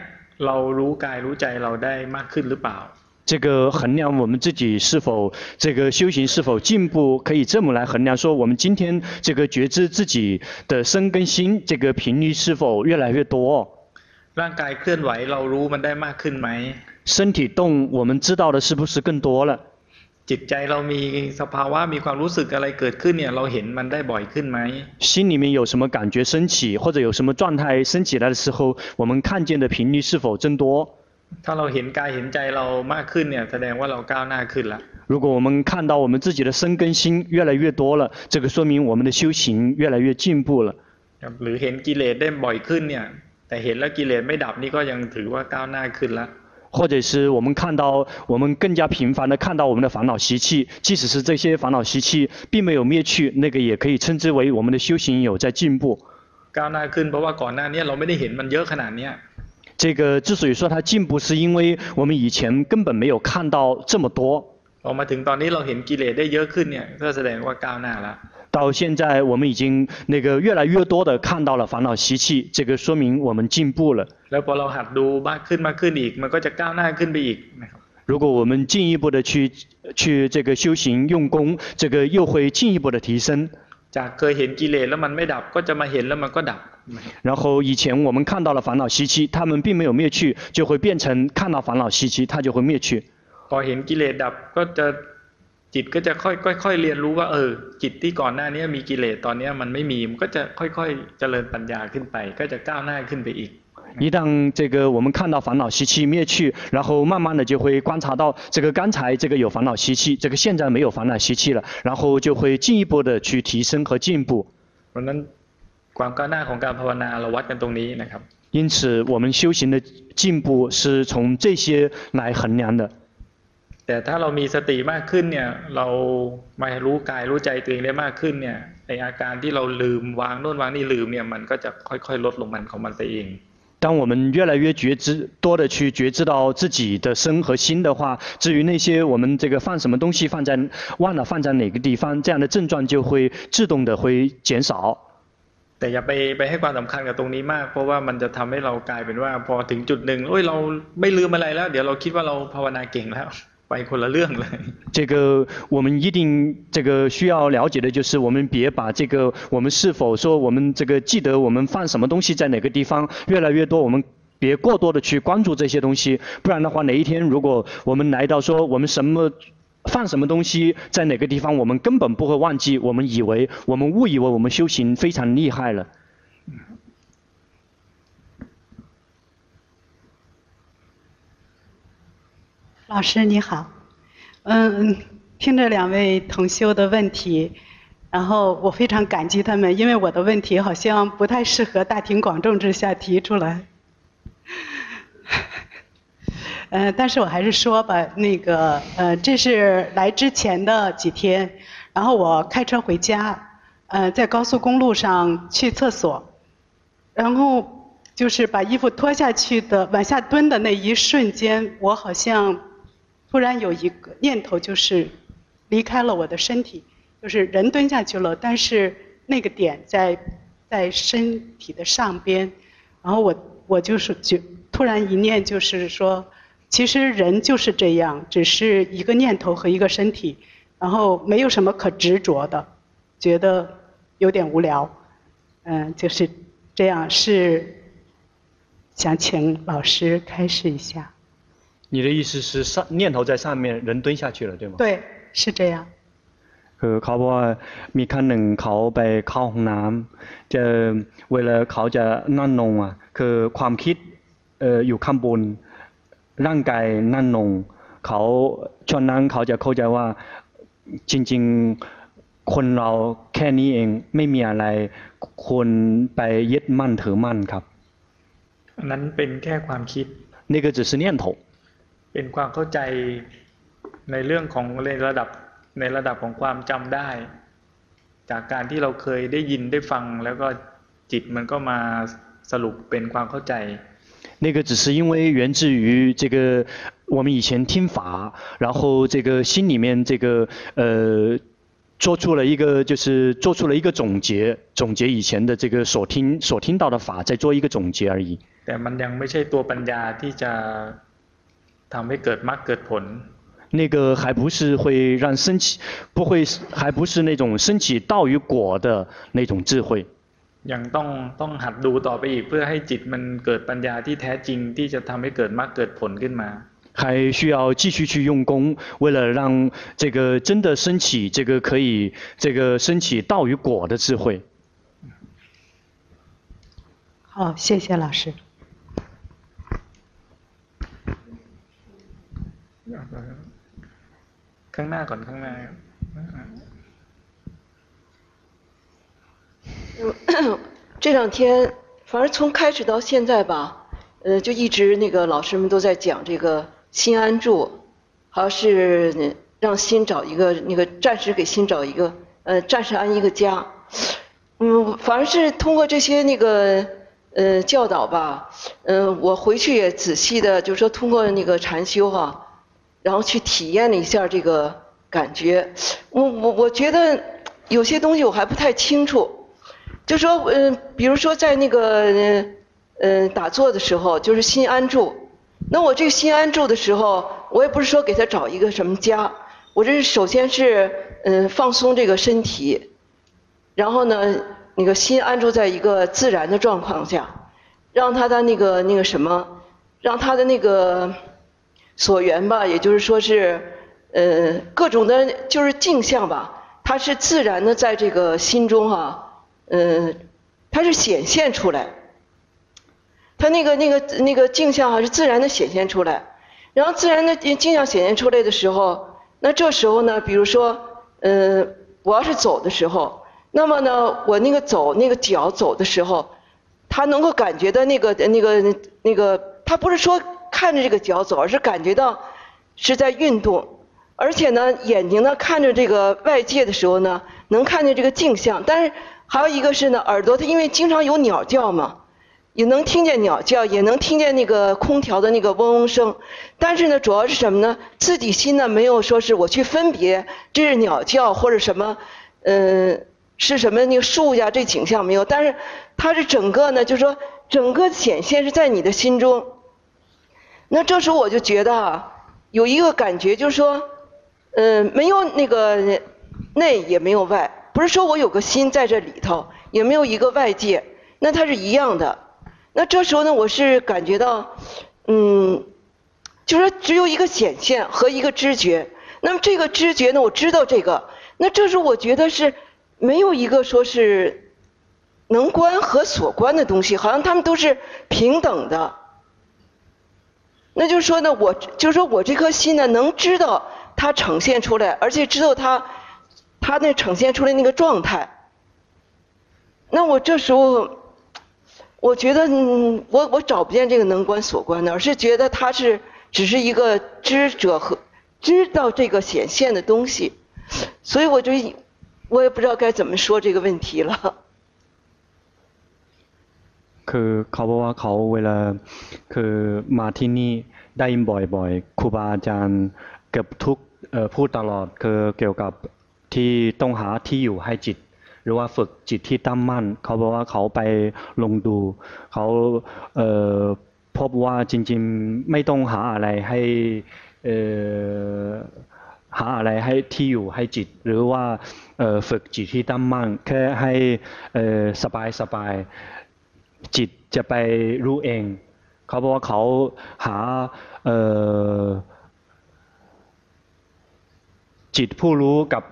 Speaker 1: เรารู้กายรู้ใจเราได้มากขึ้นหรือเปล่า
Speaker 2: 这个衡量我们自己是否这个修行是否进步，可以这么来衡量：说我们今天这个觉知自己的生跟心这个频率是否越来越多、哦。
Speaker 1: ร่างกายเคลื่อนไหวเรารู้มันได้มากขึ้นไหม
Speaker 2: 身体动我们知道的是不是更多了
Speaker 1: จิตใจเรามีสภาวะมีความรู้สึกอะไรเกิดขึ้นเนี่ยเราเห็นมันได้บ่อยขึ้นไหม
Speaker 2: 心里面有什么感觉升起或者有什么状态升起来的时候我们看见的频率是否增多
Speaker 1: ถ้าเราเห็นกายเห็นใจเรามากขึ้นเนี่ยแสดงว่าเราก้าวหน้าขึ้นละ
Speaker 2: 如果我们看到我们自己的身跟心越来越多了这个说明我们的修行越来越进步了
Speaker 1: หรือเห็นกิเลสได้บ่อยขึ้นเนี่ยแต่เห็นแล้วกิเลสไม่ดับนี่ก็ยังถือว่าก้าวหน้าขึ้นละ
Speaker 2: 或者是我们看到我们更加频繁的看到我们的烦恼习气，即使是这些烦恼习气并没有灭去，那个也可以称之为我们的修行有在进步。
Speaker 1: ก้าวหน้าขึ้นเพราะว่าก่อนหน้านี้เราไม่ได้เห็นมันเยอะขนาดนี้
Speaker 2: 这个之所以说它进步，是因为我们以前根本没有看到这么多。
Speaker 1: พอมาถึงตอนนี้เราเห็นกิเลสได้เยอะขึ้นเนี่ยก็แสดงว่าก้าวหน้าละ
Speaker 2: 到现在，我们已经那个越来越多的看到了烦恼习气，这个说明我们进步了。
Speaker 1: แล้วพอเราหัดดูมากขึ้นมากขึ้นอีกมันก็จะก้าวหน้าขึ้นไปอีกนะครับ
Speaker 2: 如果我们进一步的去去这个修行用功，这个又会进一步的提升。
Speaker 1: จากเคยเห็นกิเลสแล้วมันไม่ดับก็จะมาเห็นแล้วมันก็ดับ。
Speaker 2: 然后以前我们看到了烦恼习气，他们并没有灭去，就会变成看到烦恼习气，它就会灭去。
Speaker 1: พอเห็นกิเลสดับก็จะจิตก็จะค่อยค่อยเรียนรู้ว่าเออจิตที่ก่อนหน้านี้มีกิเลสตอนนี้มันไม่มีมันก็จะค่อยๆเจริญปัญญาขึ้นไป ก็จะก้าวหน้าขึ้นไปอีก
Speaker 2: 一旦这个我们看到烦恼习气灭去，然后慢慢的就会观察到这个刚才这个有烦恼习气，这个现在没有烦恼习气了，然后就会进一步的去提升和进步。
Speaker 1: เพราะนั้น ความก้าวหน้าของการภาวนาเราวัดกันตรงนี้นะครับ
Speaker 2: 因此，我们修行的进步是从这些来衡量的。
Speaker 1: แต่ถ้าเรามีสติมากขึ้นเนี่ย เรามารู้กายรู้ใจตัวเองได้มากขึ้นเนี่ยไออาการที่เราลืมวางโน่นวางนี่ลืมเนี่ยมันก็จะค่อยๆลดลงมันของมันไปเอง。
Speaker 2: 当我们越来越觉知，多的去觉知到自己的身和心的话，至于那些我们这个放什么东西放在忘了放在哪个地方，这样的症状就会自动的会减少。
Speaker 1: แต่อย่าไปไปให้ความสำคัญกับตรงนี้มาก เพราะว่ามันจะทำให้เรากลายเป็นว่าพอถึงจุดหนึ่งเอ้ยเราไม่ลืมอะไรแล้ว เดี๋ยวเราคิดว่าเราภาวนาเก่งแล้วไปคนละเรื่องเลย
Speaker 2: 这个我们一定这个需要了解的就是我们别把这个我们是否说我们这个记得我们放什么东西在哪个地方越来越多我们别过多的去关注这些东西不然的话哪一天如果我们来到说我们什么放什么东西在哪个地方，我们根本不会忘记。我们以为，我们误以为我们修行非常厉害了。
Speaker 9: 老师你好，嗯，听着两位同修的问题，然后我非常感激他们，因为我的问题好像不太适合大庭广众之下提出来。 呃，但是我还是说吧，那个呃，这是来之前的几天，然后我开车回家，呃，在高速公路上去厕所，然后就是把衣服脱下去的往下蹲的那一瞬间，我好像突然有一个念头，就是离开了我的身体，就是人蹲下去了，但是那个点在在身体的上边，然后我我就是觉突然一念就是说。其实人就是这样，只是一个念头和一个身体，然后没有什么可执着的，觉得有点无聊，嗯，就是这样。是想请老师开示一下。
Speaker 2: 你的意思是上念头在上面，人蹲下去了，对吗？
Speaker 9: 对，是这样。
Speaker 6: คือเขาบอกว่ามีครั้งหนึ่งเขาไปเข้าห้องน้ำจะเวลาเขาจะนั่นลงอ่ะคือความคิดอยู่ข้างบนร่างกายนั่นลงเขาช่วงนั้นเขาจะเข้าใจว่าจริงๆคนเราแค่นี้เองไม่มีอะไรคนไปยึดมั่นถือมั่นครับ
Speaker 1: นั้นเป็นแค่ความคิด
Speaker 6: 那个只是念头
Speaker 1: เป็นความเข้าใจในเรื่องของในระดับในระดับของความจำได้ จากการที่เราเคยได้ยินได้ฟังแล้วก็จิตมันก็มาสรุปเป็นความเข้าใจ
Speaker 2: 那个只是因为源自于这个我们以前听法，然后这个心里面这个呃做出了一个就是做出了一个总结，总结以前的这个所听所听到的法，再做一个总结而已。
Speaker 1: แต่มันยังไม่ใช่ตัวปัญญาที่จะทำให้เกิดมรรคเกิดผล。
Speaker 2: 那个还不是会让升起，不会还不是那种升起道与果的那种智慧。
Speaker 1: ยังต้องต้องหัดดูต่อไปอีกเพื่อให้จิตมันเกิดปัญญาที่แท้จริงที่จะทำให้เกิดมรรคเกิดผลขึ้นมา
Speaker 2: 还需要继续去用功，为了让这个真的升起这个可以这个升起道与果的智慧。
Speaker 9: 好，谢谢老师。
Speaker 1: ข้างหน้าก่อนข้างหน้า
Speaker 10: 这两天，反正从开始到现在吧，呃，就一直那个老师们都在讲这个心安住，还是让心找一个那个暂时给心找一个呃暂时安一个家，嗯，反正是通过这些那个呃教导吧，嗯、呃，我回去也仔细的，就是说通过那个禅修哈、啊，然后去体验了一下这个感觉，我我我觉得有些东西我还不太清楚。就说嗯、呃，比如说在那个嗯、呃、打坐的时候，就是心安住。那我这个心安住的时候，我也不是说给他找一个什么家，我这是首先是嗯、呃、放松这个身体，然后呢那个心安住在一个自然的状况下，让他的那个那个什么，让他的那个所缘吧，也就是说是呃各种的就是镜像吧，它是自然的在这个心中啊。呃，它是显现出来，它那个那个那个镜像啊还是自然的显现出来，然后自然的镜像显现出来的时候，那这时候呢，比如说，呃，我要是走的时候，那么呢，我那个走那个脚走的时候，他能够感觉到那个那个那个，他不是说看着这个脚走，而是感觉到是在运动，而且呢，眼睛呢看着这个外界的时候呢，能看见这个镜像。但是还有一个是呢，耳朵它因为经常有鸟叫嘛，也能听见鸟叫，也能听见那个空调的那个嗡嗡声。但是呢，主要是什么呢？自己心呢没有说是我去分别这是鸟叫或者什么，嗯。是什么那个树呀？这景象没有，但是它是整个呢，就是说整个显现是在你的心中。那这时候我就觉得啊，有一个感觉就是说，嗯、呃，没有那个内也没有外，不是说我有个心在这里头，也没有一个外界，那它是一样的。那这时候呢，我是感觉到，嗯，就是只有一个显现和一个知觉。那么这个知觉呢，我知道这个。那这时候我觉得是。没有一个说是能观和所观的东西，好像他们都是平等的。那就是说呢，我就是说我这颗心呢，能知道它呈现出来，而且知道它它那呈现出来那个状态。那我这时候，我觉得嗯，我我找不见这个能观所观的，而是觉得它是只是一个知者和知道这个显现的东西，所以我就。我也不知道该怎么说这个问题了。
Speaker 6: คือเขาบอกว่าเขาเวลาคือมาที่นี่ได้บ่อยๆครูบาอาจารย์เกือบทุกพูดตลอดคือเกี่ยวกับที่ต้องหาที่อยู่ให้จิต หรือว่าฝึกจิตที่ตั้งมั่น เขาบอกว่าเขาไปลงดูเขาเพบว่าจริงๆไม่ต้องหาอะไรให้หาอะไรให้ที่อยู่ให้จิต หรือว่าฝึกจิตที่ตั้งมั่นแค่ให้สบายสบายจิตจะไปรู้เอง เขาบอกว่าเขาหาจิตผู้รู้กับ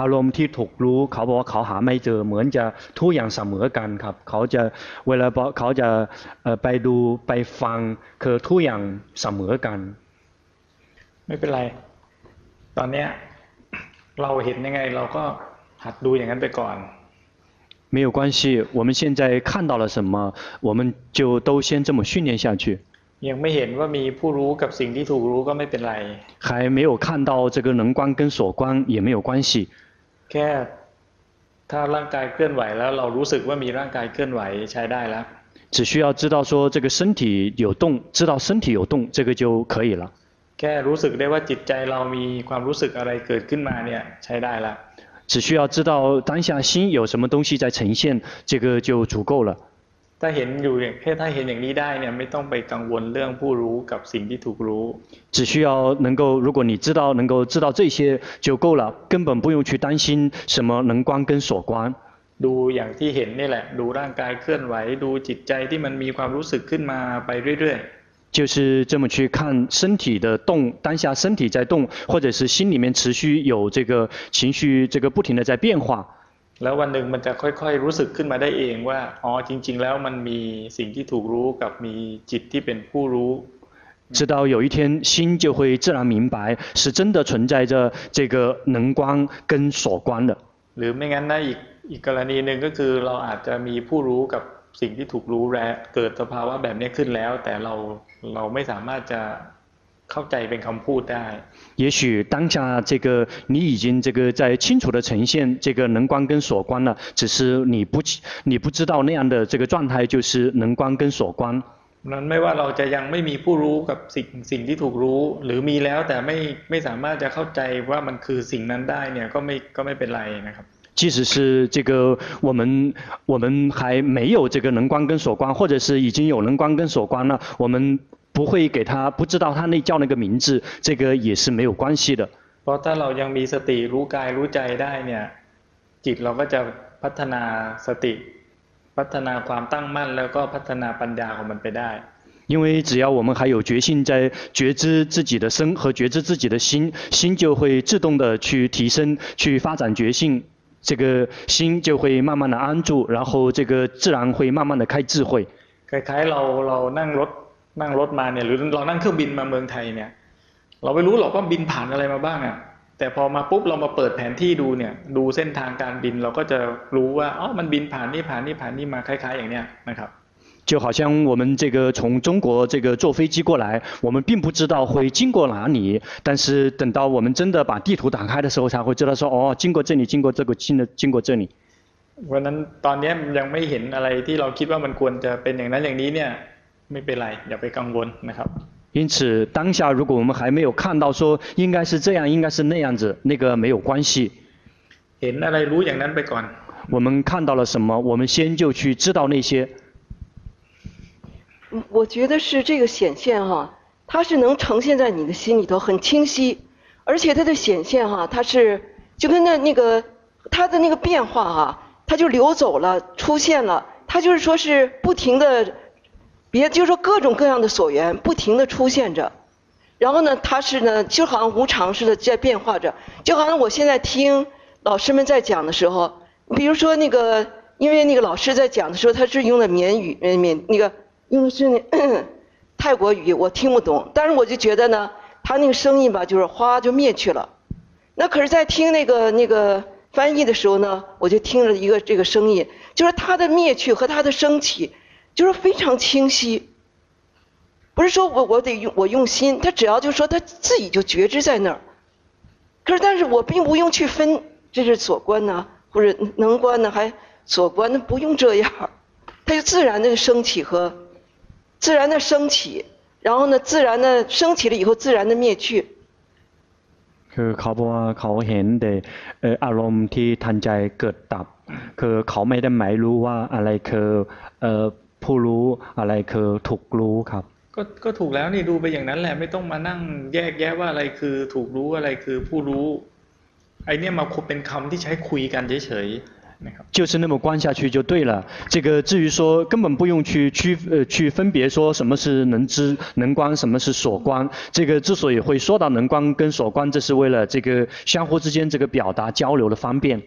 Speaker 6: อารมณ์ที่ถูกรู้ เขาบอกว่าเขาหาไม่เจอเหมือนจะทุกอย่างเสมอกันครับ เขาจะเวลาเขาจะไปดูไปฟังคือทุกอย่างเสมอกัน
Speaker 1: ไม่เป็นไรตอนเนี้ยเราเห็นยังไงเราก็หัดดูอย่างนั้นไปก่อน
Speaker 2: 没有关系我们现在看到了什么我们就都先这么训练下去
Speaker 1: ยังไม่เห็นว่ามีผู้รู้กับสิ่งที่ถูกรู้ก็ไม่เป็นไร
Speaker 2: 还没有看到这个能观跟所观也没有关系
Speaker 1: แค่ถ้าร่างกายเคลื่อนไหวแล้วเรารู้สึกว่ามีร่างกายเคลื่อนไหวใช้ได้แล้ว
Speaker 2: 只需要知道说这个身体有动知道身体有动这个就可以了
Speaker 1: แค่รู้สึกได้ว่าจิตใจเรามีความรู้สึกอะไรเกิดขึ้นมาเนี่ยใช้ได้ละ
Speaker 2: 只需要知道当下心有什么东西在呈现这个就足够了
Speaker 1: ถ้าเห็นอยู่แค่ถ้าเห็นอย่างนี้ได้เนี่ยไม่ต้องไปกังวลเรื่องผู้รู้กับสิ่งที่ถูกรู้
Speaker 2: 只需要能够如果你知道能够知道这些就够了根本不用去担心什么能观跟所观
Speaker 1: ดูอย่างที่เห็นนี่แหละ ดูร่างกายเคลื่อนไหว ดูจิตใจที่มันมีความรู้สึกขึ้นมาไปเรื่อยๆ
Speaker 2: 就是这么去看身体的动，当下身体在动，或者是心里面持续有这个情绪，这个不停的在变化。
Speaker 1: แล้ววันหนึ่งมันจะค่อยๆรู้สึกขึ้นมาได้เองว่าอ๋อจริง ๆ แล้วมันมีสิ่งที่ถูกรู้กับมีจิตที่เป็นผู้รู้
Speaker 2: 直到有一天心就会自然明白，是真的存在着这个能观跟所观的。
Speaker 1: หรือไม่งั้นนะอีกอีกกรณีหนึ่งก็คือเราอาจจะมีผู้รู้กับสิ่งที่ถูกรู้แล้วเกิดสภาวะแบบนี้ขึ้นแล้ว แต่เราเราไม่สามารถจะเข้าใจเป็นคำพูดได้
Speaker 2: 也许当下这个你已经这个在清楚的呈现这个能观跟所观了，只是你不你不知道那样的这个状态就是能观跟所观。
Speaker 1: นั้นไม่ว่าเราจะยังไม่มีผู้รู้กับสิ่งสิ่งที่ถูกรู้ หรือมีแล้วแต่ไม่ไม่สามารถจะเข้าใจว่ามันคือสิ่งนั้นได้เนี่ยก็ไม่ก็ไม่เป็นไรนะครับ
Speaker 2: 即使是这个我们我们还没有这个能观跟所观，或者是已经有能观跟所观了，我们不会给他不知道他那叫那个名字，这个也是没有关系的。
Speaker 1: เพราะถ้าเรายังมีสติรู้กายรู้ใจได้เนี่ยจิตเราก็จะพัฒนาสติ พัฒนาความตั้งมั่นแล้วก็พัฒนาปัญญาของมันไปได้
Speaker 2: 因为只要我们还有决心在觉知自己的身和觉知自己的心，心就会自动的去提升，去发展觉性。这个心就会慢慢的安住，然后这个自然会慢慢的开智慧。
Speaker 1: คล้ายๆเราเรานั่งรถนั่งรถมาเนี่ยหรือเรานั่งเครื่องบินมาเมืองไทยเนี่ยเราไม่รู้หรอกว่าบินผ่านอะไรมาบ้างอ่ะ แต่พอมาปุ๊บเรามาเปิดแผนที่ดูเนี่ย ดูเส้นทางการบินเราก็จะรู้ว่าอ๋อมันบินผ่านนี่ผ่านนี่ผ่านนี่มาคล้ายๆอย่างเนี้ยนะครับ
Speaker 2: 就好像我们这个从中国这个坐飞机过来，我们并不知道会经过哪里，但是等到我们真的把地图打开的时候，才会知道说哦，经过这里，经过这个，经的经过这里。
Speaker 1: เพราะนั้นตอนนี้ยังไม่เห็นอะไรที่เราคิดว่ามันควรจะเป็นอย่างนั้นอย่างนี้เนี่ยไม่เป็นไรอย่าไปกังวลนะครับ
Speaker 2: 因此，当下如果我们还没有看到说应该是这样，应该是那样子，那个没有关系。
Speaker 1: เห็นอะไรรู้อย่างนั้นไปก่อน
Speaker 2: 我们看到了什么，我们先就去知道那些。
Speaker 10: 嗯我觉得是这个显现哈、啊，它是能呈现在你的心里头，很清晰，而且它的显现哈、啊，它是就跟那那个它的那个变化哈、啊，它就流走了，出现了，它就是说是不停的。别就是说各种各样的所缘不停的出现着，然后呢，它是呢就好像无常似的在变化着，就好像我现在听老师们在讲的时候，比如说那个，因为那个老师在讲的时候，他是用的缅语，呃缅那个用的是那 泰国语，我听不懂，但是我就觉得呢，他那个声音吧，就是哗就灭去了。那可是，在听那个那个翻译的时候呢，我就听了一个这个声音，就是它的灭去和它的升起。就是非常清晰，不是说我我得用我用心，他只要就说他自己就觉知在那儿。可是，但是我并不用去分，这是所观呢、啊，或者能观呢、啊，还所观呢，不用这样，它就自然的升起和自然的升起，然后呢，自然的升起了以后，自然的灭去。
Speaker 6: คือเขาบอกว่าเขาเห็นแต่อารมณ์ที่ทันใจเกิดดับ คือเขาไม่ได้หมายรู้ว่าอะไรคือผู้รู้อะไรคือถูกรู้ครับ
Speaker 1: ก็ก็ถูกแล้วนี่ดูไปอย่างนั้นแหละไม่ต้องมานั่งแยกแยะว่าอะไรคือถูกรู้อะไรคือผู้รู้ไอเนี่ยมาเป็นคำที่ใช้คุยกันเฉย
Speaker 2: 就是那么观下去就对了。这个至于说根本不用去区呃去分别说什么是能知能观，什么是所观。这个之所以会说到能观跟所观，这是为了这个相互之间这个表达交流的方便。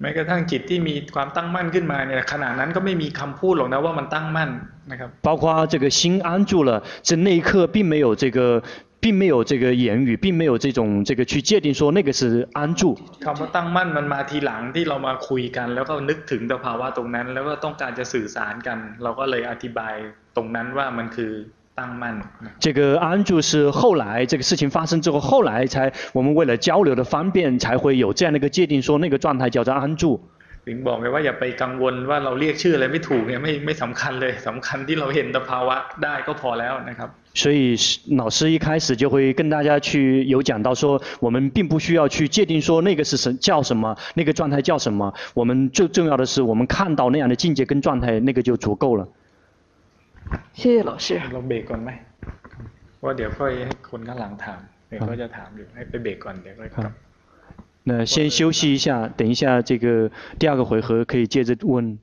Speaker 1: แม้กระทั่งจิตที่มีความตั้งมั่นขึ้นมาเนี่ยขณะนั้นก็ไม่มีคำพูดหรอกนะว่ามันตั้งมั่นนะครับ
Speaker 2: 包括这个心安住了，在那一刻并没有这个，并没有这个言语，并没有这种这个去界定说那个是安住。
Speaker 1: คำว่าตั้งมั่นมันมาทีหลังที่เรามาคุยกัน แล้วก็นึกถึงสภาวะตรงนั้น แล้วก็ต้องการจะสื่อสารกัน เราก็เลยอธิบายตรงนั้นว่ามันคือ
Speaker 2: 这个安住是后来这个事情发生之后，后来才我们为了交流的方便，才会有这样的一个界定，说那个状态叫做安住。
Speaker 1: ถึงบอกไงว่าอย่าไปกังวลว่าเราเรียกชื่ออะไรไม่ถูกเนี่ยไม่ไม่สำคัญเลยสำคัญที่เราเห็นสภาวะได้ก็พอแล้วนะครับ
Speaker 2: 所以老师一开始就会跟大家去有讲到说，我们并不需要去界定说那个是什叫什么，那个状态叫什么。我们最重要的是我们看到那样的境界跟状态，那个就足够了。
Speaker 10: 谢谢老师。
Speaker 1: เราเบรกก่อนไหมว่าเดี๋ยวค่อยให้คนข้างหลังถามเดี๋ยวเขาจะถามอยู่ให้ไปเบรกก่อนเดี๋ยวค่อยกลับ
Speaker 2: 那先休息一下，等一下这个第二个回合可以接着问。